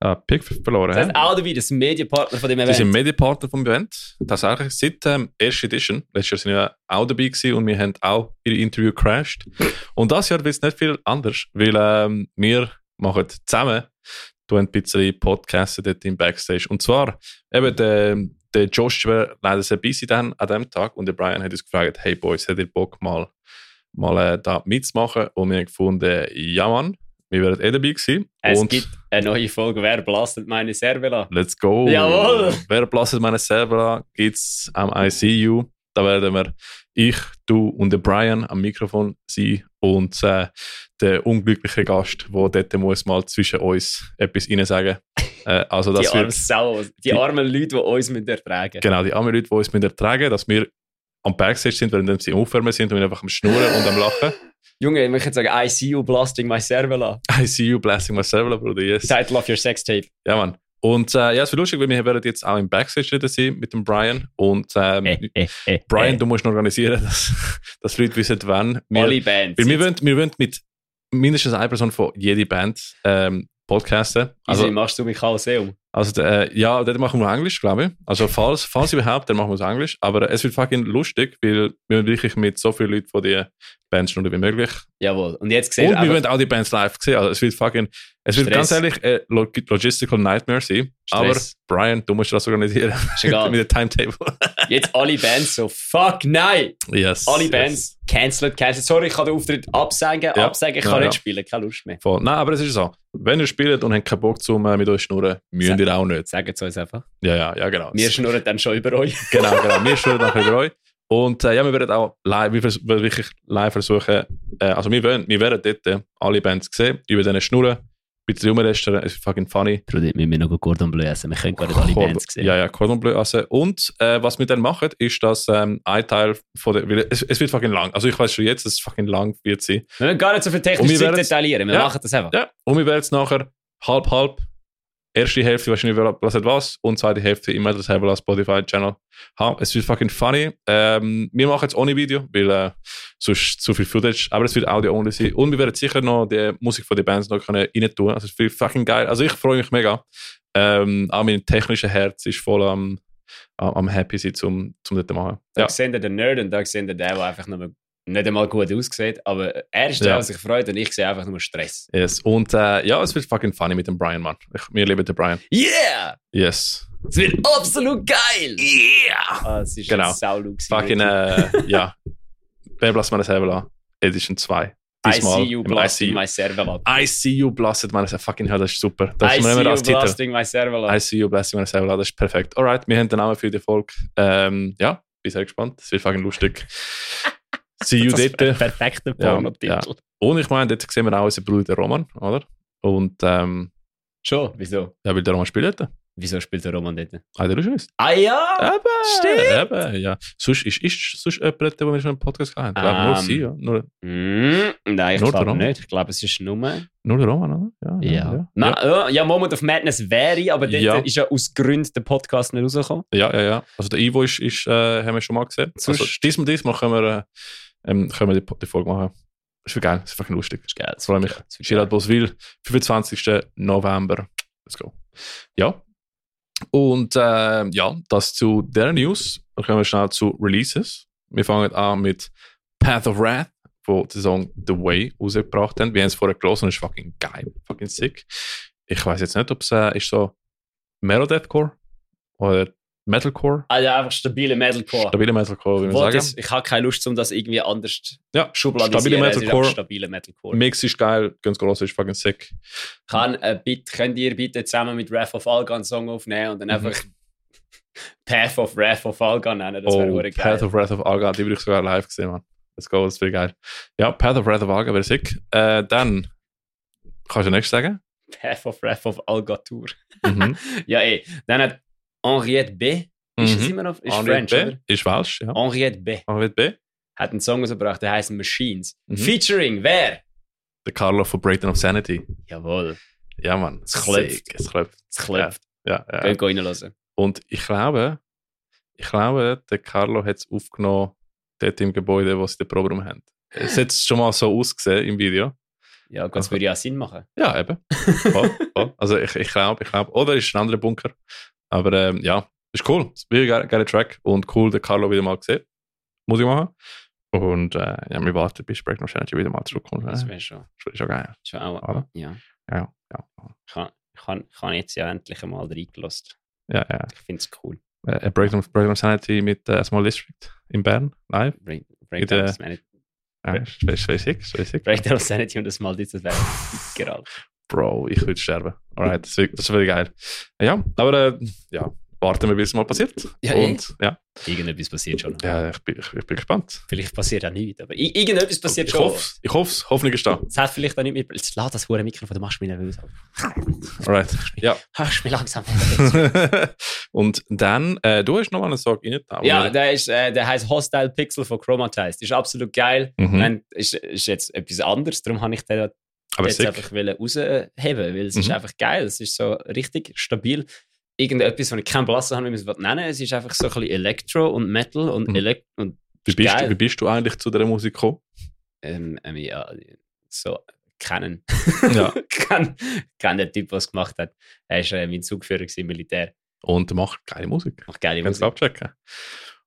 Speaker 2: äh, Pick verloren.
Speaker 1: Das heißt,
Speaker 2: hä?
Speaker 1: auch dabei, das Medienpartner von dem
Speaker 2: Die sind
Speaker 1: Event.
Speaker 2: Medienpartner vom Event. Tatsächlich seit ähm, ersten Edition. Letztes Jahr sind wir auch dabei gewesen und wir haben auch ihre Interview crashed. Und das Jahr wird es nicht viel anders, weil ähm, wir machen zusammen tun ein bisschen Podcasts dort im Backstage. Und zwar eben der, der Josh war leider sehr busy dann an dem Tag und der Brian hat uns gefragt, hey Boys, hättet ihr Bock mal, mal äh, da mitzumachen? Und wir haben gefunden, ja Mann, wir werden eh dabei gewesen.
Speaker 1: Es
Speaker 2: und
Speaker 1: gibt eine neue Folge, wer belastet meine Servela?
Speaker 2: Let's go.
Speaker 1: Jawohl.
Speaker 2: Wer belastet meine Server gibt's am ICU. Da werden wir ich, du und der Brian am Mikrofon sein und äh, der unglückliche Gast, der dort muss mal zwischen uns etwas rein sagen. Äh, also
Speaker 1: Die
Speaker 2: das
Speaker 1: armen
Speaker 2: wird
Speaker 1: Sau, die
Speaker 2: die-
Speaker 1: armen Leute, die uns mit ertragen.
Speaker 2: genau die armen Leute, die uns mit ertragen, dass wir am Backstage sind, während sie im Aufwärmen sind und wir einfach am Schnurren und am Lachen. [LAUGHS]
Speaker 1: Junge, ich möchte sagen, ICU blasting my Servela.
Speaker 2: ICU, blessing my server, Bruder, yes.
Speaker 1: Title of your sex tape.
Speaker 2: Ja, Mann. Und äh, ja, es wird lustig, weil wir werden jetzt auch im Backstage wieder sein mit dem Brian und ähm, [LAUGHS] Brian,
Speaker 1: Äh.
Speaker 2: du musst noch organisieren, [LAUGHS] dass, dass die Leute wissen, wann. Wir,
Speaker 1: Alle Bands.
Speaker 2: weil wir, wollen, wir wollen mit mindestens einer Person von jeder Band ähm, podcasten.
Speaker 1: also,
Speaker 2: Also,
Speaker 1: machst du mich Kolosseum?
Speaker 2: also äh, ja, dort machen wir Englisch, glaube ich. Also falls, falls überhaupt, dann machen wir es Englisch. Aber es wird fucking lustig, weil wir wollen wirklich mit so vielen Leuten von der Band schnurren wie möglich.
Speaker 1: Jawohl. Und jetzt
Speaker 2: Und
Speaker 1: gesehen,
Speaker 2: wir wollen auch die Bands live sehen. Also es wird fucking, es wird
Speaker 1: Stress.
Speaker 2: ganz ehrlich äh, log logistical nightmare sein.
Speaker 1: Stress.
Speaker 2: Aber Brian, du musst das organisieren
Speaker 1: ist
Speaker 2: [LAUGHS] mit
Speaker 1: egal.
Speaker 2: der Timetable.
Speaker 1: jetzt alle Bands so, fuck nein!
Speaker 2: yes.
Speaker 1: Alle
Speaker 2: yes.
Speaker 1: Bands cancelled, cancelled. Sorry, ich kann den Auftritt absagen,
Speaker 2: Ja.
Speaker 1: absagen, ich
Speaker 2: Ja,
Speaker 1: kann
Speaker 2: ja.
Speaker 1: nicht spielen, keine Lust mehr.
Speaker 2: Voll. Nein, aber es ist so. Wenn ihr spielt und habt keinen Bock zum äh, mit euch schnurren, müsst
Speaker 1: Sa-
Speaker 2: ihr auch nicht.
Speaker 1: Sagen es uns einfach.
Speaker 2: Ja, ja, ja, genau.
Speaker 1: Wir schnurren dann schon über euch.
Speaker 2: [LAUGHS] genau, genau. Wir schnurren nachher über euch. Und äh, ja, wir werden auch live, wir vers- wir wirklich live versuchen, äh, also wir, wollen, wir werden dort äh, alle Bands sehen, über denen schnurren, ein bisschen rumresten, es ist fucking funny.
Speaker 1: Trudit, wir müssen noch Gordon Bleu essen. Wir können gar
Speaker 2: Cordon- Ja, ja, Cordon Bleu essen. Und äh, was wir dann machen, ist, dass ähm, ein Teil von der, weil es, es wird fucking lang, also ich weiß schon jetzt, dass es fucking lang wird sein.
Speaker 1: Wir müssen gar nicht so viel
Speaker 2: Und
Speaker 1: technisch
Speaker 2: wir
Speaker 1: Zeug
Speaker 2: werden-
Speaker 1: detaillieren. Wir
Speaker 2: Ja.
Speaker 1: machen das einfach.
Speaker 2: Ja, und wir werden jetzt nachher halb, halb, erste Hälfte wahrscheinlich wer was hat was und zweite Hälfte immer das selber als Spotify-Channel haben. Es wird fucking funny. Ähm, wir machen jetzt ohne Video, weil äh, sonst zu viel Footage, aber es wird Audio-only sein. Und wir werden sicher noch die Musik von den Bands noch können rein tun. Also es wird fucking geil. Also ich freue mich mega. Ähm, auch mein technisches Herz ist voll am, am, am happy sein, zum, zum das zu machen.
Speaker 1: Da
Speaker 2: Ja,
Speaker 1: sehen wir den Nerd und da sehen wir den, der einfach nur, nicht einmal gut aussieht. Aber er ist der,
Speaker 2: Ja.
Speaker 1: der sich freut und ich sehe einfach nur Stress.
Speaker 2: yes. Und äh, ja, es wird fucking funny mit dem Brian, Mann. Ich, wir lieben den Brian.
Speaker 1: Yeah!
Speaker 2: Yes.
Speaker 1: Es wird absolut geil! Yeah! Ah, es ist
Speaker 2: Genau.
Speaker 1: ein Saulug.
Speaker 2: Fucking, äh,
Speaker 1: [LAUGHS]
Speaker 2: ja. Wer bläst meine Server an? Edition 2. Diesmal
Speaker 1: ICU
Speaker 2: im
Speaker 1: blasting
Speaker 2: ICU.
Speaker 1: my Serverlab.
Speaker 2: ICU blastet meine Server. Fucking hell, das ist super. Das nehmen wir als
Speaker 1: ICU
Speaker 2: Titel.
Speaker 1: blasting my Serverlab.
Speaker 2: ICU blastet meine Server an, das ist perfekt. Alright, wir haben den Namen für die Folge. Ähm, ja, bin sehr gespannt. Es wird fucking
Speaker 1: [LAUGHS]
Speaker 2: lustig. See you
Speaker 1: Das ist ein
Speaker 2: dort.
Speaker 1: perfekter
Speaker 2: Ja,
Speaker 1: Pornotitel.
Speaker 2: ja. Und ich meine, dort sehen wir auch unseren Bruder Roman, oder? Und ähm,
Speaker 1: Schon? Wieso?
Speaker 2: ja, weil der Roman spielt dort.
Speaker 1: Wieso spielt der Roman dort?
Speaker 2: Ah, der ist uns.
Speaker 1: Ah ja!
Speaker 2: Eben,
Speaker 1: stimmt.
Speaker 2: Eben, ja. Sonst ist, ist sonst jemand, dort, wo wir schon einen Podcast hatten. Ich glaube, nur
Speaker 1: Ähm.
Speaker 2: sie, ja. Nur,
Speaker 1: Mm, nein, ich
Speaker 2: Nur der
Speaker 1: glaube
Speaker 2: Roman?
Speaker 1: nicht. Ich glaube, es ist nur...
Speaker 2: Nur der Roman, oder?
Speaker 1: Ja. Na, ja. ja, Moment of Madness wäre, aber dort
Speaker 2: Ja.
Speaker 1: ist ja aus Gründen der Podcast nicht rausgekommen.
Speaker 2: ja, ja, ja. Also der Ivo ist, ist, äh, haben wir schon mal gesehen.
Speaker 1: Sonst-
Speaker 2: Also, diesmal, diesmal können wir, äh, ähm, können wir die, die Folge machen. Das ist geil, das ist fucking lustig.
Speaker 1: Ist geil.
Speaker 2: Das freut mich. Gerard Boswil, 25. November. Let's go. Ja. Und äh, ja, das zu der News. Dann kommen wir schnell zu Releases. Wir fangen an mit Path of Wrath, wo die Song The Way rausgebracht haben. Wir haben es vorher gelesen und es ist fucking geil, fucking sick. Ich weiß jetzt nicht, ob es äh, ist so Metal-Deathcore oder Metalcore.
Speaker 1: Also einfach stabile Metalcore.
Speaker 2: Stabile Metalcore, wie man
Speaker 1: Wo
Speaker 2: sagen.
Speaker 1: das, ich habe keine Lust, um das irgendwie anders zu
Speaker 2: ja,
Speaker 1: schubladisieren.
Speaker 2: stabile
Speaker 1: Es ist eh einfach
Speaker 2: Metalcore.
Speaker 1: Stabile Metalcore.
Speaker 2: Mix ist geil, ganz groß ist fucking sick.
Speaker 1: Kann, äh, bitte, könnt ihr bitte zusammen mit Wrath of Algan einen Song aufnehmen und dann
Speaker 2: Mhm.
Speaker 1: einfach [LAUGHS] Path of Wrath of Algan nennen? Das wäre
Speaker 2: oh,
Speaker 1: hure geil.
Speaker 2: Path of Wrath of Alga, die würde ich sogar live gesehen haben. Let's go, das wäre geil. Ja, Path of Wrath of Alga wäre sick. Äh, dann, kannst du
Speaker 1: [LAUGHS]
Speaker 2: nichts sagen?
Speaker 1: Path of Wrath of Algan Tour.
Speaker 2: Mhm.
Speaker 1: Ja, ey. Dann hat Henriette B. Ist es
Speaker 2: Mhm.
Speaker 1: immer noch ist
Speaker 2: Henriette
Speaker 1: French,
Speaker 2: B.
Speaker 1: oder?
Speaker 2: Ist Welsh, ja.
Speaker 1: Henriette B.
Speaker 2: Henriette B.
Speaker 1: hat einen Song rausgebracht, der heißt Machines.
Speaker 2: Mhm.
Speaker 1: Featuring wer?
Speaker 2: Der Carlo von Brayton of Sanity.
Speaker 1: Jawohl,
Speaker 2: Ja, Mann.
Speaker 1: Es klopft.
Speaker 2: Sick, Es klopft.
Speaker 1: es klopft.
Speaker 2: Ja, ja.
Speaker 1: Geht ja. reinhören.
Speaker 2: Und ich glaube, ich glaube, der Carlo hat es aufgenommen, dort im Gebäude, wo sie den Proberaum haben. Es hat schon mal so ausgesehen im Video.
Speaker 1: Ja, gut, das
Speaker 2: Ach.
Speaker 1: würde ja Sinn machen.
Speaker 2: Ja, eben. Voll, voll. Also ich, ich glaube, ich glaube. Oder ist ein anderer Bunker. Aber ähm, ja, ist cool. Ist wirklich ein geiler Track. Und cool, den Carlo wieder mal gesehen. Muss ich machen. Und äh, ja, wir warten, bis Break No Challenge wieder mal zurückkommt.
Speaker 1: Das
Speaker 2: Das
Speaker 1: wäre schon,
Speaker 2: ist schon geil.
Speaker 1: schon auch.
Speaker 2: Oder?
Speaker 1: Ja.
Speaker 2: Ja, ja.
Speaker 1: Ich habe ich hab, ich hab jetzt ja endlich einmal reingelassen.
Speaker 2: Ja, ja.
Speaker 1: Ich finde es cool.
Speaker 2: Äh, Break No Break No Sanity mit äh, Small District in Bern live.
Speaker 1: Bring,
Speaker 2: In
Speaker 1: bring
Speaker 2: der-
Speaker 1: das meine
Speaker 2: Ja, ist- ist- ist sick, ist sick.
Speaker 1: Break down Sanity und das mal dieses wäre gerade.
Speaker 2: Bro, ich würde sterben. Alright, das wär- das wäre geil. Ja, aber äh, ja, warten wir, bis es mal passiert.
Speaker 1: Ja, eh.
Speaker 2: Und ja,
Speaker 1: Irgendetwas passiert schon.
Speaker 2: ja ich, bin, ich, ich bin gespannt.
Speaker 1: Vielleicht passiert auch nichts, aber i- irgendetwas passiert
Speaker 2: ich
Speaker 1: schon.
Speaker 2: hoffe Ich hoffe es. Hoffnung ist da.
Speaker 1: Es hat vielleicht auch nicht mehr. Jetzt lass das hure Mikrofon, du machst mich nervös.
Speaker 2: Alright. Ja.
Speaker 1: Hörst mich langsam.
Speaker 2: [LAUGHS] Und dann, äh, du hast nochmal einen Song reingetan.
Speaker 1: ja,
Speaker 2: oder?
Speaker 1: der, ist, äh, der heißt Hostile Pixel von Chromatized. Ist absolut geil.
Speaker 2: Mhm.
Speaker 1: Nein, ist, ist jetzt etwas anderes, darum habe ich den
Speaker 2: aber
Speaker 1: jetzt
Speaker 2: sick.
Speaker 1: einfach wollen rausheben, weil es ist
Speaker 2: Mhm.
Speaker 1: einfach geil. Es ist so richtig stabil. Irgendetwas, was ich keinen Blassen habe, wie man es nennen will. Es ist einfach so ein bisschen Electro und Metal und,
Speaker 2: Mhm.
Speaker 1: Elek und
Speaker 2: wie, bist
Speaker 1: geil.
Speaker 2: du, wie bist du eigentlich zu dieser Musik gekommen?
Speaker 1: ähm, ähm, ja, so kennen.
Speaker 2: Ja.
Speaker 1: [LAUGHS] kann, kann der Typ, was es gemacht hat. Er war äh, mein Zugführer gewesen, im Militär.
Speaker 2: Und macht geile Musik.
Speaker 1: Macht geile
Speaker 2: Kannst
Speaker 1: Musik.
Speaker 2: du abchecken.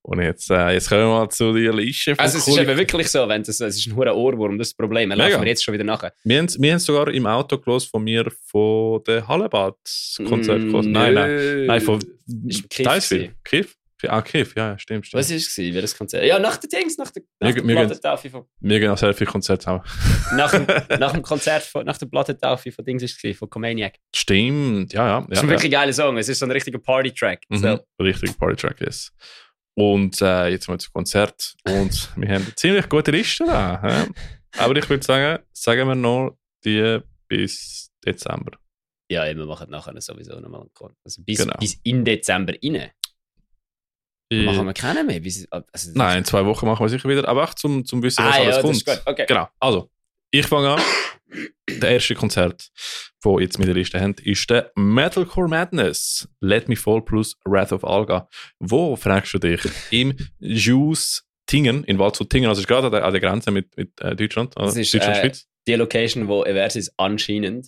Speaker 2: Und jetzt, äh, jetzt kommen wir mal zu deiner Liste. von
Speaker 1: Also es ist
Speaker 2: coolen-
Speaker 1: eben wirklich so, wenn das, es ist ein hoher Ohrwurm, das ist das Problem. Er
Speaker 2: Mega.
Speaker 1: laufen wir jetzt schon wieder nachher.
Speaker 2: Wir haben wir haben's sogar im Auto gelesen von mir von der Hallebad-Konzert. nein, nein. Nein, von
Speaker 1: Mm, Ist Kiff
Speaker 2: Deisville.
Speaker 1: gewesen.
Speaker 2: Kiff? Ah, Kiff, ja, stimmt, stimmt.
Speaker 1: Was war es? Wie das Konzert? Ja, nach der Dings, nach der, nach
Speaker 2: Wir-
Speaker 1: der
Speaker 2: wir gehen-
Speaker 1: Plattentaufe von...
Speaker 2: Wir gehen auch sehr viel Konzerte haben.
Speaker 1: Nach dem, nach dem Konzert, von, nach der Plattentaufe von Dings war es, gewesen, von Comaniac.
Speaker 2: Stimmt, ja, ja.
Speaker 1: Das ist
Speaker 2: ja,
Speaker 1: ein
Speaker 2: ja.
Speaker 1: wirklich geiler Song, es ist so ein richtiger Party-Track.
Speaker 2: Mhm.
Speaker 1: So.
Speaker 2: Richtig Party-Track, yes. Und äh, jetzt mal zum Konzert.
Speaker 1: [LAUGHS]
Speaker 2: Und wir haben eine ziemlich gute Liste da. hä? Aber ich würde sagen, sagen wir noch die bis Dezember.
Speaker 1: Ja, ja, wir machen nachher sowieso nochmal einen Konzert. Also bis,
Speaker 2: Genau.
Speaker 1: bis in Dezember rein. Machen wir keinen mehr? Bis, also, das-
Speaker 2: Nein, in zwei Wochen machen wir sicher wieder. Aber auch zum, zum Wissen, was
Speaker 1: Ah,
Speaker 2: alles
Speaker 1: ja, das
Speaker 2: kommt.
Speaker 1: ist gut. Okay.
Speaker 2: Genau. Also, ich fange an. Der erste Konzert, wo jetzt mit der Liste haben, ist der Metalcore Madness. Let Me Fall plus Wrath of Alga. Wo fragst du dich? Im Juice Tingen, in Waldshut Tingen. Also, es ist gerade an der, an der Grenze mit, mit äh, Deutschland,
Speaker 1: Das ist,
Speaker 2: Deutschland,
Speaker 1: äh,
Speaker 2: Schweiz.
Speaker 1: Die Location, wo Eversis anscheinend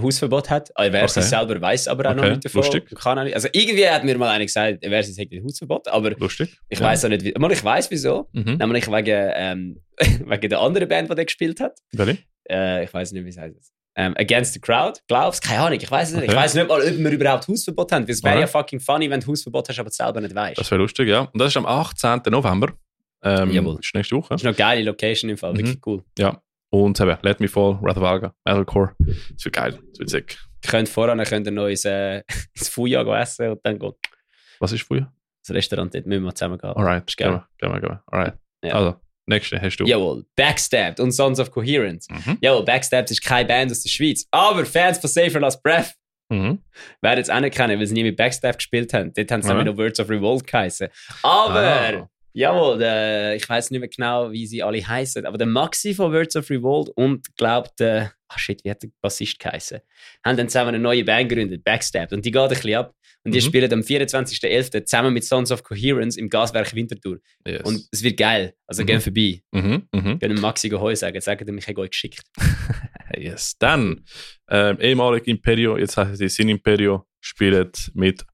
Speaker 1: Hausverbot hat. Eversis
Speaker 2: Okay.
Speaker 1: selber weiß aber auch noch
Speaker 2: Okay,
Speaker 1: nicht davon.
Speaker 2: lustig.
Speaker 1: Kann auch nicht. Also irgendwie hat mir mal einer gesagt, Eversis hat ein Hausverbot, aber
Speaker 2: Lustig.
Speaker 1: ich weiß auch nicht, wie. Mal, ich weiß wieso.
Speaker 2: Mhm.
Speaker 1: Nämlich wegen, ähm, [LAUGHS] wegen der anderen Band, die der gespielt hat.
Speaker 2: Welche?
Speaker 1: Äh, ich weiß nicht, wie es heißt. Ähm, Against the Crowd, glaubst Keine Ahnung, ich weiß es nicht.
Speaker 2: Okay.
Speaker 1: Ich weiß nicht mal, ob wir überhaupt Hausverbot haben. weil Es wäre
Speaker 2: Okay.
Speaker 1: ja fucking funny, wenn du Hausverbot hast, aber selber nicht weißt.
Speaker 2: Das wäre lustig, ja. Und das ist am 18. November. Ähm,
Speaker 1: Jawohl.
Speaker 2: Ist nächste Woche.
Speaker 1: Das ist eine geile Location im Fall,
Speaker 2: Mhm.
Speaker 1: wirklich cool.
Speaker 2: Und eben, Let Me Fall, Wrath of Alga, Metalcore. Das wird geil. Das wird sick.
Speaker 1: Ihr könnt voran ihr könnt ihr noch ins, äh, [LAUGHS] ins Fuja gehen essen und dann geht
Speaker 2: Was ist früher?
Speaker 1: das Restaurant, dort müssen wir zusammen gehen.
Speaker 2: Alright,
Speaker 1: Ist
Speaker 2: gehen
Speaker 1: geil.
Speaker 2: wir, gehen wir, gehen wir. Alright.
Speaker 1: Ja.
Speaker 2: Also, nächste hast du.
Speaker 1: Jawohl, Backstabbed und Sons of Coherence.
Speaker 2: Mhm.
Speaker 1: Jawohl, Backstabbed ist keine Band aus der Schweiz, aber Fans von Safer Last Breath
Speaker 2: Mhm.
Speaker 1: werden es anerkennen, weil sie nie mit Backstabbed gespielt haben. Dort haben sie
Speaker 2: Ja.
Speaker 1: nämlich noch Words of Revolt geheißen. Aber...
Speaker 2: Ah.
Speaker 1: Jawohl, der, ich weiß nicht mehr genau, wie sie alle heißen, aber der Maxi von Words of Revolt und glaubt, der, ah shit, wie hat der Bassist geheißen? Haben dann zusammen eine neue Band gegründet, Backstabbed, und die geht ein bisschen ab. Und die
Speaker 2: Mhm.
Speaker 1: spielen am 24.11. zusammen mit Sons of Coherence im Gaswerk Winterthur.
Speaker 2: Yes.
Speaker 1: Und es wird geil. Also
Speaker 2: Mhm.
Speaker 1: gehen vorbei.
Speaker 2: mhm. Mhm.
Speaker 1: Gehen dem Maxi Geheu sagen. Sagen dem, ich habe euch geschickt.
Speaker 2: Yes. Dann, ähm, ehemalig Imperio, jetzt heißt sie Sin Imperio, spielt mit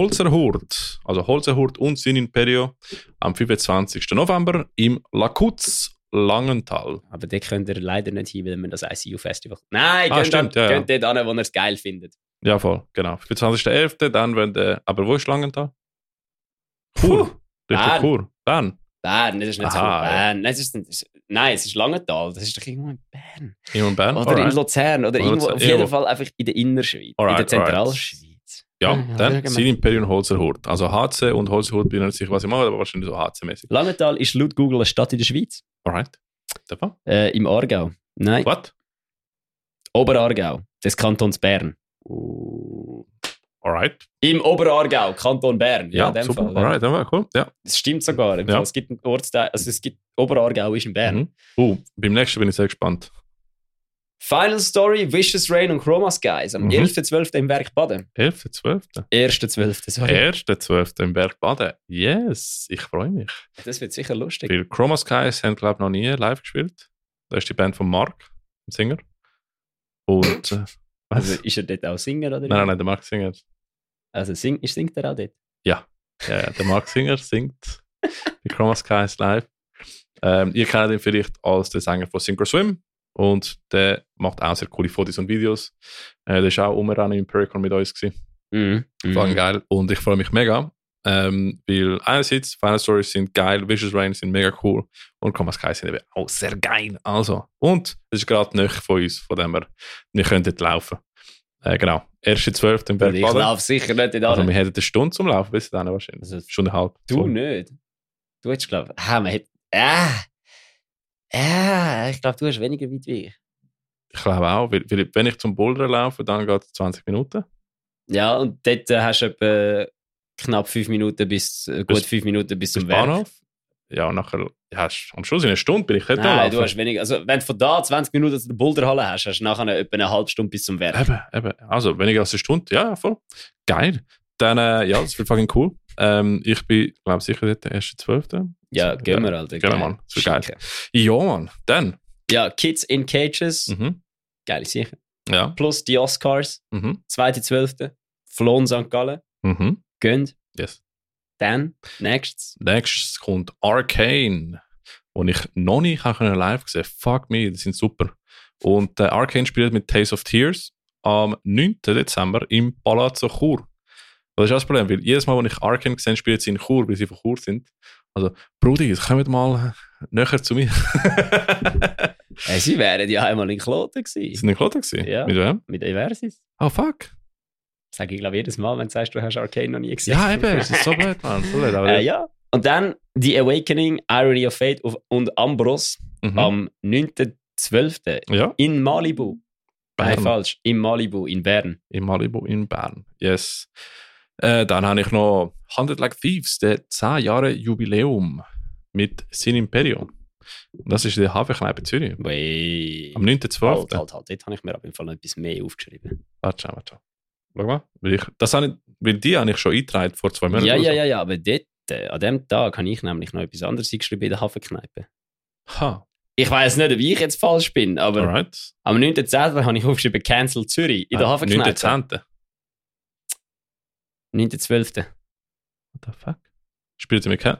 Speaker 2: Holzerhurt. Also Holzerhurt und Sin Imperio am 25. November im Lakutz Langenthal.
Speaker 1: Aber den könnt ihr leider nicht hin, weil wir das ICU-Festival... Nein,
Speaker 2: Ah,
Speaker 1: geht
Speaker 2: stimmt, ja, ja.
Speaker 1: dort hin, wo ihr es geil findet.
Speaker 2: Ja, voll, genau. 25.11. Dann, wenn der, aber wo ist Langenthal? Chur. Richtig
Speaker 1: Bern.
Speaker 2: Chur. Dann.
Speaker 1: Bern, das ist nicht
Speaker 2: Aha,
Speaker 1: so
Speaker 2: ja.
Speaker 1: Bern. Nein, es ist, es ist- nein, es ist Langenthal. Das ist doch irgendwo in Bern.
Speaker 2: Immer in Bern.
Speaker 1: Oder in
Speaker 2: Alright.
Speaker 1: Luzern oder
Speaker 2: Oder
Speaker 1: irgendwo,
Speaker 2: Luzern,
Speaker 1: auf jeden
Speaker 2: irgendwo.
Speaker 1: Fall einfach in der Innerschweiz, in der
Speaker 2: Alright, alright.
Speaker 1: Zentralschweiz.
Speaker 2: Ja,
Speaker 1: Ah, ja,
Speaker 2: dann
Speaker 1: schauen wir.
Speaker 2: sind Imperium und Holzerhurt. Also HC und Holzerhurt bin ich nicht sicher, was ich mache, aber wahrscheinlich so HC-mäßig.
Speaker 1: Langenthal ist laut Google eine Stadt in der Schweiz.
Speaker 2: Alright. Stefan?
Speaker 1: Äh, Im Aargau. Nein,
Speaker 2: What?
Speaker 1: Oberaargau des Kantons Bern.
Speaker 2: Uh, Alright.
Speaker 1: Im Oberaargau, Kanton Bern. Oh. Ja,
Speaker 2: Ja,
Speaker 1: in dem
Speaker 2: super.
Speaker 1: Fall. ja.
Speaker 2: Alright, ja, cool. Ja.
Speaker 1: Es stimmt sogar. im
Speaker 2: Ja.
Speaker 1: Fall. Es gibt einen Ortsteil, also es gibt Oberaargau ist in Bern.
Speaker 2: Mhm. Oh, beim nächsten bin ich sehr gespannt.
Speaker 1: Final Story, Vicious Rain und Chroma Skies am
Speaker 2: Mhm.
Speaker 1: 11.12. im Werk Baden.
Speaker 2: 11.12.
Speaker 1: 1.12. sorry.
Speaker 2: 1.12. im Berg Baden. Yes, ich freue mich.
Speaker 1: Das wird sicher lustig.
Speaker 2: Weil Chroma Skies haben, glaube ich, noch nie live gespielt. Das ist die Band von Mark, dem Sänger. Und. Äh,
Speaker 1: Also
Speaker 2: was?
Speaker 1: ist er dort auch Singer oder?
Speaker 2: Nein, nein, nein, der Mark Singer.
Speaker 1: Also sing, singt er auch dort?
Speaker 2: Ja, ja, der Mark Singer singt bei Chroma Skies live. Ähm, ihr kennt ihn vielleicht als den Sänger von Synchro Swim und der macht auch sehr coole Fotos und Videos. Äh, der ist auch umgerannt im Pericon mit uns. Gewesen.
Speaker 1: Mhm.
Speaker 2: War geil und ich freue mich mega, ähm, weil einerseits Final Stories sind geil, Vicious Rain sind mega cool und Chroma Skies sind eben auch sehr geil. Also, und es ist gerade nöch von uns, von dem wir, wir können dort laufen. Äh, genau, 1.12. im
Speaker 1: Und Also ich
Speaker 2: Bergbaden.
Speaker 1: laufe sicher nicht in
Speaker 2: Also
Speaker 1: also,
Speaker 2: wir hätten eine Stunde zum Laufen bis dann wahrscheinlich.
Speaker 1: Also,
Speaker 2: Stunde halb.
Speaker 1: Du nicht. Du hättest, glaube ich. Ah, man hat. Ah! Ah! Ich glaube, du hast weniger weit wie ich.
Speaker 2: Ich glaube auch, weil, weil wenn ich zum Bouldern laufe, dann geht es 20 Minuten.
Speaker 1: Ja, und dort äh, hast du etwa knapp fünf Minuten bis. Äh, gut
Speaker 2: Bis-
Speaker 1: fünf Minuten bis
Speaker 2: Bis
Speaker 1: zum Werk.
Speaker 2: Bahnhof. Ja, und nachher, ja, sch- am Schluss in einer Stunde bin ich dort am
Speaker 1: Nein, du
Speaker 2: Laufen.
Speaker 1: hast weniger. Also, wenn du von da 20 Minuten zu der Boulderhalle hast, hast du nachher etwa eine halbe Stunde bis zum Werk.
Speaker 2: Eben, eben. Also weniger als eine Stunde. Ja, ja, voll. Geil. Dann, äh, ja, das wird fucking cool. Ähm, ich bin, glaube sicher dort der erste Zwölfte.
Speaker 1: Ja, gehen wir, Alter.
Speaker 2: Gehen wir,
Speaker 1: Geil.
Speaker 2: Mann. Das wird geil.
Speaker 1: Schicke.
Speaker 2: Ja, Mann. Dann.
Speaker 1: Ja, Kids in Cages.
Speaker 2: Mhm.
Speaker 1: Geile Sache.
Speaker 2: Ja.
Speaker 1: Plus die Oscars.
Speaker 2: Mhm.
Speaker 1: 2.12. Flohen St. Gallen.
Speaker 2: Mhm.
Speaker 1: Gönnt.
Speaker 2: Yes.
Speaker 1: Dann, nächstes.
Speaker 2: Nächstes kommt Arcane, wo ich noch nie kann können live gesehen Fuck me, die sind super. Und äh, Arcane spielt mit Taste of Tears am 9. Dezember im Palazzo Chur. Das ist auch das Problem, weil jedes Mal, wenn ich Arcane gesehen spielt sie in Chur, weil sie von Chur sind. Also, Brudi, jetzt kommt mal näher
Speaker 1: [LAUGHS]
Speaker 2: zu mir.
Speaker 1: Äh, sie wären ja einmal in Kloten
Speaker 2: Sie
Speaker 1: gewesen.
Speaker 2: sind in Kloten gewesen.
Speaker 1: Ja.
Speaker 2: Mit wem?
Speaker 1: Mit Eversis.
Speaker 2: Oh, fuck.
Speaker 1: Sag ich, glaube jedes Mal, wenn du sagst, du hast Arcane noch nie gesehen.
Speaker 2: Ja, eben, es ist so blöd, Mann. So blöd, aber
Speaker 1: äh, ja. Und dann The Awakening, Irony of Fate auf- und Ambros
Speaker 2: Mhm.
Speaker 1: am 9.12.
Speaker 2: ja.
Speaker 1: in Malibu. Nein,
Speaker 2: Bern.
Speaker 1: falsch. In Malibu, in Bern.
Speaker 2: in Malibu in Bern. Yes. Äh, dann habe ich noch Handed Like Thieves, der 10 Jahre Jubiläum mit Sin Imperium. Und das ist in der Hafenkneipe Zürich.
Speaker 1: Wei.
Speaker 2: Am
Speaker 1: Halt,
Speaker 2: 9.12.
Speaker 1: halt, halt. Dort habe ich mir auf jeden Fall noch etwas mehr aufgeschrieben.
Speaker 2: Warte, schnell, warte. schnell. Schau mal. Weil, ich, das habe ich, weil die habe ich schon eingetragen vor zwei Monaten.
Speaker 1: Ja,
Speaker 2: oder
Speaker 1: ja,
Speaker 2: so.
Speaker 1: ja, ja. Aber dort, äh, an dem Tag, habe ich nämlich noch etwas anderes eingeschrieben in der Hafenkneipe.
Speaker 2: Ha,
Speaker 1: Ich weiß nicht, ob ich jetzt falsch bin, aber
Speaker 2: alright.
Speaker 1: am 9.10. habe ich aufgeschrieben Cancel Zürich in der
Speaker 2: Ah,
Speaker 1: Hafenkneipe.
Speaker 2: 9.10.
Speaker 1: 9.12.
Speaker 2: What the fuck? Spielt sie mit keinem?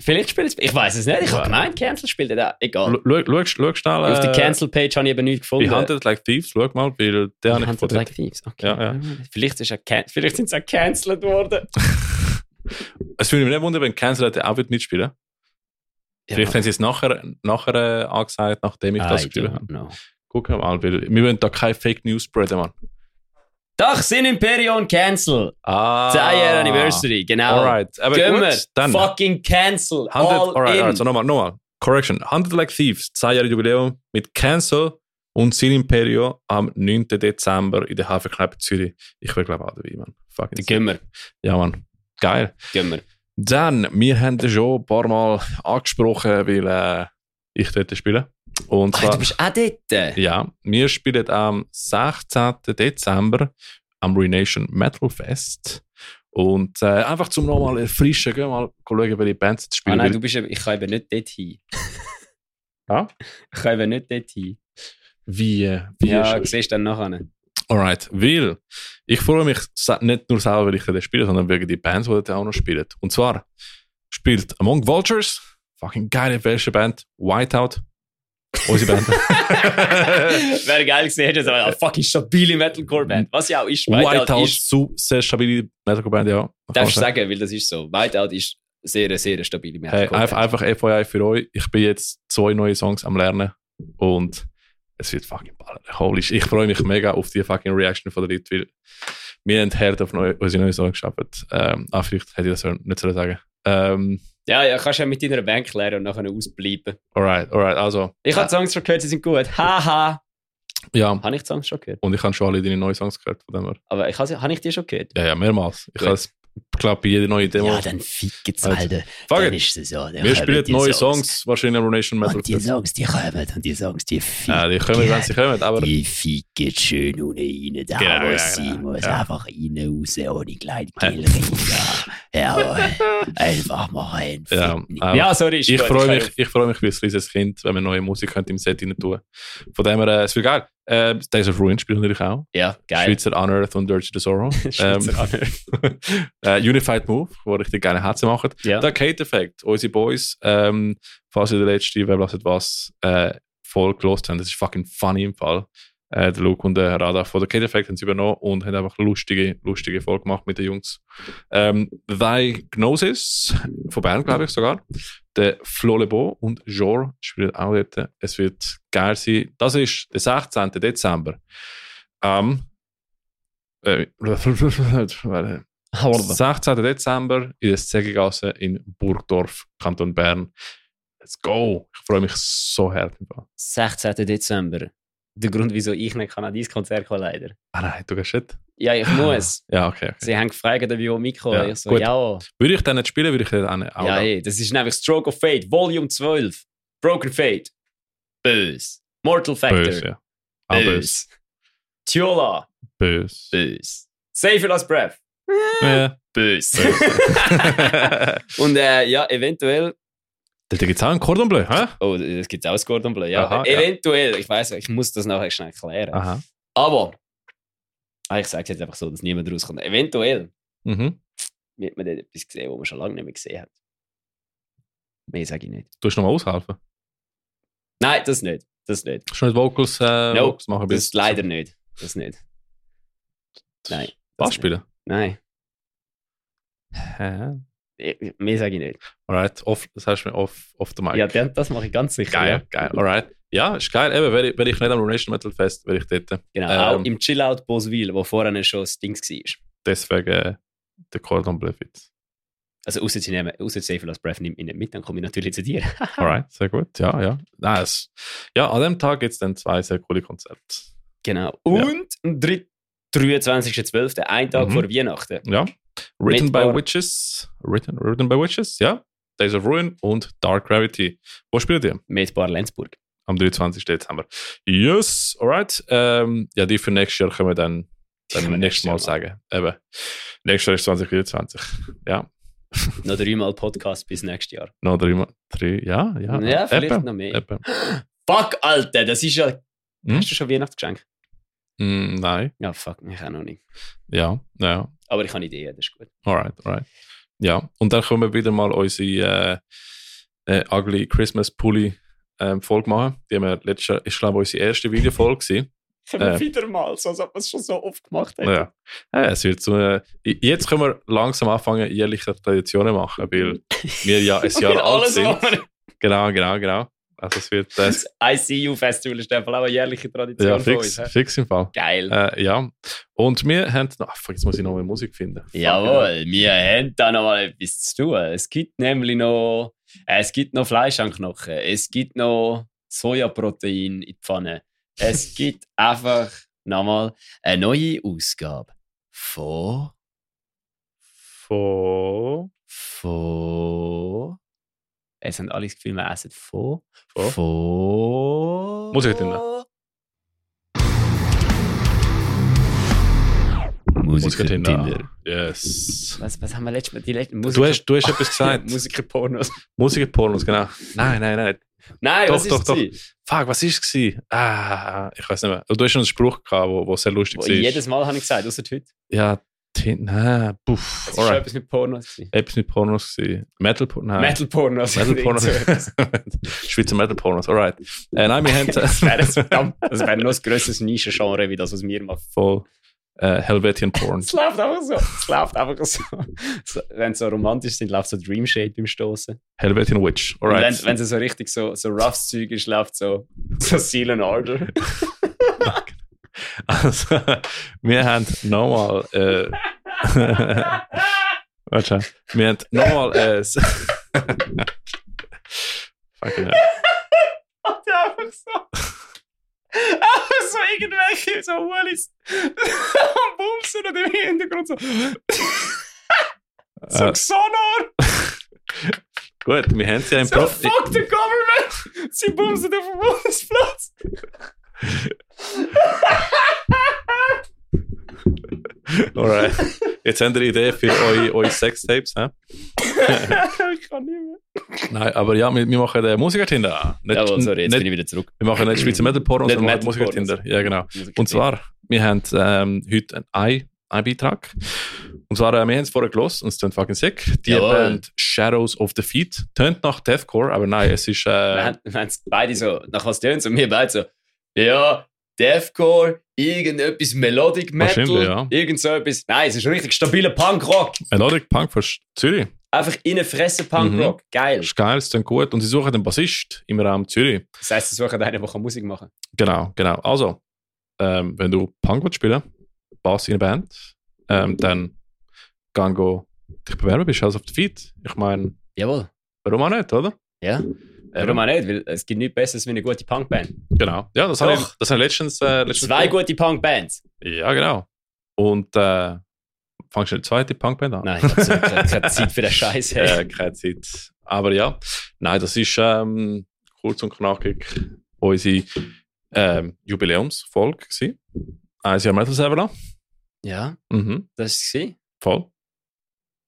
Speaker 1: Vielleicht spielt es. Ich weiß es nicht. Ich habe gemeint, Cancel spielt er da. Egal.
Speaker 2: Schau schau schnell.
Speaker 1: Oh. Auf der
Speaker 2: äh,
Speaker 1: Cancel-Page habe ich eben nichts
Speaker 2: Bei
Speaker 1: gefunden.
Speaker 2: Handed Like Thieves, schau mal, weil der habe ich
Speaker 1: Hunted
Speaker 2: von
Speaker 1: Like Thieves. Okay.
Speaker 2: Ja,
Speaker 1: Vielleicht, ist er can- Vielleicht sind sie auch cancelled worden.
Speaker 2: [LAUGHS] Es würde mich nicht wundern, wenn Cancel hätte auch würde mitspielen Vielleicht haben sie es nachher, nachher äh, angesagt, nachdem
Speaker 1: Ah,
Speaker 2: ich das geschrieben habe.
Speaker 1: no.
Speaker 2: Gucken wir mal, weil wir wollen da keine Fake News spreaden, Mann.
Speaker 1: Doch, sind Imperion Cancel.
Speaker 2: Ah.
Speaker 1: 10 Year Anniversary, genau.
Speaker 2: Alright, aber
Speaker 1: Gehen
Speaker 2: gut,
Speaker 1: wir.
Speaker 2: dann.
Speaker 1: Fucking Cancel.
Speaker 2: 100,
Speaker 1: all
Speaker 2: alright, also-
Speaker 1: in.
Speaker 2: alright, so nochmal, nochmal. Correction. 100 Like Thieves, 10 Jahre Jubiläum mit Cancel und Sin Imperio am 9. Dezember in der Hafenkneipe Zürich. Ich will, glaube ich, auch dabei, Mann. Fucking
Speaker 1: Dann gehen wir.
Speaker 2: sick. Ja, Mann. Geil.
Speaker 1: Gehen wir.
Speaker 2: Dann, wir haben das schon ein paar Mal angesprochen, weil äh, ich dort spiele. Und
Speaker 1: Ah, du bist auch dort.
Speaker 2: Ja, wir spielen am 16. Dezember am Renation Metal Fest. Und äh, einfach zum nochmal erfrischen, gehen mal schauen, welche Bands jetzt
Speaker 1: Ah
Speaker 2: spielen.
Speaker 1: nein,
Speaker 2: weil-
Speaker 1: du bist, eben- ich kann eben nicht dort hin.
Speaker 2: [LAUGHS] Ja?
Speaker 1: Ich kann eben nicht dort hin.
Speaker 2: wie, äh, wie
Speaker 1: Ja,
Speaker 2: ist
Speaker 1: siehst du dann nachher.
Speaker 2: [LAUGHS] Alright, weil ich freue mich sa- nicht nur selber, weil ich dort spiele, sondern wegen die Bands, die dort auch noch spielen. Und zwar spielt Among Vultures, fucking geile belgische Band, Whiteout,
Speaker 1: [LAUGHS]
Speaker 2: unsere Band.
Speaker 1: Wäre geil gewesen, hätte es aber eine fucking stabile Metalcore-Band. Was ja auch ist, Whiteout,
Speaker 2: Whiteout,
Speaker 1: ist.
Speaker 2: zu sehr stabile Metalcore-Band, ja.
Speaker 1: Darfst du
Speaker 2: Kann man
Speaker 1: sagen, weil das ist so. Whiteout ist sehr, sehr stabile
Speaker 2: Hey,
Speaker 1: Metalcore-Band.
Speaker 2: einfach, einfach FYI für euch. Ich bin jetzt zwei neue Songs am Lernen und es wird fucking ballern. Holy shit. Ich freue mich mega auf die fucking Reaction von der Leute, weil wir haben hart auf neu, unsere neuen Songs geschafft. Ähm, ah, vielleicht hätte ich das sollen- nicht sollen sagen. Ähm,
Speaker 1: ja, ja, kannst ja mit deiner Band klären und nachher ausbleiben.
Speaker 2: alright, alright. Also,
Speaker 1: Ich habe Songs schon gehört, sie sind gut. Haha.
Speaker 2: Ja,
Speaker 1: Habe ich die Songs schon gehört?
Speaker 2: und ich habe schon alle deine neuen Songs gehört, von dem her.
Speaker 1: Aber ich habe, habe ich die schon gehört?
Speaker 2: Ja, ja, mehrmals. Ich
Speaker 1: Gut.
Speaker 2: habe es, glaube bei jeder neuen Demo.
Speaker 5: Ja, dann fickt's,
Speaker 2: Also,
Speaker 5: Alter.
Speaker 2: Fuck
Speaker 5: Dann
Speaker 2: it.
Speaker 5: ist es so. Dann
Speaker 2: Wir
Speaker 5: kommen
Speaker 2: spielen
Speaker 5: die
Speaker 2: neue Songs, wahrscheinlich am Nation Metal
Speaker 5: Und die
Speaker 2: Fest.
Speaker 5: Songs, die kommen und die Songs, die ficken.
Speaker 2: Ah, Ja, die kommen, wenn sie kommen, aber
Speaker 5: Die ficken schön ohne rein. Da,
Speaker 2: Genau,
Speaker 5: wo
Speaker 2: ja,
Speaker 5: es sein
Speaker 2: genau,
Speaker 5: muss.
Speaker 2: ja.
Speaker 5: Einfach rein, raus, ohne Gleitgel rein. Ja,
Speaker 2: [LAUGHS]
Speaker 5: Jawohl. einfach mal rein.
Speaker 2: ja,
Speaker 5: ficken.
Speaker 2: aber
Speaker 1: Ja, sorry, ist
Speaker 2: ich
Speaker 1: gut,
Speaker 2: freue
Speaker 1: kann
Speaker 2: mich, ich freue mich wie ein kleines Kind, wenn wir neue Musik könnt im Set rein tun. Von dem her, äh, es wird geil. Äh, Days of Ruin spielen natürlich auch.
Speaker 1: Ja, geil.
Speaker 2: Schweizer Unearth und Dirty
Speaker 1: [LAUGHS]
Speaker 2: Zorro.
Speaker 1: Schweizer
Speaker 2: Ähm, [LAUGHS] äh, Unified Move, wo richtig geile Herzen machen.
Speaker 1: Ja.
Speaker 2: Der Kate Effect, unsere Boys, ähm, falls ihr den letzten, wer lasst was, äh, voll gelost haben. Das ist fucking funny im Fall. Äh, der Luke und der Radar von der Kate Effect haben sie übernommen und haben einfach lustige, lustige Folge gemacht mit den Jungs. Ähm, Thy Gnosis, von Bern, glaube ich sogar. Der Flo Lebo und Jor spielen auch dort. Es wird geil sein. Das ist der 16. Dezember. Am äh, [LAUGHS] Ah, 16. Dezember in der Zegegasse in Burgdorf, Kanton Bern. Let's go! Ich freue mich so hart. im Fall.
Speaker 1: 16. Dezember. Der Grund, wieso ich nicht kann an dein Konzert kommen, leider.
Speaker 2: Ah nein, du gehst nicht?
Speaker 1: Ja,
Speaker 2: [SIGHS]
Speaker 1: ich muss.
Speaker 2: Ja, okay. okay.
Speaker 1: Sie haben gefragt, ob ich auch Mikro.
Speaker 2: Ja,
Speaker 1: ich so,
Speaker 2: gut.
Speaker 1: ja.
Speaker 2: Würde ich dann nicht spielen, würde ich dann auch nicht.
Speaker 1: Ja, ey, das ist nämlich Stroke of Fate, Volume 12. Broken Fate. Bös. Mortal Factor.
Speaker 2: böse. Ja. Auch böse.
Speaker 1: Bös. Tiola.
Speaker 2: Böse.
Speaker 1: Bös. Save Your Last Breath.
Speaker 2: Ja.
Speaker 1: Bös.
Speaker 2: [LAUGHS]
Speaker 1: [LAUGHS]
Speaker 2: Dort
Speaker 1: Und äh, ja, eventuell.
Speaker 2: gibt es auch einen Cordon Bleu, hä?
Speaker 1: Oh, das gibt es auch das Gordon Bleu. Ja,
Speaker 2: Aha, ja.
Speaker 1: eventuell. Ich weiß, ich muss das nachher schnell erklären.
Speaker 2: Aha.
Speaker 1: Aber. Ah, ich sage es jetzt einfach so, dass niemand rauskommt. Eventuell
Speaker 2: Mhm.
Speaker 1: wird man dort etwas sehen, was man schon lange nicht mehr gesehen hat. Mehr sage ich nicht.
Speaker 2: Du hast nochmal aushelfen.
Speaker 1: Nein, das nicht. Das nicht.
Speaker 2: Schon nicht Vocals, äh,
Speaker 1: No,
Speaker 2: Vocals machen
Speaker 1: Das leider nicht. Das nicht. Nein. das
Speaker 2: Was
Speaker 1: nicht.
Speaker 2: spielen?
Speaker 1: Nein.
Speaker 2: Hä?
Speaker 1: Ich- Mehr sage ich nicht.
Speaker 2: Alright, off, das heißt mir off, off the mic.
Speaker 1: Ja, das, das mache ich ganz sicher.
Speaker 2: Geil, geil, alright. Ja, ist geil. Eben, wäre ich, wär ich nicht am Ronation Metal Fest, wäre ich dort.
Speaker 1: Ja. Genau.
Speaker 2: Ähm.
Speaker 1: Auch im Chillout Boswil, wo vorher schon das Ding war.
Speaker 2: Deswegen äh, der Cordon Bleu Witz.
Speaker 1: Also, außer sie nehmen, außer Safe Last Breath nimmt mich nicht mit, dann komme ich natürlich zu dir.
Speaker 2: Alright, sehr gut. Ja, ja. Nein, es, ja, an dem Tag gibt es dann zwei sehr coole Konzerte.
Speaker 1: Genau. Und am dritt- 23.12., ein Tag
Speaker 2: Mhm.
Speaker 1: vor Weihnachten.
Speaker 2: Ja. Written
Speaker 1: Mit
Speaker 2: by
Speaker 1: Or-
Speaker 2: Witches. Written, written by Witches, ja. Days of Ruin und Dark Gravity. Wo spielt ihr?
Speaker 1: Mit Bar Lenzburg.
Speaker 2: Am 23. Dezember. Yes, alright. Ähm, ja, die für nächstes Jahr können wir dann beim nächsten Mal sagen. Eben. Nächstes Jahr ist 2024. Ja.
Speaker 1: Noch dreimal Podcast bis nächstes Jahr.
Speaker 2: Noch drei, Mo- drei ja, ja.
Speaker 1: Ja, vielleicht
Speaker 2: Eben,
Speaker 1: noch mehr.
Speaker 2: eben.
Speaker 1: Fuck, Alter, das ist ja.
Speaker 2: Hm?
Speaker 1: Hast du schon Weihnachtsgeschenk?
Speaker 2: Mm, nein,
Speaker 1: Ja, fuck, ich auch noch nicht.
Speaker 2: ja, ja.
Speaker 1: Aber ich habe Ideen, das ist gut.
Speaker 2: Alright, alright. Ja, und dann können wir wieder mal unsere äh, äh, Ugly Christmas Pulli ähm, Folge machen. Die haben wir letztes Jahr, ich glaube, unsere erste Videofolge gewesen.
Speaker 1: Können wir
Speaker 2: Äh.
Speaker 1: wieder mal, so als ob wir es schon so oft gemacht hätten.
Speaker 2: Ja. ja, es wird so. Äh, jetzt können wir langsam anfangen, jährliche Traditionen machen, weil wir ja ein Jahr
Speaker 1: [LAUGHS] Wir
Speaker 2: alt
Speaker 1: alles
Speaker 2: sind.
Speaker 1: machen.
Speaker 2: Genau, genau, genau. Also es wird
Speaker 1: [LAUGHS]
Speaker 2: äh,
Speaker 1: Das ICU-Festival ist einfach auch eine jährliche Tradition
Speaker 2: ja,
Speaker 1: von
Speaker 2: fix,
Speaker 1: uns. hä?
Speaker 2: fix im Fall.
Speaker 1: Geil.
Speaker 2: Äh, ja, und wir haben noch. Ach, jetzt muss ich noch mal Musik finden. Fuck,
Speaker 1: Jawohl, wir haben da noch mal etwas zu tun. Es gibt nämlich noch, äh, es gibt noch Fleisch an Knochen, es gibt noch Sojaprotein in die Pfanne.
Speaker 2: [LAUGHS]
Speaker 1: Es gibt einfach nochmal eine neue Ausgabe von,
Speaker 2: Von.
Speaker 1: von, es haben alle das Gefühl, wir essen von,
Speaker 2: Von?
Speaker 1: von,
Speaker 2: Musik drin.
Speaker 5: Musiker
Speaker 2: Musik
Speaker 5: Tinder.
Speaker 2: Yes.
Speaker 1: Was, was haben wir letztes Mal, die letzten
Speaker 2: Du hast, du
Speaker 1: [LAUGHS]
Speaker 2: hast etwas gesagt.
Speaker 1: Musikerpornos.
Speaker 2: Musikerpornos, genau. Nein, nein, nein.
Speaker 1: Nein,
Speaker 2: Doch,
Speaker 1: was ist
Speaker 2: doch, doch.
Speaker 1: sie?
Speaker 2: Fuck, was war es? Ah, ich weiß nicht mehr. Du hast schon einen Spruch gehabt, wo, wo sehr lustig
Speaker 1: Wo
Speaker 2: war.
Speaker 1: ich jedes Mal habe ich gesagt, außer heute.
Speaker 2: Ja, Tin- nein, puff.
Speaker 1: Es war schon
Speaker 2: Alright.
Speaker 1: etwas mit Pornos. gewesen.
Speaker 2: Etwas mit Pornos gewesen. Metal Pornos. Nein.
Speaker 1: Metal Pornos.
Speaker 2: Metal
Speaker 1: [LAUGHS]
Speaker 2: Pornos.
Speaker 1: Das
Speaker 2: [LAUGHS] Schweizer Metal Pornos, alright. Äh, nein,
Speaker 1: [LAUGHS]
Speaker 2: wir
Speaker 1: wäre ein
Speaker 2: haben. [LAUGHS]
Speaker 1: verdammt- das wäre noch ein grösseres Nischengenre, wie das, was wir machen.
Speaker 2: Voll. Äh, Helvetian Porn.
Speaker 1: Es läuft einfach so. Es läuft einfach so. so wenn sie so romantisch sind, läuft so Dream Shade beim Stoßen.
Speaker 2: Helvetian Witch,
Speaker 1: Und
Speaker 2: alright.
Speaker 1: wenn, wenn sie so richtig so, so rough Zeug ist, läuft so, so Seal and
Speaker 2: [LAUGHS]
Speaker 1: Order. [LAUGHS]
Speaker 2: Also, wir haben nochmal.
Speaker 1: [LAUGHS]
Speaker 2: Äh, Warte, schau. wir haben nochmal. Äh, s- Fucking hell.
Speaker 1: Und einfach so. Einfach so irgendwelche so Ulis [LAUGHS] am Bumsen und im Hintergrund so. [LAUGHS] so
Speaker 2: Äh.
Speaker 1: sonor!
Speaker 2: Gut, wir haben sie ja im
Speaker 1: So
Speaker 2: Pro.
Speaker 1: fuck the government! Sie bumsen auf dem Bundesplatz!
Speaker 2: Alright. Jetzt habt ihr eine Idee für eure, eure Sextapes, hä?
Speaker 1: ich kann nicht mehr.
Speaker 2: Nein, aber ja, wir, wir machen den Musiker-Tinder. Nicht-
Speaker 1: Jawohl, sorry, jetzt
Speaker 2: nicht-
Speaker 1: bin ich wieder zurück.
Speaker 2: Wir machen nicht Schweizer Metal-Porno,
Speaker 1: Nicht also.
Speaker 2: sondern wir machen
Speaker 1: Metal-Pornos.
Speaker 2: Musiker-Tinder. Ja, genau. Und zwar, wir haben ähm, heute einen, einen Beitrag. Und zwar, äh, wir haben es vorher gelost und es tönt fucking sick. Die
Speaker 1: Jawohl.
Speaker 2: Band Shadows of the Feet tönt nach Deathcore, aber nein, es ist.
Speaker 1: Wir
Speaker 2: Äh,
Speaker 1: haben wir haben's beide so nach was tönt und wir beide so, ja, Deathcore, irgendetwas Melodic Metal,
Speaker 2: Wahrscheinlich, ja.
Speaker 1: irgend so etwas. Nein, es ist richtig stabiler Punkrock.
Speaker 2: Melodic Punk von Sch- Zürich.
Speaker 1: Einfach innen fressen Punkrock. Geil.
Speaker 2: Ist geil, es tönt gut. Und sie suchen den Bassist im Raum Zürich.
Speaker 1: Das heisst, sie suchen einen, der Musik machen kann.
Speaker 2: Genau, genau. Also, ähm, wenn du Punk willst spielen Bass in einer Band, ähm, dann geh go dich bewerben, bist du also auf der Feed. Ich meine,
Speaker 1: Jawohl.
Speaker 2: warum auch nicht, oder? Ähm,
Speaker 1: Ja. Warum auch nicht? Weil es gibt nichts Besseres wie eine gute Punkband.
Speaker 2: Genau. Ja, das habe ich,
Speaker 1: Doch.
Speaker 2: das habe ich letztens, äh, letztens.
Speaker 1: Zwei gute Punkbands.
Speaker 2: Ja, genau. Und äh, fangst du eine zweite Punkband an?
Speaker 1: Nein, ich habe so keine keine Zeit
Speaker 2: [LAUGHS]
Speaker 1: für den Scheiß.
Speaker 2: Äh, keine Zeit. Aber ja, nein, das ist ähm, kurz und knackig unsere ähm, Jubiläumsfolge gewesen. Ein Jahr Metal Server.
Speaker 1: Ja,
Speaker 2: Mhm,
Speaker 1: das war
Speaker 2: voll.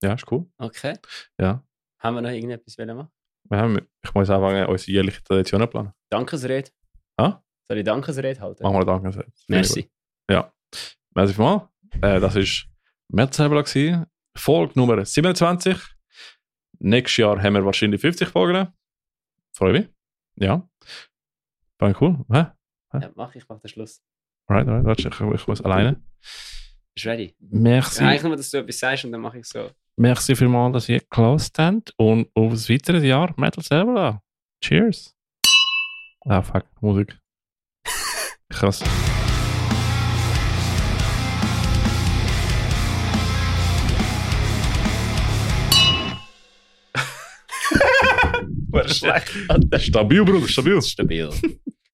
Speaker 2: Ja, ist cool.
Speaker 1: Okay.
Speaker 2: Ja.
Speaker 1: Haben wir noch irgendetwas wollen machen?
Speaker 2: Wir haben, ich muss anfangen, unsere jährliche Traditionen zu planen.
Speaker 1: Dankesrede.
Speaker 2: Ah?
Speaker 1: Soll ich Dankesrede halten?
Speaker 2: Machen wir danke. sehr.
Speaker 1: Merci.
Speaker 2: Merci vielmals. Äh, das war Metzhebel, gewesen. Folge Nummer 27. Nächstes Jahr haben wir wahrscheinlich 50 Folgen. Freue mich. Ja. Fand ich cool. Hä?
Speaker 1: Ja, mach ich, mach den Schluss.
Speaker 2: Alright, alright, warte, ich, ich muss alleine.
Speaker 1: Bist du ready?
Speaker 2: Merci,
Speaker 1: Ja, eigentlich nur, dass du etwas sagst und dann mache ich so.
Speaker 2: merci vielmals, dass ihr gelost habt. Und auf das weitere Jahr Metal Server. Cheers. Ah, fuck, Musik. Krass.
Speaker 1: War schlecht. Alter.
Speaker 2: Ah, Stabil, Bruder, stabil.
Speaker 1: Stabil.